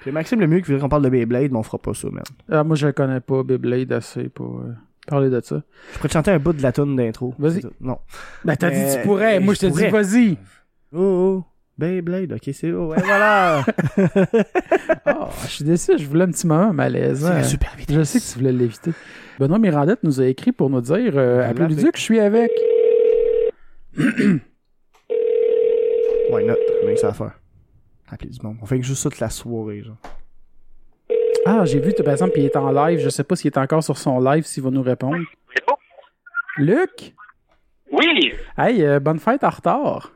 [SPEAKER 2] Puis Maxime Lemieux qui voudrait qu'on parle de Beyblade, mais on fera pas ça, man.
[SPEAKER 1] ah, moi je le connais pas Beyblade assez pour euh, parler de ça.
[SPEAKER 2] Je pourrais te chanter un bout de la tune d'intro.
[SPEAKER 1] Vas-y.
[SPEAKER 2] C'est tout. Non.
[SPEAKER 1] Ben t'as dit
[SPEAKER 2] Euh,
[SPEAKER 1] tu pourrais, moi
[SPEAKER 2] je
[SPEAKER 1] je te dis
[SPEAKER 2] pourrais.
[SPEAKER 1] vas-y.
[SPEAKER 2] Oh, oh, Beyblade, ok, c'est... Oh, ouais, voilà!
[SPEAKER 1] Ah, je suis déçu, je voulais un petit moment malaise. hein.
[SPEAKER 2] C'est super vite.
[SPEAKER 1] Je sais que tu voulais l'éviter. Benoît Mirandette nous a écrit pour nous dire euh,
[SPEAKER 2] Je
[SPEAKER 1] Appelez
[SPEAKER 2] l'appelle.
[SPEAKER 1] Luduc, je suis avec.
[SPEAKER 2] Why not? Rien que ça à faire. Appeler du monde. On fait que juste ça toute la soirée, genre.
[SPEAKER 1] Ah, j'ai vu, par exemple, il est en live. Je sais pas s'il est encore sur son live, s'il va nous répondre. Luc
[SPEAKER 4] Oui!
[SPEAKER 1] Hey, euh, bonne fête en retard.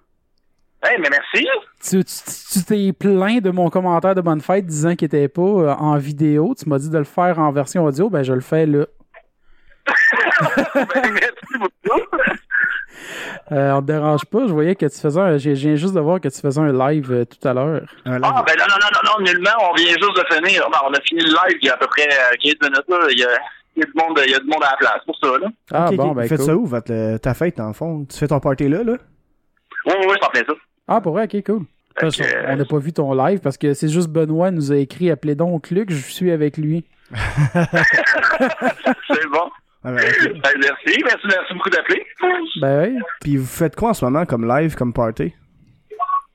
[SPEAKER 4] Hey, mais merci!
[SPEAKER 1] Tu tu- tu- tu t'es plaint de mon commentaire de bonne fête disant qu'il était pas euh, en vidéo. Tu m'as dit de le faire en version audio. Ben, je le fais là.
[SPEAKER 4] Ben, merci beaucoup!
[SPEAKER 1] Euh, on te dérange pas. Je voyais que tu faisais un. j'ai- Je viens juste de voir que tu faisais un live euh, tout à l'heure.
[SPEAKER 2] Un live.
[SPEAKER 4] Ah, ben non, non, non, non, non, nullement, on vient juste de finir. Ben, on a fini le live il y a à peu près euh, 15 minutes, là. Il y a, il y a du monde, il y a du monde à la place pour ça, là.
[SPEAKER 1] Ah,
[SPEAKER 2] Ok, ok.
[SPEAKER 1] bon, ben,
[SPEAKER 2] Faites
[SPEAKER 1] cool.
[SPEAKER 2] ça où, votre, euh, ta fête, dans le fond? Tu fais ton party là, là?
[SPEAKER 4] Oui, oui, oui, je t'en fais ça.
[SPEAKER 1] Ah, pour vrai, ok, cool. Parce qu'on-
[SPEAKER 4] que-
[SPEAKER 1] on n'a pas vu ton live parce que c'est juste Benoît nous a écrit appelez donc Luc, je suis avec lui.
[SPEAKER 4] C'est bon.
[SPEAKER 2] Ah, ben, ok.
[SPEAKER 4] Ben, merci, merci, merci beaucoup d'appeler.
[SPEAKER 1] Ben oui.
[SPEAKER 2] Puis vous faites quoi en ce moment comme live, comme party?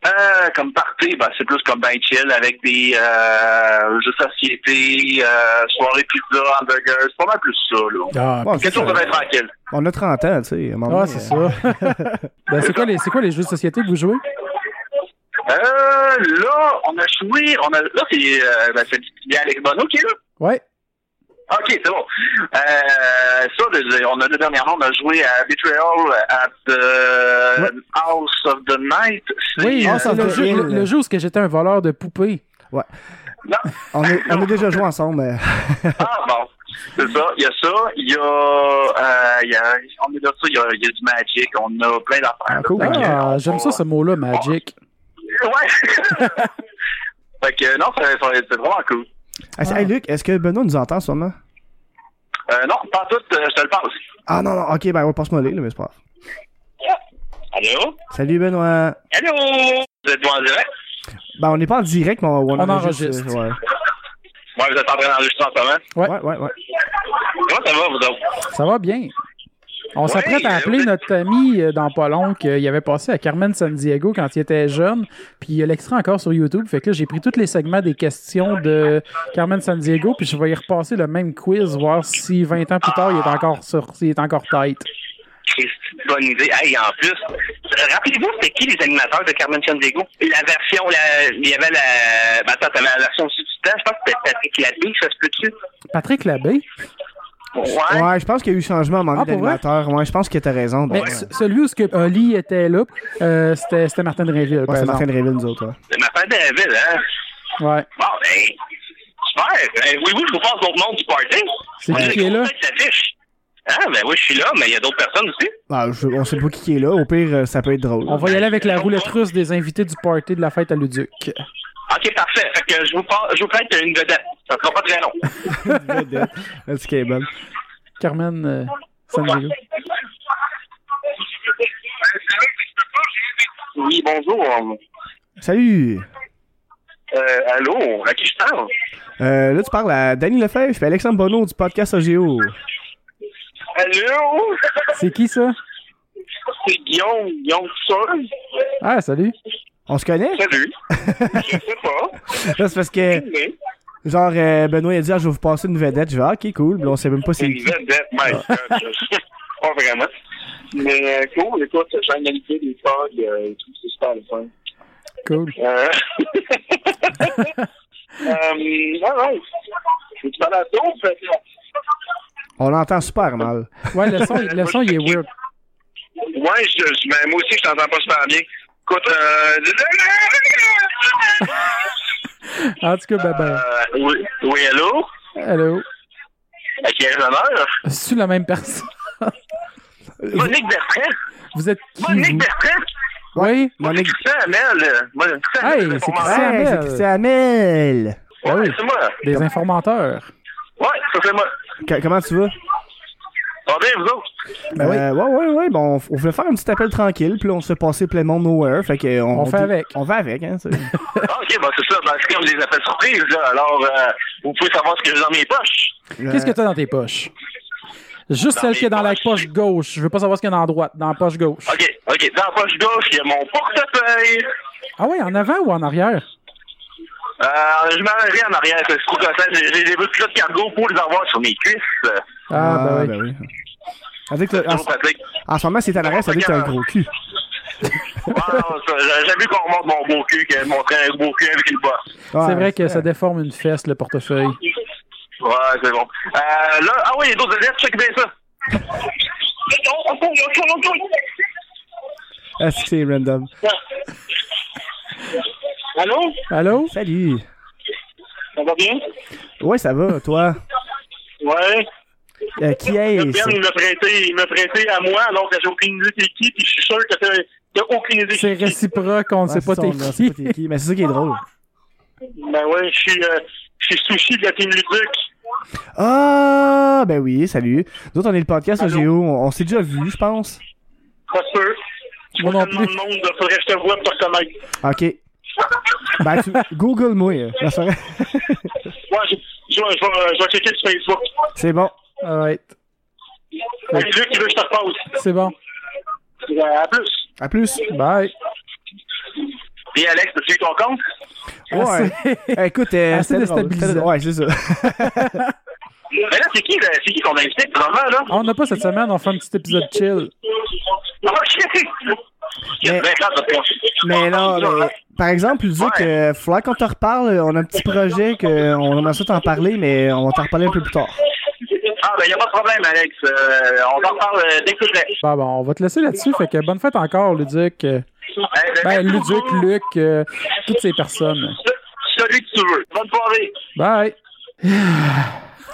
[SPEAKER 4] Euh, comme party, ben, c'est plus comme ben chill avec des euh, jeux de société, euh, soirée pizza, hamburger, c'est pas mal plus ça, là.
[SPEAKER 1] Ah,
[SPEAKER 2] Bon,
[SPEAKER 4] Quelque chose de bien tranquille.
[SPEAKER 2] On a 30 ans, tu sais. à un moment donné,
[SPEAKER 1] c'est
[SPEAKER 2] euh,
[SPEAKER 1] ça. ben, c'est quoi, les- c'est quoi les jeux de société que vous jouez?
[SPEAKER 4] Euh, là, on a joué, on a, là, c'est, euh, ben, c'est bien Alex Bono qui est là.
[SPEAKER 1] Ouais.
[SPEAKER 4] OK, c'est bon. Euh, ça, le- on a le dernier on a joué à Betrayal at the
[SPEAKER 2] Ouais.
[SPEAKER 4] House of the Night. C'est,
[SPEAKER 1] Oui,
[SPEAKER 2] Ah,
[SPEAKER 4] euh,
[SPEAKER 2] ça
[SPEAKER 1] c'est le,
[SPEAKER 2] me
[SPEAKER 1] jeu,
[SPEAKER 2] rire,
[SPEAKER 1] le,
[SPEAKER 2] là.
[SPEAKER 1] le jeu où est-ce que j'étais un voleur de poupées.
[SPEAKER 4] non.
[SPEAKER 2] euh, On, est- on a déjà joué ensemble. euh.
[SPEAKER 4] Ah, bon. C'est ça. Il y a ça. Il y a, euh, il y a on est dans ça. Il y a, il y a du Magic. On a plein d'affaires.
[SPEAKER 2] Ah, cool.
[SPEAKER 4] Fait que,
[SPEAKER 1] Ah,
[SPEAKER 4] on-
[SPEAKER 1] j'aime ça, ce mot-là, Magic.
[SPEAKER 4] Ouais. fait que, non, ça- ça- c'est vraiment cool.
[SPEAKER 2] Ah, c'est- hey, Luc, est-ce que Benoît nous entend en ce moment?
[SPEAKER 4] Euh, non, pas tout. euh, je te le parle aussi.
[SPEAKER 2] Ah non, non, ok, ben ouais, passe-moi les, là, mais c'est pas grave.
[SPEAKER 4] Allô?
[SPEAKER 2] Salut Benoît!
[SPEAKER 4] Allô? Vous êtes en direct?
[SPEAKER 2] Ben on n'est pas en direct, mais on,
[SPEAKER 1] On enregistre.
[SPEAKER 2] euh,
[SPEAKER 4] Moi, vous êtes en train d'enregistrer en ce moment.
[SPEAKER 2] Ouais.
[SPEAKER 1] Ouais.
[SPEAKER 2] ouais, ouais, ouais.
[SPEAKER 4] Comment ça va, vous autres?
[SPEAKER 1] Ça va bien. On s'apprête à
[SPEAKER 4] euh,
[SPEAKER 1] appeler notre ami euh, dans pas long qu'il avait passé à Carmen San Diego quand il était jeune. Puis il y a l'extrait encore sur YouTube. Fait que là, j'ai pris tous les segments des questions de Carmen San Diego. Puis je vais y repasser le même quiz, voir si 20 ans plus tard, il est encore sur, il est encore tête.
[SPEAKER 4] Christy, bonne idée. Hey, en plus, euh, rappelez-vous, c'était qui les animateurs de Carmen Sandiego? La version, la, il y avait la, ben, attends, t'avais la version substitute, je pense que c'était Patrick Labbé, ça se peut-tu?
[SPEAKER 1] Patrick Labbé.
[SPEAKER 4] Ouais.
[SPEAKER 2] Ouais, je pense qu'il y a eu changement à moment
[SPEAKER 1] Ah, pour vrai?
[SPEAKER 2] d'animateur. Ouais, je pense que t'as raison.
[SPEAKER 1] Mais
[SPEAKER 2] Ben, ouais.
[SPEAKER 1] ce- celui où ce que Oli était là, euh, c'était c'était Martin Drinville.
[SPEAKER 2] Ouais,
[SPEAKER 1] par
[SPEAKER 2] c'est
[SPEAKER 1] exemple.
[SPEAKER 2] Martin de Réville, nous autres. ouais.
[SPEAKER 4] C'est ma fête de la ville, hein?
[SPEAKER 1] Ouais.
[SPEAKER 4] Bon, ben, super. Eh, oui, oui, je vous passe d'autres noms du party.
[SPEAKER 1] C'est
[SPEAKER 4] On
[SPEAKER 1] qui
[SPEAKER 4] a
[SPEAKER 1] qui est
[SPEAKER 4] des
[SPEAKER 1] là?
[SPEAKER 4] grosses têtes d'affiche. Ah, ben oui, je suis là, mais il y a d'autres personnes aussi.
[SPEAKER 2] Ah, je- on sait pas qui qui est là. Au pire, euh, ça peut être drôle.
[SPEAKER 1] On va y aller avec la roulette russe des invités du party de la fête à Luduc.
[SPEAKER 4] Ok, parfait. Fait que je vous, passe- je vous prête une vedette. Ça sera pas très long.
[SPEAKER 2] That's okay, ben.
[SPEAKER 1] Carmen euh, San Diego.
[SPEAKER 4] Oui, bonjour.
[SPEAKER 2] Salut!
[SPEAKER 4] Euh, allô, à qui je parle?
[SPEAKER 2] Euh, là, tu parles à Danny Lefebvre et Alexandre Bonneau du podcast OGO.
[SPEAKER 4] Allô?
[SPEAKER 1] C'est qui ça?
[SPEAKER 4] C'est Guillaume, Guillaume Toussaint.
[SPEAKER 1] Ah, salut.
[SPEAKER 2] On se connaît?
[SPEAKER 4] Salut. je sais pas.
[SPEAKER 2] Là, c'est parce que,
[SPEAKER 4] Mais
[SPEAKER 2] genre, euh, Benoît a dit, ah, je vais vous passer une vedette. Je vais, ah, ok, cool. Puis on sait même pas
[SPEAKER 4] C'est
[SPEAKER 2] c'est
[SPEAKER 4] une
[SPEAKER 2] qui.
[SPEAKER 4] vedette, my God.
[SPEAKER 1] Ah.
[SPEAKER 4] je- pas vraiment. Mais euh, cool, écoute, j'ai analysé les fogs euh, et tout, c'est super le fun.
[SPEAKER 1] Cool.
[SPEAKER 4] Euh... euh, ah ouais. Je vais te parler à toi, fait que-
[SPEAKER 2] On l'entend super mal.
[SPEAKER 1] Ouais, le son, le son, il est weird.
[SPEAKER 4] Ouais, je, je- ben, moi aussi, je t'entends pas super bien. Écoute, euh...
[SPEAKER 1] En tout cas, ben, ben,
[SPEAKER 4] euh oui, oui, allô?
[SPEAKER 1] allô?
[SPEAKER 4] À quel honneur?
[SPEAKER 1] C'est-tu la même personne?
[SPEAKER 4] Monique Bertrand!
[SPEAKER 1] Vous êtes qui,
[SPEAKER 4] Monique
[SPEAKER 1] Euh, vous?
[SPEAKER 4] Bertrand!
[SPEAKER 1] Oui?
[SPEAKER 2] Monique.
[SPEAKER 4] Christian Amel! Moi, Christian
[SPEAKER 1] Hey,
[SPEAKER 4] Amel,
[SPEAKER 1] c'est
[SPEAKER 4] pour moi.
[SPEAKER 1] Christian.
[SPEAKER 2] Hey, c'est Christian Hamel.
[SPEAKER 1] Ah
[SPEAKER 4] Ouais,
[SPEAKER 1] oui.
[SPEAKER 4] c'est moi!
[SPEAKER 1] Des informateurs.
[SPEAKER 4] Ouais, ça c'est moi!
[SPEAKER 2] Qu- Comment tu vas?
[SPEAKER 4] Ça va Ah, bien, vous autres?
[SPEAKER 1] Ben oui.
[SPEAKER 2] Euh, ouais, ouais, ouais. Bon, on, f- on voulait faire un petit appel tranquille, puis là, on se fait passer pleinement nowhere. Fait que on,
[SPEAKER 1] On fait
[SPEAKER 2] dit-
[SPEAKER 1] avec.
[SPEAKER 2] On fait avec, hein. c'est-
[SPEAKER 4] Ah, ok, bon, c'est ça. Ben, c'est comme des appels surprises, là. Alors, euh, vous pouvez savoir ce que j'ai dans mes poches.
[SPEAKER 1] Qu'est-ce que
[SPEAKER 2] Euh,
[SPEAKER 1] t'as dans tes poches? Juste celle
[SPEAKER 4] mes
[SPEAKER 1] qui est dans la
[SPEAKER 4] poches.
[SPEAKER 1] poche gauche. Je veux pas savoir ce qu'il y a dans la droite. Dans la poche gauche.
[SPEAKER 4] Ok, ok. Dans la poche gauche, il y a mon portefeuille.
[SPEAKER 1] Ah ouais, en avant ou en arrière?
[SPEAKER 4] Euh, je m'arrêterai en arrière, ça se trouve comme ça. J'ai j'ai des boutons de cargo pour les avoir sur mes cuisses. C'est
[SPEAKER 1] Ah, ben oui.
[SPEAKER 2] bah oui. Ah, Ça veut dire que t'as- en,
[SPEAKER 4] trop pratique.
[SPEAKER 2] en ce moment, c'est à l'arrêt, ça veut dire que t'as un gros cul.
[SPEAKER 4] Ah, non, ça, j'ai jamais vu qu'on remonte mon beau cul, que montrer un beau cul avec une bosse.
[SPEAKER 1] C'est vrai que ça déforme une fesse, le portefeuille.
[SPEAKER 4] Ouais, c'est bon. Euh, là, ah oui, il y a d'autres élèves, check bien ça.
[SPEAKER 2] Est-ce que Ah, c'est random?
[SPEAKER 4] Allô?
[SPEAKER 1] Allô?
[SPEAKER 2] Salut.
[SPEAKER 4] Ça va bien?
[SPEAKER 2] Ouais, ça va, toi?
[SPEAKER 4] Ouais.
[SPEAKER 2] Euh, qui
[SPEAKER 4] Bien,
[SPEAKER 2] est-ce?
[SPEAKER 4] il m'a prêté, il m'a prêté à moi, alors que j'ai aucune idée c'est qui, puis je suis sûr que t'as t'as aucune idée
[SPEAKER 1] C'est
[SPEAKER 4] qui.
[SPEAKER 1] réciproque, on ne sait
[SPEAKER 2] Ouais,
[SPEAKER 1] pas
[SPEAKER 2] ça,
[SPEAKER 1] t'es
[SPEAKER 2] on ne sait
[SPEAKER 1] qui.
[SPEAKER 2] pas t'es qui. Mais c'est ça qui est drôle.
[SPEAKER 4] Ben ouais, je suis, euh, je suis sushi de la team ludique.
[SPEAKER 2] Ah, ben oui, salut. D'autres, on est le podcast
[SPEAKER 4] Allô?
[SPEAKER 2] OGO. On, on s'est déjà vu, je pense.
[SPEAKER 4] Pas sûr. Tu
[SPEAKER 1] Moi
[SPEAKER 4] vois
[SPEAKER 1] non
[SPEAKER 4] tellement de
[SPEAKER 1] plus.
[SPEAKER 4] monde, il faudrait que je te voie pour te reconnaître.
[SPEAKER 2] Ok. Ben, tu... Google-moi. hein. Non, c'est vrai.
[SPEAKER 4] Ouais, je, je, vais- je, vais- je vais checker sur Facebook.
[SPEAKER 2] C'est bon.
[SPEAKER 1] Alright.
[SPEAKER 4] Hey, Luc, tu veux que je te repasse?
[SPEAKER 1] C'est bon.
[SPEAKER 4] Euh, À plus.
[SPEAKER 2] À plus.
[SPEAKER 1] Bye.
[SPEAKER 4] Et Alex, as-tu eu ton compte?
[SPEAKER 2] Ouais. Eh, Écoute, euh,
[SPEAKER 1] Assez
[SPEAKER 2] c'était drôle,
[SPEAKER 1] déstabilisant.
[SPEAKER 2] c'était drôle. Ouais, c'est ça.
[SPEAKER 4] Mais Ben là, c'est qui, là? c'est qui qu'on a invité, vraiment, là?
[SPEAKER 1] Ah, on n'a pas cette semaine, on fait un petit épisode chill.
[SPEAKER 4] Ah, ok. Il y a
[SPEAKER 2] Mais-
[SPEAKER 4] 20 ans, ça fait-
[SPEAKER 2] Mais non, mais, par exemple, lui dire que faudrait qu'on te reparle. On a un petit projet qu'on aimerait ça t'en parler, mais on va t'en reparler un peu plus tard.
[SPEAKER 4] Ah, ben, il n'y a pas de problème, Alex. Euh, on en reparle euh, dès que je l'ai.
[SPEAKER 1] Bah bon, on va te laisser là-dessus. Fait que bonne fête encore, Luduc. Euh,
[SPEAKER 4] Eh, ben,
[SPEAKER 1] Ben,
[SPEAKER 4] merci
[SPEAKER 1] Luduc,
[SPEAKER 4] beaucoup.
[SPEAKER 1] Luc, euh, toutes ces personnes.
[SPEAKER 4] Ce- Celui que tu veux. Bonne soirée.
[SPEAKER 1] Bye.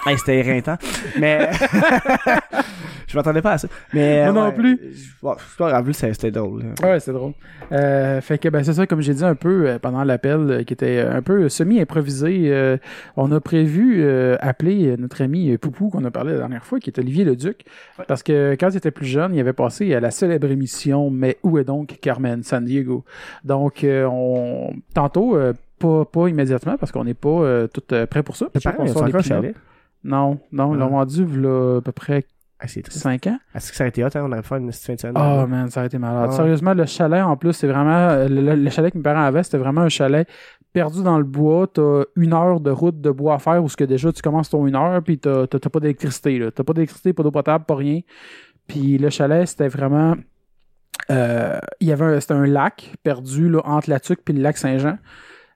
[SPEAKER 2] Hey, c'était éreintant. Mais. je m'attendais pas à ça. Mais.
[SPEAKER 1] Moi non
[SPEAKER 2] ouais,
[SPEAKER 1] plus.
[SPEAKER 2] je- bon, c'est pas grave, c'était c'était drôle.
[SPEAKER 1] Ouais, c'est drôle. Euh, fait que ben c'est ça, comme j'ai dit un peu euh, pendant l'appel, euh, qui était un peu semi-improvisé. euh, on a prévu euh, appeler notre ami euh, Poupou qu'on a parlé la dernière fois, qui est Olivier Leduc, parce que quand il était plus jeune, il avait passé à la célèbre émission Mais où est donc Carmen San Diego. Donc euh, on tantôt. euh, pas, pas immédiatement parce qu'on n'est pas euh, tout euh, prêt pour ça.
[SPEAKER 2] C'est
[SPEAKER 1] On
[SPEAKER 2] pareil,
[SPEAKER 1] sort
[SPEAKER 2] c'est
[SPEAKER 1] les
[SPEAKER 2] encore
[SPEAKER 1] pilotes.
[SPEAKER 2] chalet.
[SPEAKER 1] Non, non, ils l'ont
[SPEAKER 2] Ah.
[SPEAKER 1] vendu v'là à peu près
[SPEAKER 2] Ah, c'est triste.
[SPEAKER 1] 5 ans.
[SPEAKER 2] Est-ce que ça aurait été hot, hein? On aurait pu faire une petite fin de semaine.
[SPEAKER 1] Oh man, ça a été malade.
[SPEAKER 2] Ah.
[SPEAKER 1] Sérieusement, le chalet en plus, c'est vraiment. euh, Le, le- le chalet que mes parents avaient, c'était vraiment un chalet perdu dans le bois. T'as une heure de route de bois à faire où ce que déjà tu commences ton une heure, puis t'as t'as- t'as pas d'électricité. là. T'as pas d'électricité, pas d'eau potable, pas rien. Puis le chalet, c'était vraiment. euh, il y avait un- c'était un lac perdu là, entre la Tuque puis le lac Saint-Jean.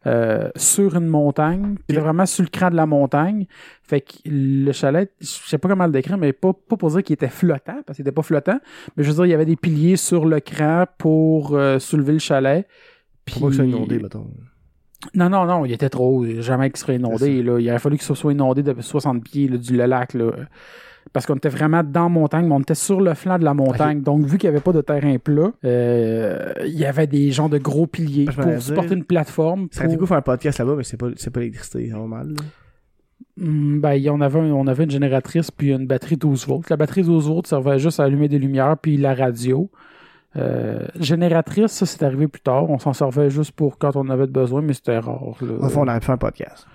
[SPEAKER 1] euh, sur une montagne, c'était vraiment sur le cran de la montagne. Fait que le chalet, je sais pas comment le décrire, mais pas, pas pour dire qu'il était flottant, parce qu'il était pas flottant, mais je veux dire, il y avait des piliers sur le cran pour euh, soulever le chalet. Puis...
[SPEAKER 2] Faut pas que ça soit inondé, mettons.
[SPEAKER 1] Non, non, non, il était trop haut. Jamais qu'il serait
[SPEAKER 2] C'est
[SPEAKER 1] inondé. Là. Il aurait fallu que ce soit inondé de 60 pieds là, du le lac. Là. Parce qu'on était vraiment dans la montagne, mais on était sur le flanc de la montagne. Donc, vu qu'il n'y avait pas de terrain plat, euh, il y avait des gens de gros piliers
[SPEAKER 2] Je m'en allais
[SPEAKER 1] pour supporter
[SPEAKER 2] dire.
[SPEAKER 1] une plateforme.
[SPEAKER 2] Ça aurait été
[SPEAKER 1] pour-
[SPEAKER 2] cool de faire un podcast là-bas, mais c'est pas, c'est pas l'électricité, c'est normal. là.
[SPEAKER 1] Hmm, ben, il y en avait un- on avait une génératrice puis une batterie 12 volts. La batterie 12 volts servait juste à allumer des lumières puis la radio. Euh, génératrice, ça c'est arrivé plus tard. On s'en servait juste pour quand on avait besoin, mais c'était rare. là.
[SPEAKER 2] Enfin, on aurait fait un podcast.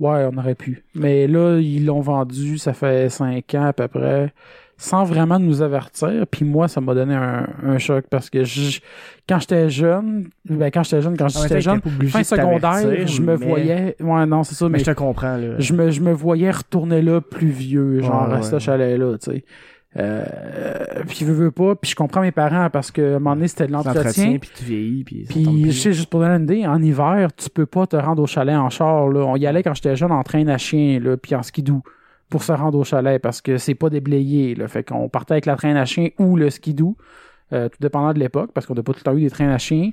[SPEAKER 1] Ouais, on aurait pu. Mais là, ils l'ont vendu, ça fait cinq ans à peu près, sans vraiment nous avertir. Puis moi, ça m'a donné un, un choc parce que je- quand j'étais jeune, ben quand j'étais jeune, quand
[SPEAKER 2] En même temps,
[SPEAKER 1] j'étais jeune,
[SPEAKER 2] t'es pas obligé
[SPEAKER 1] fin
[SPEAKER 2] de
[SPEAKER 1] secondaire,
[SPEAKER 2] t'avertir,
[SPEAKER 1] je me
[SPEAKER 2] mais-
[SPEAKER 1] voyais. Ouais, non, c'est ça, mais
[SPEAKER 2] Mais je te comprends, là.
[SPEAKER 1] je me, je me voyais retourner là plus vieux, genre
[SPEAKER 2] Ah, Ouais,
[SPEAKER 1] à ce
[SPEAKER 2] ouais.
[SPEAKER 1] chalet-là, tu sais. Euh, puis veux, veux pas, puis je comprends mes parents parce que à un moment donné, c'était de l'entretien.
[SPEAKER 2] L'entretien, puis tu vieillis, puis ça tombe
[SPEAKER 1] Puis,
[SPEAKER 2] plus.
[SPEAKER 1] je sais, juste pour donner une idée, en hiver, tu peux pas te rendre au chalet en char. Là. On y allait quand j'étais jeune en train à chien, là, puis en skidou, pour se rendre au chalet, parce que c'est pas déblayé. Là. Fait qu'on partait avec la traîne à chien ou le skidou, euh, tout dépendant de l'époque, parce qu'on n'a pas tout le temps eu des traînes à chien.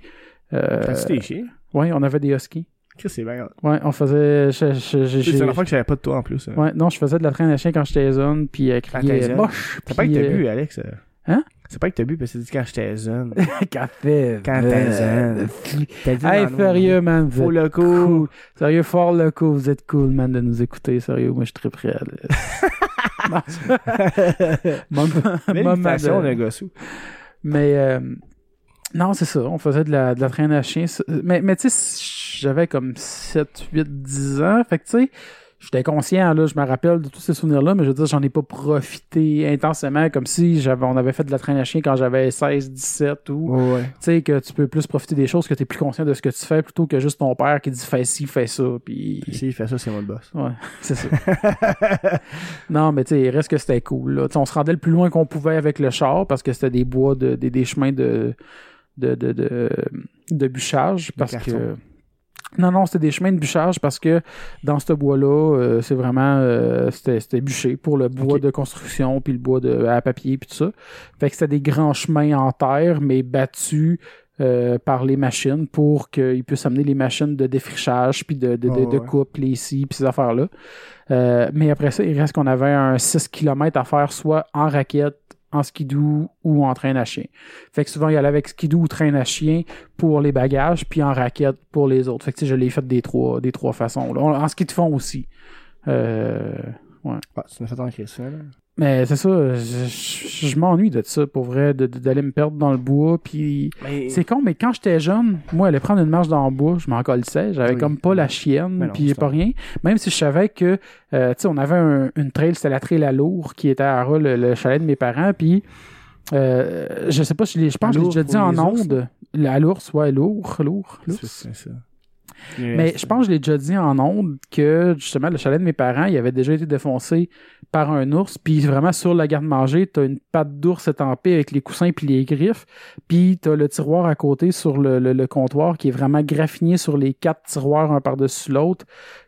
[SPEAKER 1] Euh,
[SPEAKER 2] T'as-tu tes chiens?
[SPEAKER 1] ouais, on avait des huskies.
[SPEAKER 2] Chris, c'est bien.
[SPEAKER 1] Ouais, on faisait. je- je- je-
[SPEAKER 2] C'est
[SPEAKER 1] j'ai-
[SPEAKER 2] la fois que j'avais pas de toi en plus. hein.
[SPEAKER 1] Ouais, non, je faisais de la traîne à chien quand j'étais jeune, puis euh, criait
[SPEAKER 2] jeune.
[SPEAKER 1] moche.
[SPEAKER 2] C'est pas que
[SPEAKER 1] puis,
[SPEAKER 2] t'as
[SPEAKER 1] euh,
[SPEAKER 2] bu, Alex.
[SPEAKER 1] hein?
[SPEAKER 2] C'est pas que t'as bu, parce que c'est dit quand j'étais jeune.
[SPEAKER 1] café.
[SPEAKER 2] Quand t'es jeune. T'as dit
[SPEAKER 1] Hey,
[SPEAKER 2] dans nos-
[SPEAKER 1] sérieux, man. vous
[SPEAKER 2] Faut
[SPEAKER 1] êtes
[SPEAKER 2] le coup.
[SPEAKER 1] cool. Sérieux, fort le coup. Vous êtes cool, man, de nous écouter. Sérieux, moi, je suis très prêt. là. Mom-
[SPEAKER 2] Mais
[SPEAKER 1] moment
[SPEAKER 2] l'invitation
[SPEAKER 1] de-
[SPEAKER 2] d'un gossou.
[SPEAKER 1] Mais euh, non, c'est ça. On faisait de la, de la traîne à chien. Mais, mais tu sais, j'avais comme 7, 8, 10 ans. Fait que tu sais, j'étais conscient, là, je me rappelle de tous ces souvenirs-là, mais je veux dire, j'en ai pas profité intensément comme si j'avais, on avait fait de la traîne à chien quand j'avais 16, 17 ou
[SPEAKER 2] Ouais, ouais.
[SPEAKER 1] tu sais, que tu peux plus profiter des choses, que tu es plus conscient de ce que tu fais plutôt que juste ton père qui dit fais ci, fais ça. Puis
[SPEAKER 2] Si il fait ça, c'est moi le boss.
[SPEAKER 1] Ouais, c'est ça. non, mais tu sais, il reste que c'était cool. Là. Tu sais, On se rendait le plus loin qu'on pouvait avec le char parce que c'était des bois, de, des, des chemins de, de, de, de, de bûchage. Parce que.
[SPEAKER 2] cartons.
[SPEAKER 1] Non, non, c'était des chemins de bûchage parce que dans ce bois-là, euh, c'est vraiment. euh, c'était c'était bûché pour le bois
[SPEAKER 2] Ok.
[SPEAKER 1] de construction, puis le bois de, à papier, puis tout ça. Fait que c'était des grands chemins en terre, mais battus. euh, par les machines pour qu'ils puissent amener les machines de défrichage puis de, de, de,
[SPEAKER 2] Ouais,
[SPEAKER 1] de
[SPEAKER 2] ouais.
[SPEAKER 1] coupe, les scies puis ces affaires-là. Euh, mais après ça, il reste qu'on avait un 6 km à faire soit en raquette, en skidoo ou en train à chien. Fait que souvent, il y allait avec skidoo ou train à chien pour les bagages, puis en raquette pour les autres. Fait que tu sais, je l'ai fait des trois, des trois façons. là. On- en ski de fond aussi. Euh,
[SPEAKER 2] Ouais, tu me fais tant Christian, là.
[SPEAKER 1] mais c'est ça, je, je- je m'ennuie de ça, pour vrai, de- de- d'aller me perdre dans le bois, puis
[SPEAKER 2] Mais
[SPEAKER 1] c'est con, mais quand j'étais jeune, moi, aller prendre une marche dans le bois, je m'en colissais. J'avais
[SPEAKER 2] Oui.
[SPEAKER 1] comme pas la
[SPEAKER 2] Mais
[SPEAKER 1] chienne,
[SPEAKER 2] non,
[SPEAKER 1] puis j'ai
[SPEAKER 2] c'est
[SPEAKER 1] pas
[SPEAKER 2] vrai.
[SPEAKER 1] rien. Même si je savais que, euh, tu sais, on avait un- une trail, c'était la trail à Lourdes, qui était à Arras, le, le chalet de mes parents, puis euh, je sais pas, je, l'ai- je pense que je l'ai
[SPEAKER 2] Lourdes
[SPEAKER 1] déjà dit
[SPEAKER 2] pour
[SPEAKER 1] en
[SPEAKER 2] les ours,
[SPEAKER 1] onde. La Lourdes, ouais, Lourdes, Lourdes,
[SPEAKER 2] c'est
[SPEAKER 1] Lourdes.
[SPEAKER 2] c'est ça.
[SPEAKER 1] Mais je pense que je l'ai déjà dit en ondes que justement le chalet de mes parents, il avait déjà été défoncé par un ours, puis vraiment sur la garde-manger, t'as une patte d'ours étampée avec les coussins puis les griffes, puis t'as le tiroir à côté sur le, le- le comptoir qui est vraiment graffiné sur les quatre tiroirs un par-dessus l'autre,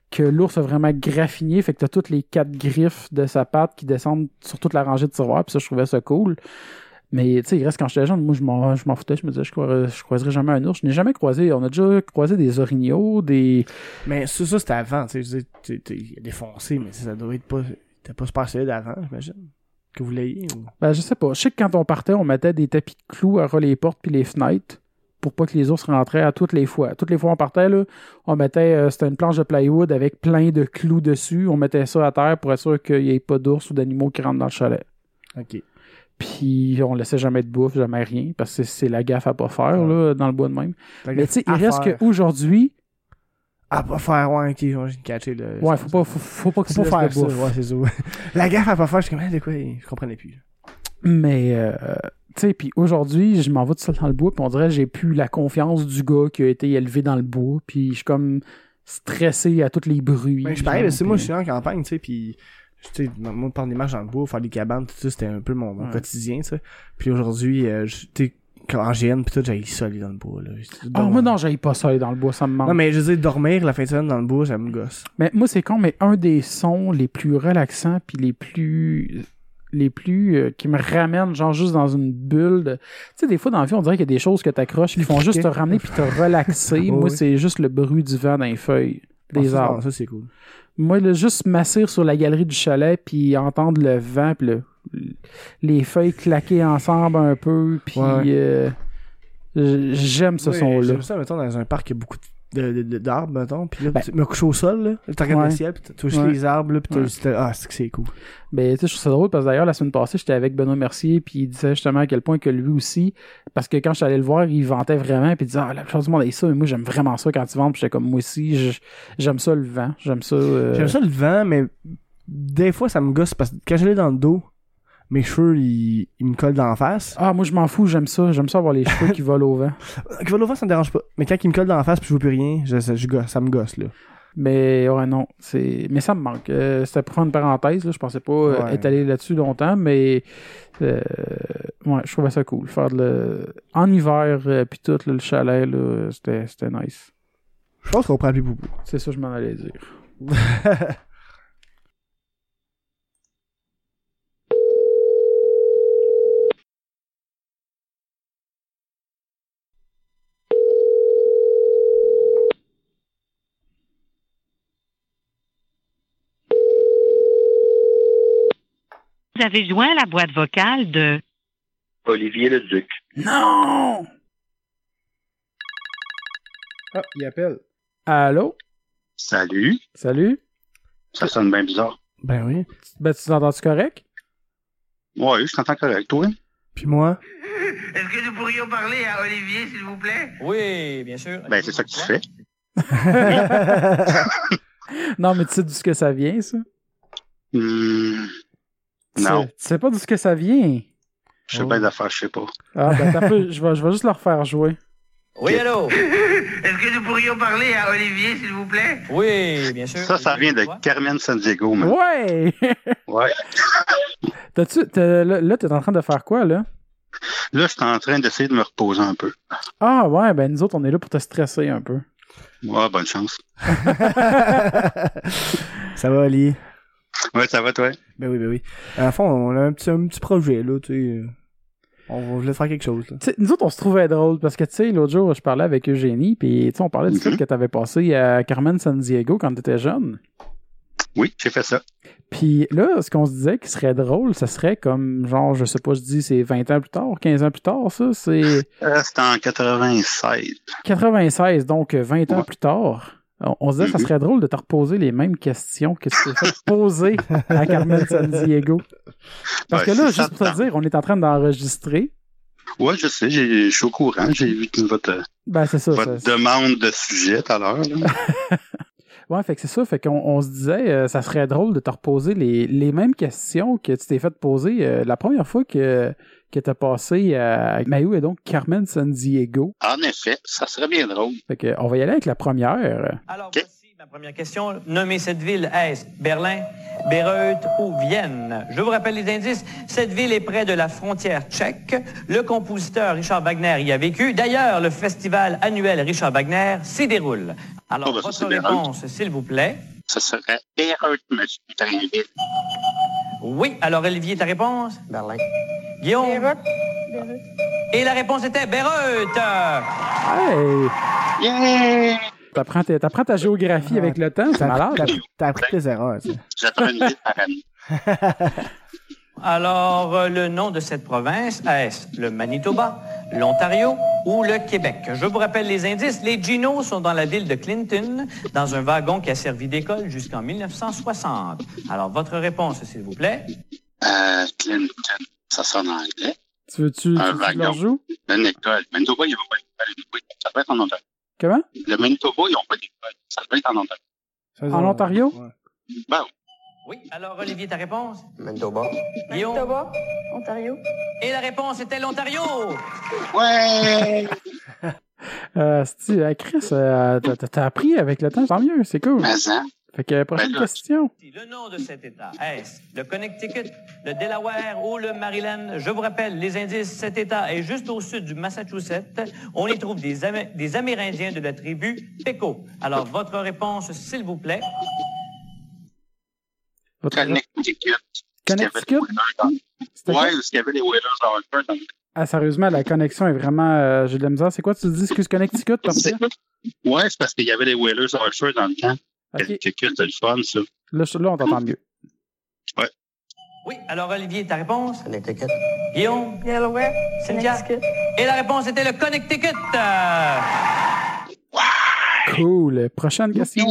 [SPEAKER 1] que l'ours a vraiment graffiné, fait que t'as toutes les quatre griffes de sa patte qui descendent sur toute la rangée de tiroirs, puis ça je trouvais ça cool. Mais tu sais, il reste quand j'étais jeune, moi je m'en je m'en foutais, je me disais je, croirais- je croiserais jamais un ours, je n'ai jamais croisé, on a déjà croisé des orignaux, des
[SPEAKER 2] Mais ça, ça, c'était avant, tu sais. Je veux dire, t'es- t'es- il a défoncé, mais ça doit être pas. T'as pas super solide avant, j'imagine. Que vous l'ayez. ou-
[SPEAKER 1] Ben, je sais pas. Je sais que quand on partait, on mettait des tapis de clous à ras les portes puis les fenêtres pour pas que les ours rentraient à toutes les fois. Toutes les fois on partait, là, on mettait, euh, c'était une planche de plywood avec plein de clous dessus. On mettait ça à terre pour être sûr qu'il n'y ait pas d'ours ou d'animaux qui rentrent dans le chalet.
[SPEAKER 2] Ok.
[SPEAKER 1] Puis on laissait jamais de bouffe, jamais rien, parce que c'est la gaffe à pas faire, là, dans le bois de même. Mais tu sais, il
[SPEAKER 2] À
[SPEAKER 1] reste
[SPEAKER 2] faire.
[SPEAKER 1] qu'aujourd'hui,
[SPEAKER 2] À pas faire, ouais, ok, ouais, j'ai catché le.
[SPEAKER 1] ouais, faut pas, faut, faut pas que
[SPEAKER 2] Faut
[SPEAKER 1] tu
[SPEAKER 2] pas
[SPEAKER 1] laisses
[SPEAKER 2] faire
[SPEAKER 1] de
[SPEAKER 2] ça,
[SPEAKER 1] bouffe.
[SPEAKER 2] ouais, c'est ça. La gaffe à pas faire, je suis comme, ah, de quoi, je comprenais plus.
[SPEAKER 1] Mais, euh, tu sais, puis aujourd'hui, je m'en vais tout seul dans le bois, puis on dirait que j'ai plus la confiance du gars qui a été élevé dans le bois, puis je suis comme stressé à tous les bruits.
[SPEAKER 2] Mais Ben, je pareil, parce que
[SPEAKER 1] genre,
[SPEAKER 2] moi, je
[SPEAKER 1] puis-
[SPEAKER 2] suis en campagne, tu sais, puis tu sais, moi, prendre des marches dans le bois, faire des cabanes, tout ça, c'était un peu mon, mon
[SPEAKER 1] Ouais.
[SPEAKER 2] quotidien, tu sais. Puis aujourd'hui, euh, je- tu sais, quand- en GN, puis tout, j'aille ça, aller dans le bois, là.
[SPEAKER 1] Ah, moi, non, j'aille pas seul dans le bois, ça me manque.
[SPEAKER 2] Non,
[SPEAKER 1] mais...
[SPEAKER 2] mais je veux dire, dormir la fin de semaine dans le bois, ça me gosse.
[SPEAKER 1] moi, c'est con, mais un des sons les plus relaxants, puis les plus. les plus. euh, qui me ramènent, genre, juste dans une bulle. de- Tu sais, des fois, dans la vie, on dirait qu'il y a des choses que t'accroches, qui font juste te ramener, puis te relaxer.
[SPEAKER 2] Oh,
[SPEAKER 1] moi,
[SPEAKER 2] oui.
[SPEAKER 1] c'est juste le bruit du vent dans les feuilles, des
[SPEAKER 2] Ah, ça,
[SPEAKER 1] arbres.
[SPEAKER 2] Ça, c'est cool.
[SPEAKER 1] Moi, là, juste m'asseoir sur la galerie du chalet, puis entendre le vent, puis le- les feuilles claquer ensemble un peu, puis
[SPEAKER 2] Ouais.
[SPEAKER 1] euh, j- j'aime ce
[SPEAKER 2] Ouais,
[SPEAKER 1] son-là.
[SPEAKER 2] J'aime ça, mettons, dans un parc, il y a beaucoup de de- de- de- d'arbres, mettons, puis là,
[SPEAKER 1] Ben.
[SPEAKER 2] tu me couches au sol, là, tu regardes
[SPEAKER 1] Ouais.
[SPEAKER 2] le ciel, puis tu touches
[SPEAKER 1] Ouais.
[SPEAKER 2] les arbres, là, puis t'as
[SPEAKER 1] Ouais.
[SPEAKER 2] juste- Ah, c'est que c'est cool.
[SPEAKER 1] Ben, tu sais, je trouve ça drôle parce que d'ailleurs, la semaine passée, j'étais avec Benoît Mercier, puis il disait justement à quel point que lui aussi, parce que quand je suis allé le voir, il vantait vraiment, puis il disait, ah, la plupart du monde est ça, mais moi, j'aime vraiment ça quand tu ventes, puis j'étais comme, moi aussi, je- j'aime ça le vent, j'aime ça. euh,
[SPEAKER 2] J'aime ça le vent, mais des fois, ça me gosse, parce que quand je l'ai dans le dos, mes cheveux, ils, ils me collent dans la face.
[SPEAKER 1] Ah, moi, je m'en fous, j'aime ça, j'aime ça avoir les cheveux qui volent au vent.
[SPEAKER 2] Qui va l'ouvrir, Euh, ça me dérange pas. Mais quand ils me collent dans la face, puis je vois plus rien, je, ça, je gosse- ça me gosse, là.
[SPEAKER 1] Mais ouais, non, c'est. Mais ça me manque. Euh, C'était pour faire une parenthèse, là. je pensais pas euh,
[SPEAKER 2] Ouais.
[SPEAKER 1] étaler là-dessus longtemps, mais euh, ouais, je trouvais ça cool. Faire de le. En hiver, euh, puis tout, là, le chalet, là, c'était c'était nice.
[SPEAKER 2] Je pense qu'on prend plus beaucoup.
[SPEAKER 1] C'est ça que je m'en allais dire.
[SPEAKER 5] Vous avez joint la boîte vocale de
[SPEAKER 6] Olivier Leduc.
[SPEAKER 1] Non! Ah, il appelle. Allô?
[SPEAKER 6] Salut.
[SPEAKER 1] Salut?
[SPEAKER 6] Ça sonne bien bizarre.
[SPEAKER 2] ben oui.
[SPEAKER 1] Ben, tu t'entends-tu correct?
[SPEAKER 6] Ouais, je t'entends correct, toi.
[SPEAKER 2] Puis moi,
[SPEAKER 7] Est-ce que nous pourrions parler à Olivier, s'il vous plaît
[SPEAKER 8] Oui, bien sûr.
[SPEAKER 6] Ben, c'est ça que tu fais.
[SPEAKER 1] Non, mais tu sais d'où ce que ça vient, ça?
[SPEAKER 6] Hmm,
[SPEAKER 1] Tu sais-
[SPEAKER 6] Non.
[SPEAKER 1] Tu sais pas d'où ce que ça vient?
[SPEAKER 6] je sais
[SPEAKER 1] Oh.
[SPEAKER 6] bien d'affaires, je sais pas.
[SPEAKER 1] Ah, ben, t'as peu, je vais, je vais juste leur faire jouer.
[SPEAKER 8] Oui, allô?
[SPEAKER 7] Est-ce que nous pourrions parler à Olivier, s'il vous plaît
[SPEAKER 8] Oui, bien sûr.
[SPEAKER 6] Ça, ça vient de Carmen San Diego, man.
[SPEAKER 1] Ouais!
[SPEAKER 6] Ouais.
[SPEAKER 1] T'as-tu, t'as- là, là, t'es en train de faire quoi, là?
[SPEAKER 6] Là, je suis en train d'essayer de me reposer un peu.
[SPEAKER 1] Ah, ouais, ben, nous autres, on est là pour te stresser un peu.
[SPEAKER 6] Ouais, bonne chance.
[SPEAKER 2] ça va, Ali.
[SPEAKER 6] Ouais, ça va, toi?
[SPEAKER 2] Ben oui, ben oui. À la fond, on a un petit, un petit projet, là, tu sais. On va- voulait faire quelque chose, là.
[SPEAKER 1] Tu sais, nous autres, on se trouvait drôle parce que, tu sais, l'autre jour, je parlais avec Eugénie, puis, tu sais, on parlait du
[SPEAKER 6] Mhm.
[SPEAKER 1] fait que t'avais passé à Carmen San Diego quand t'étais jeune.
[SPEAKER 6] Oui, j'ai fait ça.
[SPEAKER 1] Puis là, ce qu'on se disait qui serait drôle, ça serait comme, genre, je sais pas, je dis, c'est 20 ans plus tard, 15 ans plus tard, ça, c'est
[SPEAKER 6] Euh, C'était en 96.
[SPEAKER 1] 96, donc euh, 20 ans
[SPEAKER 6] Ouais.
[SPEAKER 1] plus tard. On, on se disait, ça
[SPEAKER 6] Mhm.
[SPEAKER 1] serait drôle de te reposer les mêmes questions que tu t'es fait poser à Carmen San Diego. Parce
[SPEAKER 6] Ouais,
[SPEAKER 1] que là,
[SPEAKER 6] c'est ça
[SPEAKER 1] juste pour te
[SPEAKER 6] dedans.
[SPEAKER 1] dire, on est en train d'enregistrer.
[SPEAKER 6] Ouais, je sais, j'ai- je suis au courant. J'ai vu votre,
[SPEAKER 1] Ben, c'est ça.
[SPEAKER 6] votre
[SPEAKER 1] ça.
[SPEAKER 6] demande de sujet tout à l'heure. là.
[SPEAKER 1] Ouais, fait que c'est ça. Fait qu'on on se disait, euh, ça serait drôle de te reposer les, les mêmes questions que tu t'es fait poser euh, la première fois que, que t'as passé à Mayou et donc Carmen San Diego.
[SPEAKER 6] En effet, ça serait bien drôle.
[SPEAKER 1] Fait que, on va y aller avec la première.
[SPEAKER 8] Alors,
[SPEAKER 6] Ok.
[SPEAKER 8] voici ma première question. Nommez cette ville. Est-ce Berlin, Bayreuth ou Vienne? Je vous rappelle les indices. Cette ville est près de la frontière tchèque. Le compositeur Richard Wagner y a vécu. D'ailleurs, le festival annuel Richard Wagner s'y déroule. Alors,
[SPEAKER 6] Oh, ben, ça,
[SPEAKER 8] votre
[SPEAKER 6] c'est Bayreuth.
[SPEAKER 8] réponse, s'il vous plaît.
[SPEAKER 6] Ça serait Bayreuth, monsieur Drainville.
[SPEAKER 8] Oui. Alors, Olivier, ta réponse? Berlin. Guillaume? Et la réponse était Bayreuth.
[SPEAKER 1] Hey!
[SPEAKER 6] Yeah!
[SPEAKER 1] T'apprends, tes- t'apprends ta géographie avec le temps, c'est
[SPEAKER 2] T'as
[SPEAKER 1] malade.
[SPEAKER 2] t'as appris tes erreurs, tu sais.
[SPEAKER 6] J'apprends une ville par année.
[SPEAKER 8] Alors, euh, le nom de cette province, est-ce le Manitoba, l'Ontario ou le Québec? Je vous rappelle les indices. Les Ginos sont dans la ville de Clinton, dans un wagon qui a servi d'école jusqu'en 1960. Alors, votre réponse, s'il vous plaît.
[SPEAKER 6] Euh, Clinton, ça sonne en anglais.
[SPEAKER 1] Tu veux-tu
[SPEAKER 6] Un
[SPEAKER 1] tu veux-tu leur
[SPEAKER 6] wagon.
[SPEAKER 1] jouer?
[SPEAKER 6] Une école. Manitoba, ils n'ont pas d'école. Oui, ça va être en Ontario.
[SPEAKER 1] Comment?
[SPEAKER 6] Le Manitoba, ils n'ont pas d'école. Ça va être en Ontario.
[SPEAKER 1] En Ontario?
[SPEAKER 2] Ouais.
[SPEAKER 6] Ben, oui.
[SPEAKER 8] Oui, alors, Olivier, ta réponse?
[SPEAKER 7] Manitoba.
[SPEAKER 8] Guillaume?
[SPEAKER 9] Manitoba, Ontario.
[SPEAKER 8] Et la réponse était l'Ontario!
[SPEAKER 6] ouais!
[SPEAKER 1] Euh, c'est- euh, Chris, euh, t'as, t'as- t'as appris avec le temps, tant mieux, c'est cool.
[SPEAKER 6] Mais hein,
[SPEAKER 1] Fait que, prochaine
[SPEAKER 6] Ben là,
[SPEAKER 1] question.
[SPEAKER 8] Le nom de cet État, est-ce le Connecticut, le Delaware ou le Maryland? Je vous rappelle les indices. Cet État est juste au sud du Massachusetts. On y trouve des, Amé- des Amérindiens de la tribu Peco. Alors, votre réponse, s'il vous plaît.
[SPEAKER 1] Votre-
[SPEAKER 6] Connecticut.
[SPEAKER 1] Connecticut? C'était quoi?
[SPEAKER 6] Oui, parce qu'il y avait les Whalers dans le dans le-
[SPEAKER 1] Ah, sérieusement, la connexion est vraiment. euh, j'ai de la misère. C'est quoi, tu dis? Excuse Connecticut, parfait?
[SPEAKER 6] Ouais, c'est parce qu'il y avait les Whalers dans le dans le temps.
[SPEAKER 1] Ok.
[SPEAKER 6] Connecticut, c'est le fun, ça.
[SPEAKER 1] Là, je- là, on t'entend mieux.
[SPEAKER 8] Oui, alors, Olivier, ta réponse? Connecticut. Guillaume?
[SPEAKER 9] Delaware,
[SPEAKER 8] Cynthia?
[SPEAKER 9] Connecticut.
[SPEAKER 8] Et la réponse était le Connecticut. Euh,
[SPEAKER 6] Ouais!
[SPEAKER 1] Cool. Prochaine question.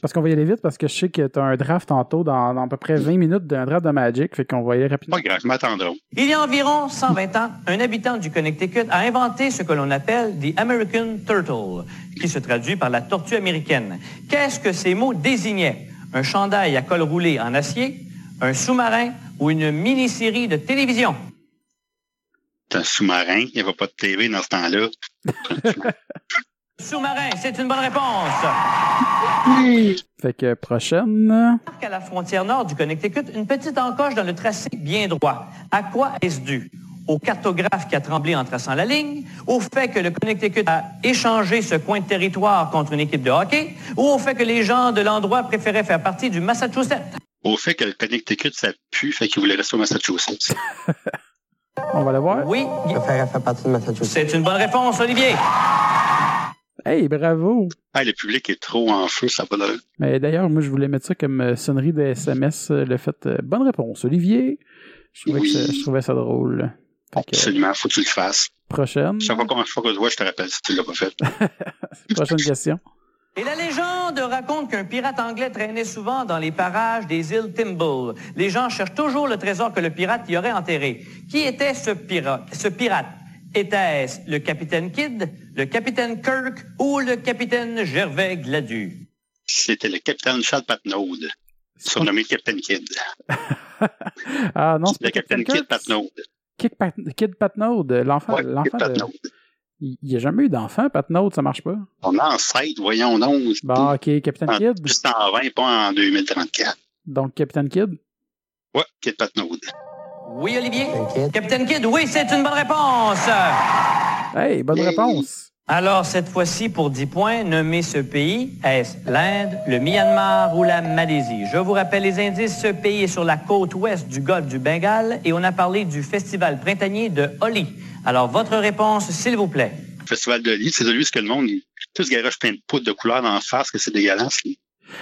[SPEAKER 1] Parce qu'on va y aller vite, parce que je sais que t'as un draft tantôt dans, dans à peu près 20 minutes d'un draft de Magic, fait qu'on va y aller rapidement.
[SPEAKER 6] Pas grave, m'attendrons.
[SPEAKER 8] Il y a environ 120 ans, un habitant du Connecticut a inventé ce que l'on appelle the American Turtle, qui se traduit par la tortue américaine. Qu'est-ce que ces mots désignaient Un chandail à col roulé en acier, un sous-marin ou une mini-série de télévision
[SPEAKER 6] C'est un sous-marin, il n'y avait pas de TV dans ce temps-là.
[SPEAKER 8] Sous-marin, c'est une bonne réponse.
[SPEAKER 1] Fait que prochaine.
[SPEAKER 8] Marque à la frontière nord du Connecticut une petite encoche dans le tracé bien droit. À quoi est-ce dû? Au cartographe qui a tremblé en traçant la ligne, au fait que le Connecticut a échangé ce coin de territoire contre une équipe de hockey, ou au fait que les gens de l'endroit préféraient faire partie du Massachusetts?
[SPEAKER 6] Au fait que le Connecticut, ça pue, fait qu'il voulait rester au Massachusetts.
[SPEAKER 1] On va le voir.
[SPEAKER 8] Oui, Guy-
[SPEAKER 10] préférerais faire partie de Massachusetts.
[SPEAKER 8] c'est une bonne réponse, Olivier.
[SPEAKER 1] Hey, bravo!
[SPEAKER 6] Ah, le public est trop en feu, ça va dans
[SPEAKER 1] Mais d'ailleurs, moi, je voulais mettre ça comme euh, sonnerie de SMS. euh, Le fait, euh, bonne réponse, Olivier. Je trouvais, que
[SPEAKER 6] Oui.
[SPEAKER 1] ça, je trouvais ça drôle. Fait que, euh,
[SPEAKER 6] Absolument, faut que tu le fasses.
[SPEAKER 1] prochaine.
[SPEAKER 6] Chaque fois qu'on- chaque fois que je te vois, je te rappelle si tu l'as pas fait.
[SPEAKER 1] Prochaine question.
[SPEAKER 8] Et la légende raconte qu'un pirate anglais traînait souvent dans les parages des îles Timble. Les gens cherchent toujours le trésor que le pirate y aurait enterré. Qui était ce pirate? Ce pirate? Était-ce le capitaine Kidd, le capitaine Kirk ou le capitaine Gervais Gladu?
[SPEAKER 6] C'était le capitaine Charles Patnaud, surnommé Captain Kidd.
[SPEAKER 1] Ah non, c'est
[SPEAKER 6] Le
[SPEAKER 1] pas
[SPEAKER 6] capitaine Kidd Patnaud.
[SPEAKER 1] Kid, Pat... Kid Patnaud, de l'enfant.
[SPEAKER 6] Ouais, Kidd
[SPEAKER 1] l'enfant de-
[SPEAKER 6] Patnaud.
[SPEAKER 1] Il n'y a jamais eu d'enfant, Patnaud, ça marche pas.
[SPEAKER 6] On est en sept, voyons donc.
[SPEAKER 1] Bon, ok, Capitaine
[SPEAKER 6] En-
[SPEAKER 1] Kidd.
[SPEAKER 6] Juste en 20, pas en 2034.
[SPEAKER 1] Donc, Capitaine Kidd.
[SPEAKER 6] Ouais, Kidd Patnaud.
[SPEAKER 8] Oui, Olivier?
[SPEAKER 10] T'inquiète.
[SPEAKER 8] Capitaine Kidd, oui, c'est une bonne réponse!
[SPEAKER 1] Hey, bonne
[SPEAKER 6] Yay.
[SPEAKER 1] réponse.
[SPEAKER 8] Alors, cette fois-ci, pour 10 points, nommez ce pays. Est-ce l'Inde, le Myanmar ou la Malaisie? Je vous rappelle les indices. Ce pays est sur la côte ouest du golfe du Bengale et on a parlé du festival printanier de Holi. Alors, votre réponse, s'il vous plaît.
[SPEAKER 6] Le festival de Lille, c'est celui où que le monde, il- tous garoche plein de poudre de couleur dans la face, que c'est dégueulasse.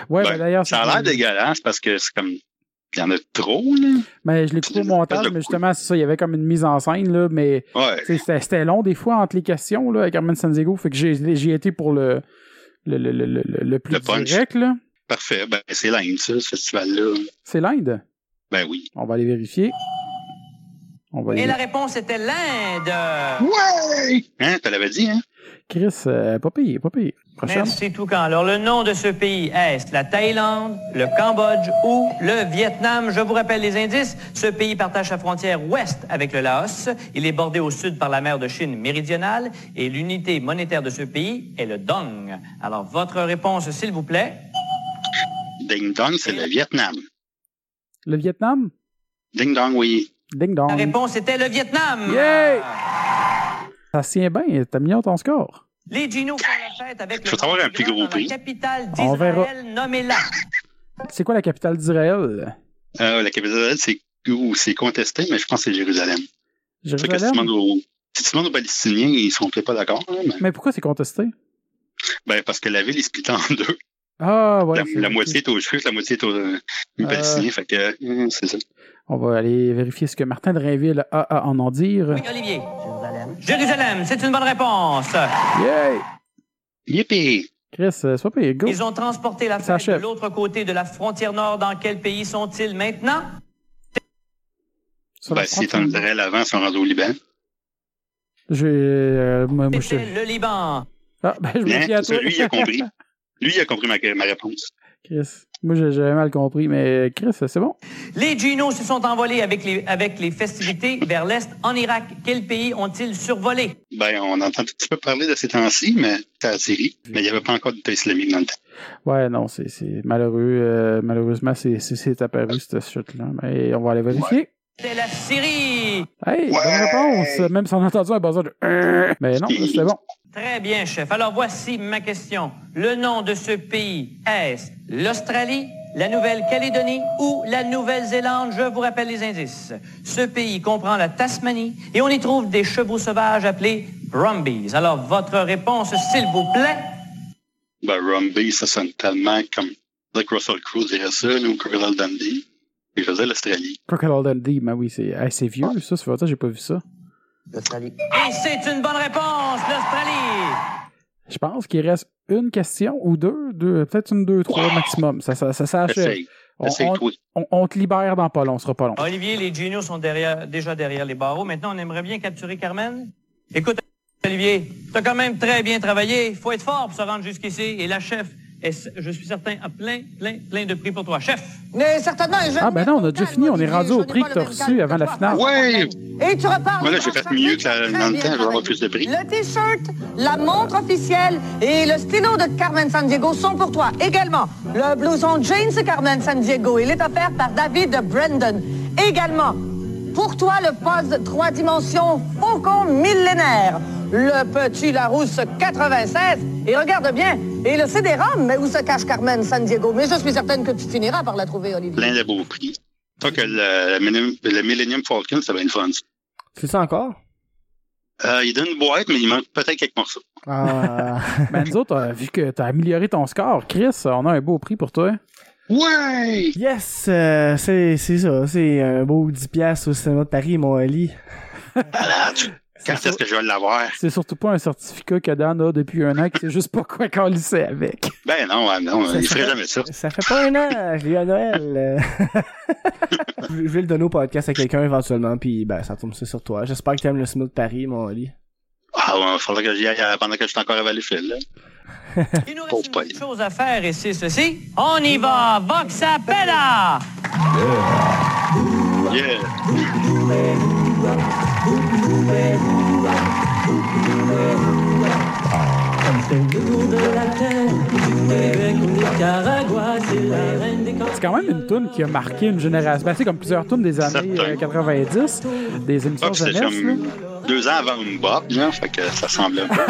[SPEAKER 1] Ouais,
[SPEAKER 6] Ben,
[SPEAKER 1] ben, d'ailleurs,
[SPEAKER 6] Ça a l'air dégueulasse parce que c'est comme. Il y en a trop, là.
[SPEAKER 1] Mais je l'ai coupé au
[SPEAKER 6] C'est une espèce
[SPEAKER 1] montage,
[SPEAKER 6] de
[SPEAKER 1] mais justement, c'est ça, il y avait comme une mise en scène, là, mais
[SPEAKER 6] Ouais.
[SPEAKER 1] tu sais, c'était c'était long des fois entre les questions, là, avec Carmen Sanziego, fait que j'ai j'y ai été pour le, le, le, le, le, le plus
[SPEAKER 6] Le punch.
[SPEAKER 1] direct, là.
[SPEAKER 6] Parfait. Ben, c'est l'Inde, ça, ce festival-là.
[SPEAKER 1] C'est l'Inde.
[SPEAKER 6] Ben oui.
[SPEAKER 1] On va aller vérifier. On va aller
[SPEAKER 8] Et la réponse était l'Inde.
[SPEAKER 6] Ouais! Hein, tu l'avais dit, hein?
[SPEAKER 1] Chris, euh, pas payé, pas payé. Prochaine.
[SPEAKER 8] Merci tout quand. Alors, le nom de ce pays, est-ce la Thaïlande, le Cambodge ou le Vietnam? Je vous rappelle les indices. Ce pays partage sa frontière ouest avec le Laos. Il est bordé au sud par la mer de Chine méridionale et l'unité monétaire de ce pays est le Dong. Alors, votre réponse, s'il vous plaît.
[SPEAKER 6] Ding Dong, c'est le Vietnam.
[SPEAKER 1] Le Vietnam?
[SPEAKER 6] Ding Dong, oui.
[SPEAKER 1] Ding
[SPEAKER 8] La
[SPEAKER 1] dong.
[SPEAKER 8] réponse était le Vietnam.
[SPEAKER 1] Yay! Ça se tient bien, t'as mignon ton score.
[SPEAKER 8] Les Ginos font la fête avec
[SPEAKER 6] Faut avoir un plus gros
[SPEAKER 8] dans la
[SPEAKER 6] prix.
[SPEAKER 8] capitale
[SPEAKER 1] On verra.
[SPEAKER 8] d'Israël, nommée-la.
[SPEAKER 1] C'est quoi la capitale d'Israël?
[SPEAKER 6] Euh, la capitale, c'est où c'est contesté, mais je pense que c'est Jérusalem. Fait que si tu
[SPEAKER 1] Jérusalem?
[SPEAKER 6] demandes aux, si tu demandes aux Palestiniens, ils sont peut-être pas d'accord. hein, mais-
[SPEAKER 1] Mais pourquoi c'est contesté?
[SPEAKER 6] Ben, parce que la ville est splittée en deux.
[SPEAKER 1] Ah, ouais.
[SPEAKER 6] la,
[SPEAKER 1] c'est-
[SPEAKER 6] la moitié est aux Juifs, la moitié est aux, euh, aux
[SPEAKER 1] Euh.
[SPEAKER 6] Palestiniens. Fait que, hum, c'est ça.
[SPEAKER 1] On va aller vérifier ce que Martin de Rainville a à en en dire.
[SPEAKER 8] Oui, Olivier. Jérusalem, c'est une bonne réponse.
[SPEAKER 1] Yay!
[SPEAKER 6] Yippee!
[SPEAKER 1] Chris, euh, sois payé, go!
[SPEAKER 8] Ils ont transporté la
[SPEAKER 1] Ça
[SPEAKER 8] fête de
[SPEAKER 1] achève.
[SPEAKER 8] l'autre côté de la frontière nord. Dans quel pays sont-ils maintenant?
[SPEAKER 1] Sur la
[SPEAKER 6] Ben, si en
[SPEAKER 1] frontière.
[SPEAKER 6] Israël avant, ils sont rendus au Liban.
[SPEAKER 1] Je, euh, moi, moi, je-
[SPEAKER 8] C'était le Liban.
[SPEAKER 1] Ah, ben, je me
[SPEAKER 6] Hein?
[SPEAKER 1] fie à
[SPEAKER 6] Parce
[SPEAKER 1] toi.
[SPEAKER 6] que lui, il a compris. Lui, il a compris ma, ma réponse.
[SPEAKER 1] Chris. Moi, j'ai- j'avais mal compris, mais Chris, c'est bon.
[SPEAKER 8] Les Ginos se sont envolés avec les, avec les festivités vers l'Est en Irak. Quel pays ont-ils survolé?
[SPEAKER 6] Ben, on entend un petit peu parler de ces temps-ci, mais c'est la Syrie. Mais il n'y avait pas encore d'État islamique dans le temps.
[SPEAKER 1] Ouais, non, c'est c'est malheureux. euh, malheureusement, c'est- c'est c'est apparu, cette chute-là. Mais on va aller vérifier.
[SPEAKER 8] C'était la Syrie.
[SPEAKER 1] Hey,
[SPEAKER 6] Ouais.
[SPEAKER 1] bonne réponse! Même si on a entendu un buzzer de... Euh Mais non, c'est bon.
[SPEAKER 8] Très bien, chef. Alors voici ma question. Le nom de ce pays est-ce l'Australie, la Nouvelle-Calédonie ou la Nouvelle-Zélande? Je vous rappelle les indices. Ce pays comprend la Tasmanie et on y trouve des chevaux sauvages appelés Brumbies. Alors votre réponse, s'il vous plaît.
[SPEAKER 6] Ben, Rumby, ça sonne tellement comme. Like Russell Crowe dirait ça, là, ou Crocodile Dundee. Et je faisais l'Australie.
[SPEAKER 1] Crocodile Dundee, mais oui, c'est hey, c'est vieux, ça, ça fait longtemps que j'ai pas vu ça.
[SPEAKER 10] L'Australie.
[SPEAKER 8] Et c'est une bonne réponse, l'Australie.
[SPEAKER 1] Je pense qu'il reste une question ou deux, deux peut-être une, deux, trois maximum. Ça, ça, ça, s'achève.
[SPEAKER 6] Essaye.
[SPEAKER 1] Ah, On,
[SPEAKER 6] Essaye,
[SPEAKER 1] on-
[SPEAKER 6] toi.
[SPEAKER 1] on- on te libère dans pas long, on sera pas long.
[SPEAKER 8] Olivier, les Genios sont derrière, déjà derrière les barreaux. Maintenant, on aimerait bien capturer Carmen. Écoute, Olivier, t'as quand même très bien travaillé. Faut être fort pour se rendre jusqu'ici. Et la chef, est, je suis certain, a plein, plein, plein de prix pour toi. Chef!
[SPEAKER 7] Mais certainement, je
[SPEAKER 1] Ah ben non, on a déjà fini, on est rendu au prix que t'as reçu avant la finale.
[SPEAKER 6] Ouais!
[SPEAKER 7] Et tu repars.
[SPEAKER 6] Moi, là, j'ai fait mieux que la- dans le temps, je vais avoir plus de prix.
[SPEAKER 7] Le t-shirt, la montre officielle et le stylo de Carmen San Diego sont pour toi. Également, le blouson jeans de Carmen San Diego, il est offert par David de Brandon. Également, pour toi, le poste de trois dimensions Faucon millénaire, le petit Larousse 96. Et regarde bien, et le CD-ROM, mais où se cache Carmen San Diego? Mais je suis certaine que tu finiras par la trouver, Olivier.
[SPEAKER 6] Plein de beaux prix. Pas que le, le, Millennium, le Millennium Falcon, ça va être le fun. ça.
[SPEAKER 2] C'est ça encore?
[SPEAKER 6] Euh, il donne une boîte, mais il manque peut-être quelques morceaux.
[SPEAKER 2] Ah,
[SPEAKER 1] Ben nous autres, euh, vu que t'as amélioré ton score, Chris, euh, on a un beau prix pour toi.
[SPEAKER 6] Ouais!
[SPEAKER 2] yes! euh, c'est c'est ça. C'est un beau 10$ piastres au cinéma de Paris, mon Ali.
[SPEAKER 6] Quand est-ce que je vais l'avoir?
[SPEAKER 1] C'est surtout pas un certificat que Dan a depuis un an, qui sait juste pas quoi qu'on lycée avec.
[SPEAKER 6] Ben non, ouais, non,
[SPEAKER 2] Ça
[SPEAKER 6] il ferait
[SPEAKER 2] serait-
[SPEAKER 6] jamais ça.
[SPEAKER 2] Ça fait pas un an, je l'ai eu à Noël. je je vais le donner au podcast à quelqu'un éventuellement, puis ben, ça tombe ça sur toi. J'espère que t'aimes le cinéma de Paris, mon Ali.
[SPEAKER 6] Ah, ouais, il faudrait que j'y aille euh, pendant que je suis encore à Valleyfield, là.
[SPEAKER 8] Il nous
[SPEAKER 6] Pauvre
[SPEAKER 8] reste une
[SPEAKER 6] Pauline.
[SPEAKER 8] chose à faire et c'est ceci. On y va! Vox Appella!
[SPEAKER 6] Yeah!
[SPEAKER 1] C'est quand même une toune qui a marqué une génération. Ben, c'est comme plusieurs tunes des années
[SPEAKER 6] Certain.
[SPEAKER 1] euh, 90, des émissions
[SPEAKER 6] Box, c'est
[SPEAKER 1] jeunesse. là.
[SPEAKER 6] comme deux ans avant une Bob, genre, fait que ça semble un peu.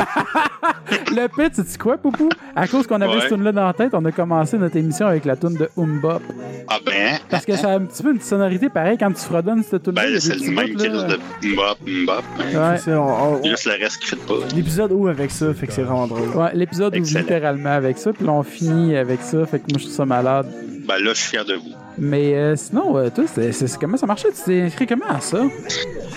[SPEAKER 1] Le pit, c'est quoi, Poupou? À cause qu'on avait
[SPEAKER 6] Ouais.
[SPEAKER 1] cette tune-là dans la tête, on a commencé notre émission avec la tune de Umbop.
[SPEAKER 6] Ah ben,
[SPEAKER 1] Parce que ça a un petit peu une sonorité pareille quand tu fredonnes cette tune-là. il y a
[SPEAKER 6] ben
[SPEAKER 1] des
[SPEAKER 6] c'est le
[SPEAKER 1] petits
[SPEAKER 6] même
[SPEAKER 1] bouts,
[SPEAKER 6] qui
[SPEAKER 1] là.
[SPEAKER 6] reste de Bob, Bob.
[SPEAKER 1] Ouais.
[SPEAKER 2] C'est ça, on- on- on-
[SPEAKER 6] Juste le reste qui fit pas.
[SPEAKER 2] L'épisode où avec ça, fait que c'est vraiment drôle.
[SPEAKER 1] Ouais, l'épisode ouvre
[SPEAKER 6] Excellent.
[SPEAKER 1] littéralement avec ça, puis là, on finit avec ça, fait que moi, je trouve ça malade.
[SPEAKER 6] Ben là, je suis fier de vous.
[SPEAKER 1] Mais euh, sinon, euh, toi, c'est, c'est- comment ça marchait? Tu t'es inscrit comment à ça?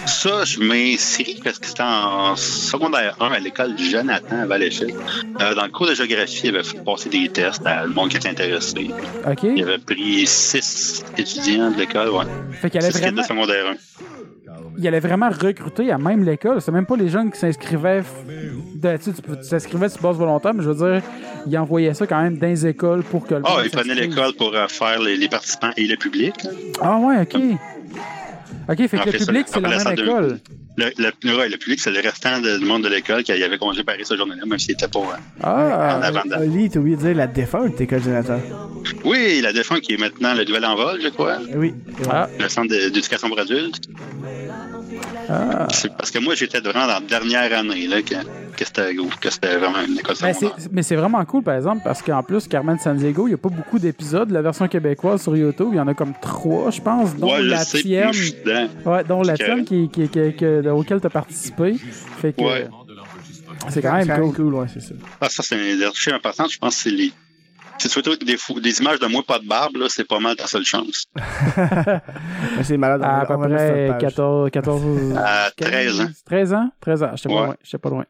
[SPEAKER 6] Ça, je m'inscris parce que c'était en secondaire 1 à l'école Jonathan à Valéchelle. Euh, dans le cours de géographie, il avait fait passer des tests à le monde qui était intéressé.
[SPEAKER 1] OK?
[SPEAKER 6] Il avait pris 6 étudiants de l'école, ouais.
[SPEAKER 1] Fait qu'il allait
[SPEAKER 6] 6 kids de
[SPEAKER 1] vraiment,
[SPEAKER 6] secondaire 1.
[SPEAKER 1] il allait vraiment recruter à même l'école. C'est même pas les jeunes qui s'inscrivaient. f- de- tu, sais, tu peux- tu s'inscrivais sur base volontaire, mais je veux dire, ils envoyaient ça quand même dans les écoles pour que le.
[SPEAKER 6] Ah,
[SPEAKER 1] monde
[SPEAKER 6] il prenait
[SPEAKER 1] s'inscrive.
[SPEAKER 6] l'école pour euh, faire les, les participants et le public.
[SPEAKER 1] Ah, ouais, OK. OK, fait que
[SPEAKER 6] Après
[SPEAKER 1] le
[SPEAKER 6] ça,
[SPEAKER 1] public, c'est la
[SPEAKER 6] après la
[SPEAKER 1] même
[SPEAKER 6] salle de-
[SPEAKER 1] école.
[SPEAKER 6] Le, le, ouais, le public, c'est le restant de- du monde de l'école qui avait congé Paris ce jour-là, même s'il était pas euh, en
[SPEAKER 1] Ah,
[SPEAKER 6] avant de-
[SPEAKER 2] Oli, t'as oublié de dire la défunte école Jonathan.
[SPEAKER 6] Oui, la défense qui est maintenant le nouvel envol, je crois.
[SPEAKER 2] Eh Oui.
[SPEAKER 1] Ah.
[SPEAKER 6] Le centre de- d'éducation pour adultes.
[SPEAKER 1] ah.
[SPEAKER 6] C'est parce que moi, j'étais vraiment dans la dernière année là, que, que c'était gros, que c'était vraiment une école
[SPEAKER 1] Mais Ben,
[SPEAKER 6] secondaire.
[SPEAKER 1] c'est, mais c'est vraiment cool, par exemple, parce qu'en plus, Carmen San Diego, il n'y a pas beaucoup d'épisodes. La version québécoise sur YouTube, il y en a comme trois, je pense, dont
[SPEAKER 6] Ouais, je
[SPEAKER 1] la
[SPEAKER 6] sais,
[SPEAKER 1] tienne.
[SPEAKER 6] puis je suis dedans.
[SPEAKER 1] Ouais, dont la
[SPEAKER 6] que-
[SPEAKER 1] tienne qui, qui, qui- que- auquel tu as participé. Fait que
[SPEAKER 6] Ouais.
[SPEAKER 1] c'est quand même cool.
[SPEAKER 2] ouais, c'est ça.
[SPEAKER 6] Ah, ça, c'est un archive important. Je pense que c'est les. C'est surtout des, fou- des images de moi pas de barbe, là, c'est pas mal ta seule chance.
[SPEAKER 1] Ah,
[SPEAKER 2] Mais c'est malade. on
[SPEAKER 1] À
[SPEAKER 2] va-
[SPEAKER 1] peu
[SPEAKER 2] on va mettre sur
[SPEAKER 1] près
[SPEAKER 2] notre page.
[SPEAKER 1] 14, 14
[SPEAKER 6] À
[SPEAKER 1] 15,
[SPEAKER 6] 13 ans.
[SPEAKER 1] 13 ans? 13 ans, j'étais pas
[SPEAKER 6] Ouais.
[SPEAKER 1] loin. J'étais pas loin.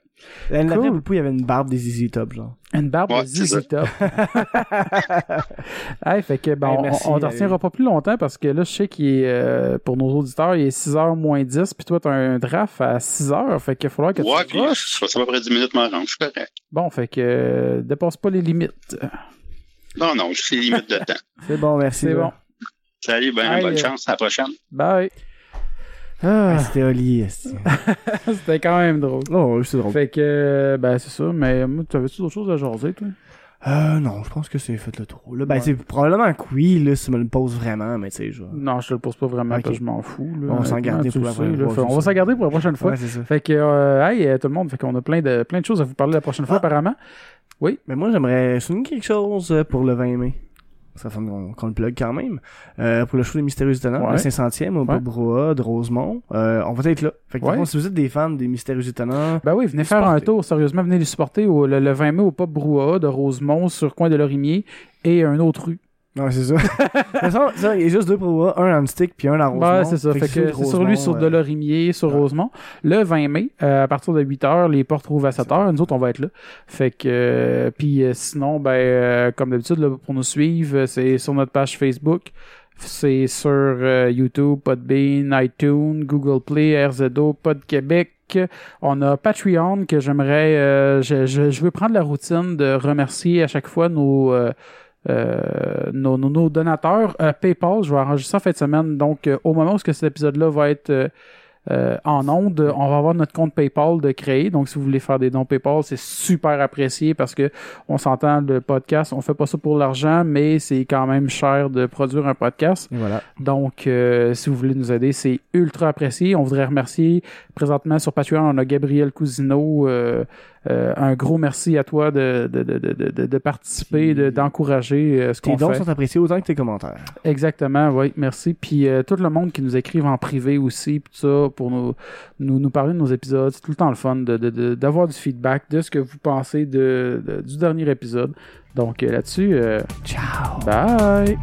[SPEAKER 2] L'année d'après,
[SPEAKER 1] Cool.
[SPEAKER 2] Poupou, il y avait une barbe des Easy Top, genre.
[SPEAKER 1] Une barbe
[SPEAKER 6] Ouais,
[SPEAKER 1] de
[SPEAKER 6] c'est
[SPEAKER 1] ZZ Top. hey, fait que, ben,
[SPEAKER 2] Hey,
[SPEAKER 1] on-
[SPEAKER 2] merci,
[SPEAKER 1] on ne
[SPEAKER 2] Valérie.
[SPEAKER 1] retiendra pas plus longtemps parce que là, je sais qu'il est, euh, pour nos auditeurs, il est 6h moins 10, puis toi, t'as un draft à 6h, fait qu'il va falloir que
[SPEAKER 6] Ouais,
[SPEAKER 1] tu
[SPEAKER 6] puis
[SPEAKER 1] te rushes.
[SPEAKER 6] ça va à peu près 10 minutes m'en rendre, je suis correct.
[SPEAKER 1] Bon, fait que, euh, dépasse pas les limites.
[SPEAKER 6] Non, non, je suis limite de temps.
[SPEAKER 2] C'est bon, merci.
[SPEAKER 1] C'est
[SPEAKER 2] là.
[SPEAKER 1] bon.
[SPEAKER 6] Salut, ben,
[SPEAKER 1] Hey,
[SPEAKER 6] bonne
[SPEAKER 1] euh,
[SPEAKER 6] chance, à la prochaine.
[SPEAKER 1] Bye.
[SPEAKER 2] Ah, c'était Oli. esti.
[SPEAKER 1] C'était quand même drôle.
[SPEAKER 2] Oh, c'est drôle.
[SPEAKER 1] Fait que, euh, ben, c'est ça, mais moi, t'avais-tu d'autres choses à jaser, toi?
[SPEAKER 2] Euh, non, je pense que c'est fait le tour. Là. Ben,
[SPEAKER 1] Ouais.
[SPEAKER 2] c'est probablement que oui, là, si tu me le poses vraiment, mais tu sais, genre.
[SPEAKER 1] Non, je te le pose pas vraiment,
[SPEAKER 2] Ok.
[SPEAKER 1] parce que je m'en fous. là.
[SPEAKER 2] On s'en
[SPEAKER 1] Honnêtement,
[SPEAKER 2] gardait
[SPEAKER 1] tu
[SPEAKER 2] pour
[SPEAKER 1] le
[SPEAKER 2] la
[SPEAKER 1] sais,
[SPEAKER 2] prochaine
[SPEAKER 1] là.
[SPEAKER 2] fois,
[SPEAKER 1] Fait- On
[SPEAKER 2] c'est
[SPEAKER 1] va
[SPEAKER 2] ça.
[SPEAKER 1] s'en garder pour la prochaine fois.
[SPEAKER 2] Ouais, c'est ça.
[SPEAKER 1] Fait que, euh, hey, euh, tout le monde, fait qu'on a plein de, plein de choses à vous parler la prochaine fois,
[SPEAKER 2] Ah.
[SPEAKER 1] apparemment.
[SPEAKER 2] Mais moi, j'aimerais souligner quelque chose euh, pour le 20 mai. Ça fait qu'on qu'on le plug quand même. Euh, pour le show des Mystérieux Étonnants,
[SPEAKER 1] Ouais.
[SPEAKER 2] le 500e au
[SPEAKER 1] Ouais.
[SPEAKER 2] Bobroa de Rosemont, euh, on va être là. Fait que,
[SPEAKER 1] Ouais.
[SPEAKER 2] par contre, si vous êtes des fans des Mystérieux Étonnants,
[SPEAKER 1] Ben oui, venez faire un
[SPEAKER 2] supporter.
[SPEAKER 1] tour, sérieusement, venez les supporter au- le, le 20 mai au Pop Brouhaha de Rosemont sur Coin de Lorimier et un autre rue.
[SPEAKER 2] Non, c'est ça. De toute façon, ça, il y a juste deux promos, un en stick puis un en Rosemont.
[SPEAKER 1] Ouais, Bah, c'est ça. Fait que
[SPEAKER 2] celui de
[SPEAKER 1] c'est sur lui,
[SPEAKER 2] Rosemont,
[SPEAKER 1] sur
[SPEAKER 2] euh,
[SPEAKER 1] Delorimier, sur Rosemont. Le 20 mai, euh, à partir de 8 h les portes ouvrent à 7 h Nous autres, on va être là. Fait que, euh, puis euh, sinon, ben, euh, comme d'habitude, là, pour nous suivre, euh, c'est sur notre page Facebook. C'est sur euh, YouTube, Podbean, iTunes, Google Play, RZO, Pod Québec. On a Patreon que j'aimerais. euh, je, je, je veux prendre la routine de remercier à chaque fois nos. euh, euh, nos, nos, nos donateurs. Euh, PayPal, je vais arranger ça en fin de semaine. Donc, euh, au moment où ce que cet épisode-là va être euh, euh, en onde, on va avoir notre compte PayPal de créer. Donc, si vous voulez faire des dons PayPal, c'est super apprécié parce que on s'entend le podcast. On fait pas ça pour l'argent, mais c'est quand même cher de produire un podcast.
[SPEAKER 2] Et voilà.
[SPEAKER 1] Donc, euh, si vous voulez nous aider, c'est ultra apprécié. On voudrait remercier présentement sur Patreon, on a Gabriel Cousineau. euh, euh, un gros merci à toi de, de, de, de, de- de participer, de- d'encourager euh, ce
[SPEAKER 2] Tes
[SPEAKER 1] qu'on
[SPEAKER 2] dons
[SPEAKER 1] fait.
[SPEAKER 2] sont appréciés autant que tes commentaires.
[SPEAKER 1] Exactement, oui, merci. Puis euh, tout le monde qui nous écrive en privé aussi, puis tout ça, pour nous, nous, nous parler de nos épisodes, c'est tout le temps le fun de- de- de- d'avoir du feedback, de ce que vous pensez de, de- du dernier épisode. Donc euh, là-dessus, euh, ciao! Bye!